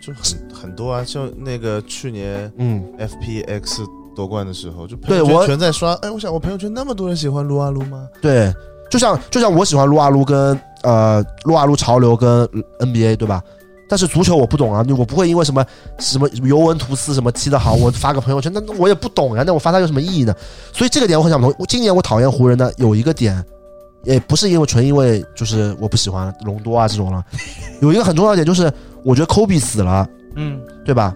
就很很多啊，像那个去年嗯， FPX 夺冠的时候，就朋对友圈我全在刷。哎，我想我朋友圈那么多人喜欢撸啊撸吗？对，就像就像我喜欢撸啊撸跟呃撸啊撸潮流跟 NBA 对吧？但是足球我不懂啊，我不会因为什么什么尤文图斯什么踢得好，我发个朋友圈，那那我也不懂呀、那我发它有什么意义呢？所以这个点我很想不通。我今年我讨厌湖人的有一个点，也不是因为纯因为就是我不喜欢隆多啊这种了，有一个很重要的点就是我觉得科比死了，嗯，对吧？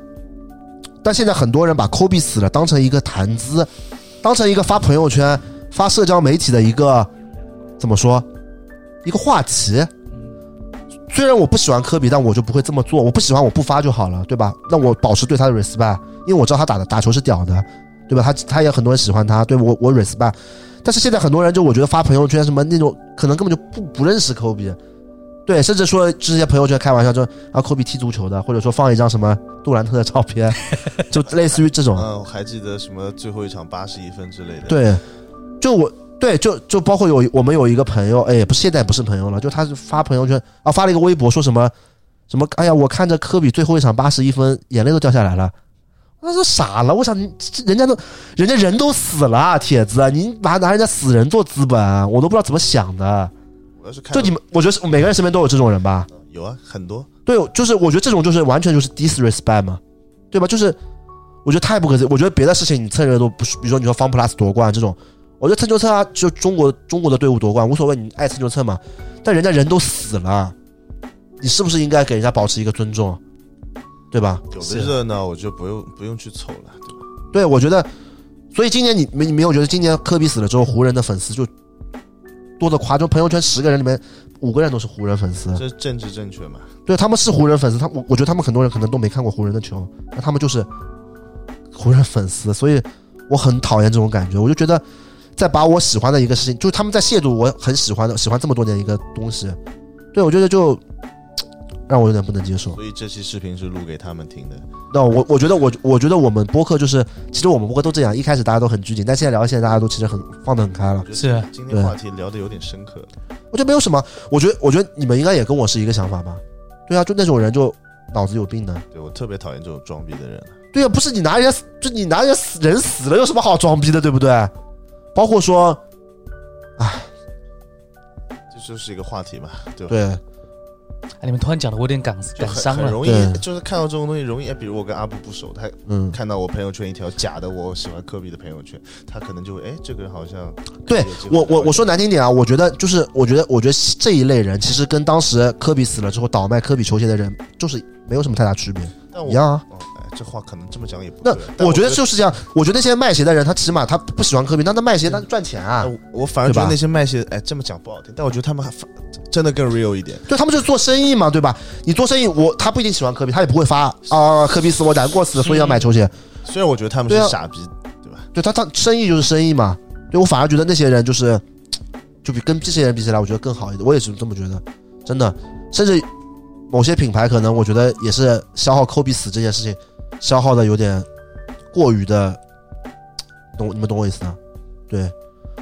但现在很多人把科比死了当成一个谈资，当成一个发朋友圈、发社交媒体的一个怎么说，一个话题。嗯虽然我不喜欢科比，但我就不会这么做。我不喜欢，我不发就好了，对吧？那我保持对他的 respect，因为我知道他打的打球是屌的，对吧？他他也很多人喜欢他，对我我 respect。但是现在很多人就我觉得发朋友圈什么那种，可能根本就不不认识科比，对，甚至说之前朋友圈开玩笑说啊，科比踢足球的，或者说放一张什么杜兰特的照片，就类似于这种。嗯，我还记得什么最后一场八十一分之类的。，哦对，就我对就就包括有我们有一个朋友，哎，也不是现在不是朋友了，就他是发朋友圈啊，发了一个微博说什么什么，哎呀，我看着科比最后一场八十一分，眼泪都掉下来了。我说傻了，我想你这人家都人家人都死了啊，铁子，你拿拿人家死人做资本，啊我都不知道怎么想的。我要是看就你们，我觉得每个人身边都有这种人吧。有啊，很多。对，就是我觉得这种就是完全就是 disrespect 嘛，对吧？就是我觉得太不可思议。我觉得别的事情你蹭热度不是，比如说你说 Fun Plus 夺冠这种，我觉得蹭就蹭啊，就中国中国的队伍夺冠无所谓，你爱蹭就蹭嘛。但人家人都死了，你是不是应该给人家保持一个尊重，对吧？有的是热闹，我就不用不用去凑了，对吧？对，我觉得，所以今年你没你没有觉得今年科比死了之后，湖人的粉丝就多得夸张，朋友圈十个人里面五个人都是湖人粉丝，这政治正确嘛，对，他们是湖人粉丝，他我我觉得他们很多人可能都没看过湖人的球，那他们就是湖人粉丝，所以我很讨厌这种感觉。我就觉得在把我喜欢的一个事情，就是他们在亵渎我很喜欢的、喜欢这么多年一个东西，对我觉得就让我有点不能接受。所以这期视频是录给他们听的。那我我觉得我我觉得我们播客就是，其实我们播客都这样，一开始大家都很拘谨，但现在聊到现在，大家都其实很放得很开了。我觉得是今啊对天话题聊的有点深刻，我觉得没有什么，我觉得我觉得你们应该也跟我是一个想法吧？对啊，就那种人就脑子有病的。对我特别讨厌这种装逼的人。对啊，不是你拿人家，就你拿人家死人死了有什么好装逼的，对不对？包括说，这就是一个话题嘛，对吧？对啊你们突然讲的我有点感就感很伤很了。容易对，就是看到这种东西容易。哎比如我跟阿布不熟，他嗯，看到我朋友圈一条假的我喜欢科比的朋友圈，他可能就会哎，这个人好像对有机会我我我聊说难听点啊，我觉得就是我觉得我觉得这一类人其实跟当时科比死了之后倒卖科比球鞋的人就是没有什么太大区别，但一我样啊。哦哎这话可能这么讲也不对那。但我觉得是，就是这样，我觉得那些卖鞋的人，他起码他不喜欢科比，那他卖鞋他赚钱啊，哎我我反而觉对得吧那些卖鞋，哎，这么讲不好听，但我觉得他们还反真的更 real 一点。对他们就是做生意嘛，对吧？你做生意，我他不一定喜欢科比，他也不会发啊，科比死我难过死，所以要买球鞋。虽然我觉得他们对啊是傻逼，对他，他生意就是生意嘛。对我反而觉得那些人就是，就比跟这些人比起来，我觉得更好一点。我也是这么觉得，真的。甚至某些品牌可能我觉得也是消耗科比死这件事情，消耗的有点过于的，懂你们懂我意思吗？对，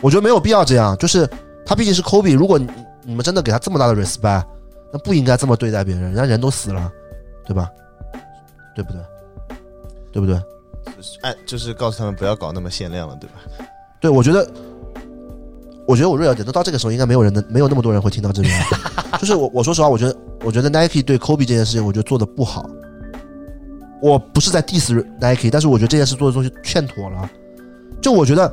我觉得没有必要这样。就是他毕竟是科比，如果你你们真的给他这么大的 respect，那不应该这么对待别人，人家人都死了，对吧？对不对？对不对？哎，就是告诉他们不要搞那么限量了，对吧？对，我觉得，我觉得我锐要点，都到这个时候，应该没有人能，没有那么多人会听到这边。就是我，我说实话， 我觉得，我觉得 Nike 对 Kobe 这件事情，我觉得做的不好。我不是在 diss Nike，但是我觉得这件事做的东西欠妥了。就我觉得，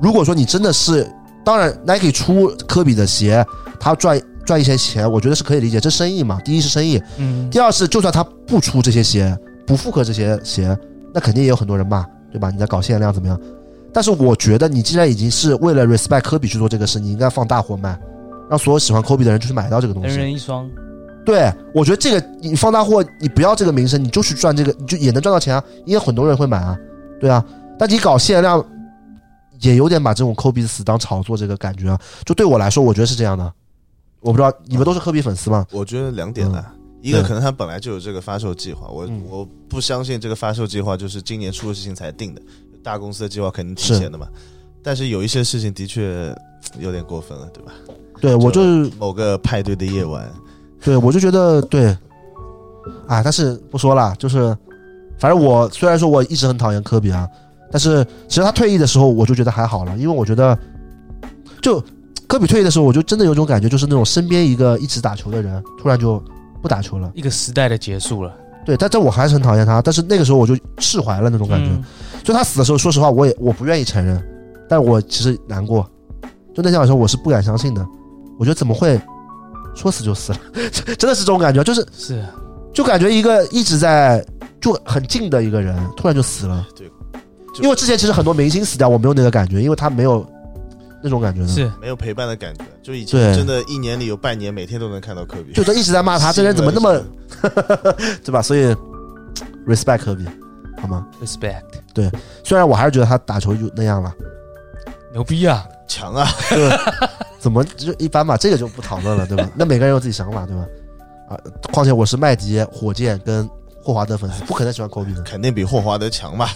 如果说你真的是，当然 Nike 出科比的鞋，他赚赚一些钱，我觉得是可以理解，这生意嘛。第一是生意，嗯，第二是，就算他不出这些鞋，不复刻这些鞋，那肯定也有很多人骂，对吧？你在搞限量怎么样？但是我觉得，你既然已经是为了 respect 科比去做这个事，你应该放大货卖，让所有喜欢科比的人就去买到这个东人西。人一双，对，我觉得这个你放大货，你不要这个名声，你就去赚这个，你就也能赚到钱啊，因为很多人会买啊，对啊。但你搞限量，也有点把这种科比死当炒作这个感觉啊。就对我来说，我觉得是这样的。我不知道你们都是科比粉丝吗？我觉得两点啦，一个对可能他本来就有这个发售计划，我、嗯我不相信这个发售计划就是今年出的事情才定的，大公司的计划肯定提前的嘛。但是有一些事情的确呃有点过分了，对吧？对我就是某个派对的夜晚，对，我就觉得对，啊，但是不说了，就是，反正我虽然说我一直很讨厌科比啊，但是其实他退役的时候我就觉得还好了，因为我觉得，就科比退役的时候，我就真的有种感觉，就是那种身边一个一直打球的人突然就不打球了，一个时代的结束了，对，但但我还是很讨厌他，但是那个时候我就释怀了那种感觉，嗯就他死的时候，说实话，我也我不愿意承认，但我其实难过。就那天晚上，我是不敢相信的，我觉得怎么会说死就死了， 真的是这种感觉，就是是就感觉一个一直在就很近的一个人突然就死了。对，就因为之前其实很多明星死掉，我没有那个感觉，因为他没有那种感觉的。，是，没有陪伴的感觉，就以前对真的一年里有半年每天都能看到科比，就他一直在骂他，这人怎么那么新闻是对吧？所以 respect 科比，好吗？ respect，虽然我还是觉得他打球就那样了，牛逼啊！强啊？怎么就一般吧，这个就不讨论了，对 吧？那每个人有自己想法，对吧？啊，况且我是麦迪、火箭跟霍华德粉丝，不可能喜欢科比的。肯定比霍华德强嘛？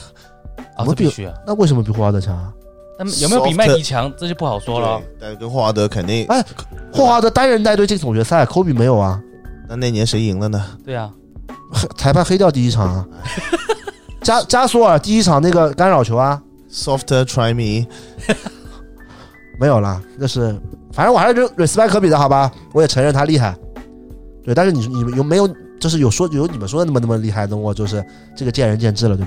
啊，我这比必须啊！那为什么比霍华德强啊？那么有没有比 Soft- 麦迪强，这就不好说了哦。对，但是跟霍华德肯定。哎霍华德单人带队进总决赛，科比没有啊，那那年谁赢了呢？对啊，黑裁判黑掉第一场 啊。加加索尔第一场那个干扰球啊， Softer Try Me，没有啦，那是反正我还是 respect 科比的好吧，我也承认他厉害，对，但是你你们有没有就是有说有你们说的那么那么厉害的，我就是这个见仁见智了，对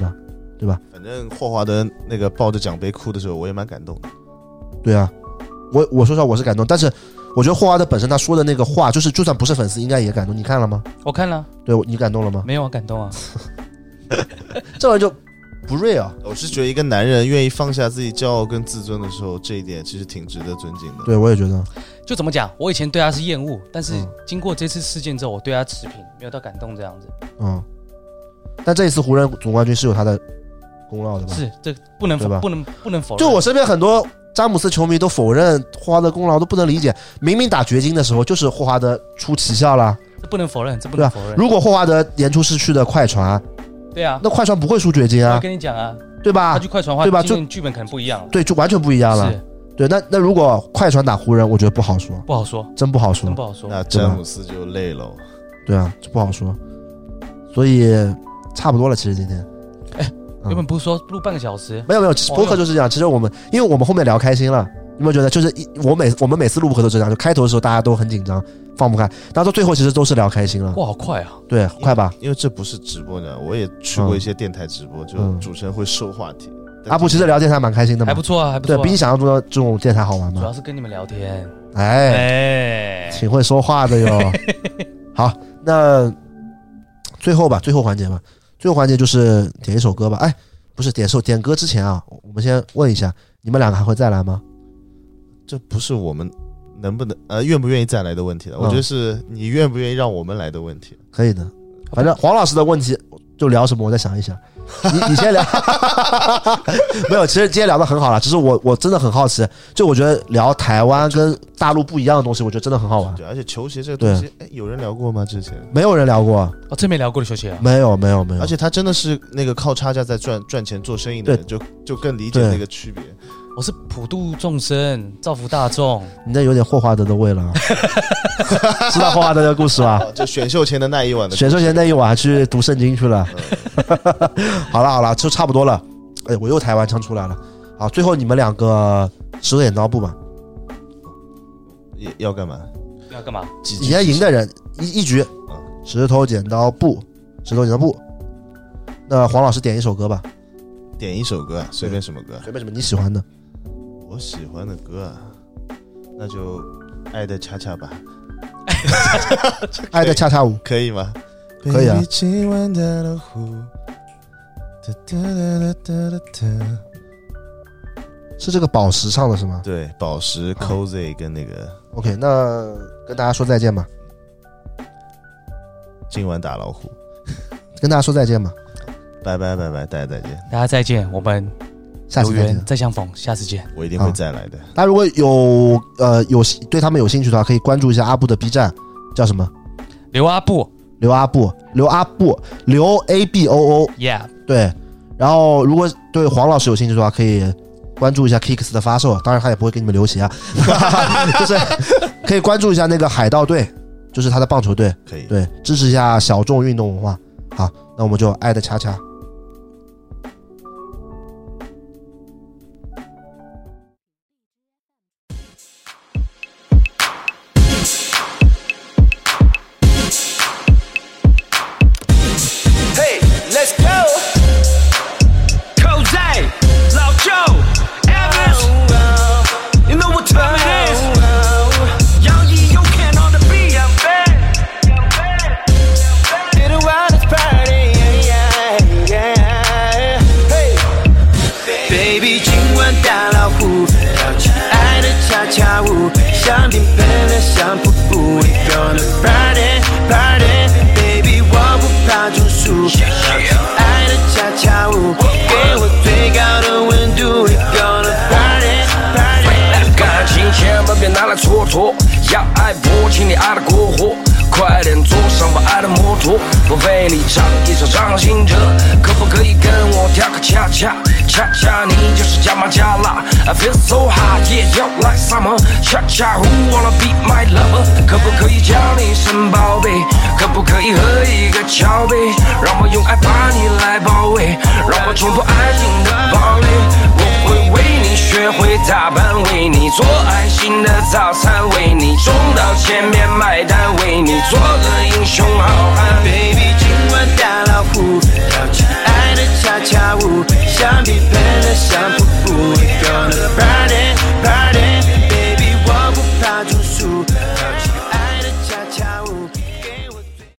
吧？反正霍华德那个抱着奖杯哭的时候，我也蛮感动的。对啊，我我说实话我是感动，但是我觉得霍华德本身他说的那个话，就是就算不是粉丝应该也感动，你看了吗？我看了，对你感动了吗？没有啊，感动啊。这玩意儿就不啊 real，我是觉得一个男人愿意放下自己骄傲跟自尊的时候，这一点其实挺值得尊敬的。对我也觉得，就怎么讲，我以前对他是厌恶，但是嗯经过这次事件之后，我对他持平，没有到感动这样子。嗯，但这一次湖人总冠军是有他的功劳的吧？是，这不能否对吧不能不能否认。就我身边很多詹姆斯球迷都否认霍华德功劳，都不能理解。明明打掘金的时候就是霍华德出奇效了，这不能否认，这不对能吧否认。如果霍华德连出失去的快船，对啊，那快船不会输掘金我啊，跟你讲啊，对他吧去？快船话，对吧今年剧本可能不一样了。啊对，就完全不一样了。是对，那那如果快船打湖人，我觉得不好说，不好说，真不好说真。不好说。嗯那詹姆斯就累了。对啊，这不好说。所以差不多了，其实今天嗯原本不是说录半个小时，没有没有，其实哦播客就是这样。其实我们因为我们后面聊开心了，你有没有觉得就是一我每我们每次录播客都这样，就开头的时候大家都很紧张，放不开，然后到最后其实都是聊开心了。哇，好快啊！对，快吧。因为这不是直播呢，我也去过一些电台直播，就嗯啊主持人会收话题。但阿布其实聊电台蛮开心的嘛，还不错啊，还不错对啊。比你想象中的这种电台好玩主嘛要。是跟你们聊天。哎，哎，挺 会说话的哟。好，那最后吧，最后环节吧，最后环节就是点一首歌吧。哎，不是点首点歌之前啊，我们先问一下，你们两个还会再来吗？这不是我们能不能呃愿不愿意再来的问嗯题了，我觉得是你愿不愿意让我们来的问题。可以的，反正黄老师的问题就聊什么，我再想一想。你你 先聊，没有，其实今天聊的很好了，只是我我真的很好奇，就我觉得聊台湾跟大陆不一样的东西，我觉得真的很好玩。对，而且球鞋这个东西，哎，有人聊过吗？之前？没有人聊过，哦，真没聊过的球鞋啊，没有没有没有，而且他真的是那个靠差价在赚赚钱做生意的人，就就更理解对那个区别。我是普度众生，造福大众。你这有点霍华德的味了啊，知道霍华德的故事 吧？啊，就选秀前的那一晚的选秀前那一晚还去读圣经去了。 好了好了，就差不多了。哎，我又台湾腔出来了。好，最后你们两个石头剪刀布吧，也要干嘛？你要干嘛？几你要赢的人一一局嗯，石头剪刀布，石头剪刀布。那黄老师点一首歌吧，点一首歌，啊，随便什么歌啊。随便什么你喜欢的。我喜欢的歌啊，那就《爱的恰恰》吧，爱的恰恰舞，可以吗？可以啊 Baby，今晚的路虎哒哒哒哒哒哒是这个宝石唱的是吗对，宝石啊 Cozy 跟那个？OK，那跟大家说再见吧，今晚打老虎，跟大家说再见吧，拜拜拜拜，大家再见，大家再见，我们下有次再见缘。再相逢，下次见。我一定会好再来的。大家如果有呃有对他们有兴趣的话，可以关注一下阿布的 B 站，叫什么？刘阿布刘阿布，刘阿布，刘 A B O O， ，Yeah，对。然后如果对黄老师有兴趣的话，可以关注一下 Kicks 的发售，当然他也不会给你们留鞋啊， 就是可以关注一下那个海盗队，就是他的棒球队，可以，对，支持一下小众运动文化。好，那我们就爱的恰恰。 Hey, let's go. Cozy, Lao Joe, Evans. You know what time it is. Yang Yi, you can on the beat. Hit the wildest party, yeah, yeah, yeah. Hey. Baby，今晚打老虎，爱的恰恰舞，香槟喷的香瀑布，We gonna party party，baby 我不怕中暑，爱的恰恰舞，给我最高的温度，We gonna party party。感情千万别拿来蹉跎，要爱不，请你爱的过火。快点坐上我爱的摩托，我为你唱一首张信哲，可不可以跟我跳个恰恰？恰恰你就是加麻加辣，I feel so hot，也要来 summer。恰恰 who wanna be my lover？可不可以叫你一声宝贝？可不可以喝一个巧杯？让我用爱把你来包围，让我冲破爱情的堡垒。我会。为你学会打扮，为你做爱心的早餐，为你冲到前面买单，为你做个英雄好汉。 Baby，今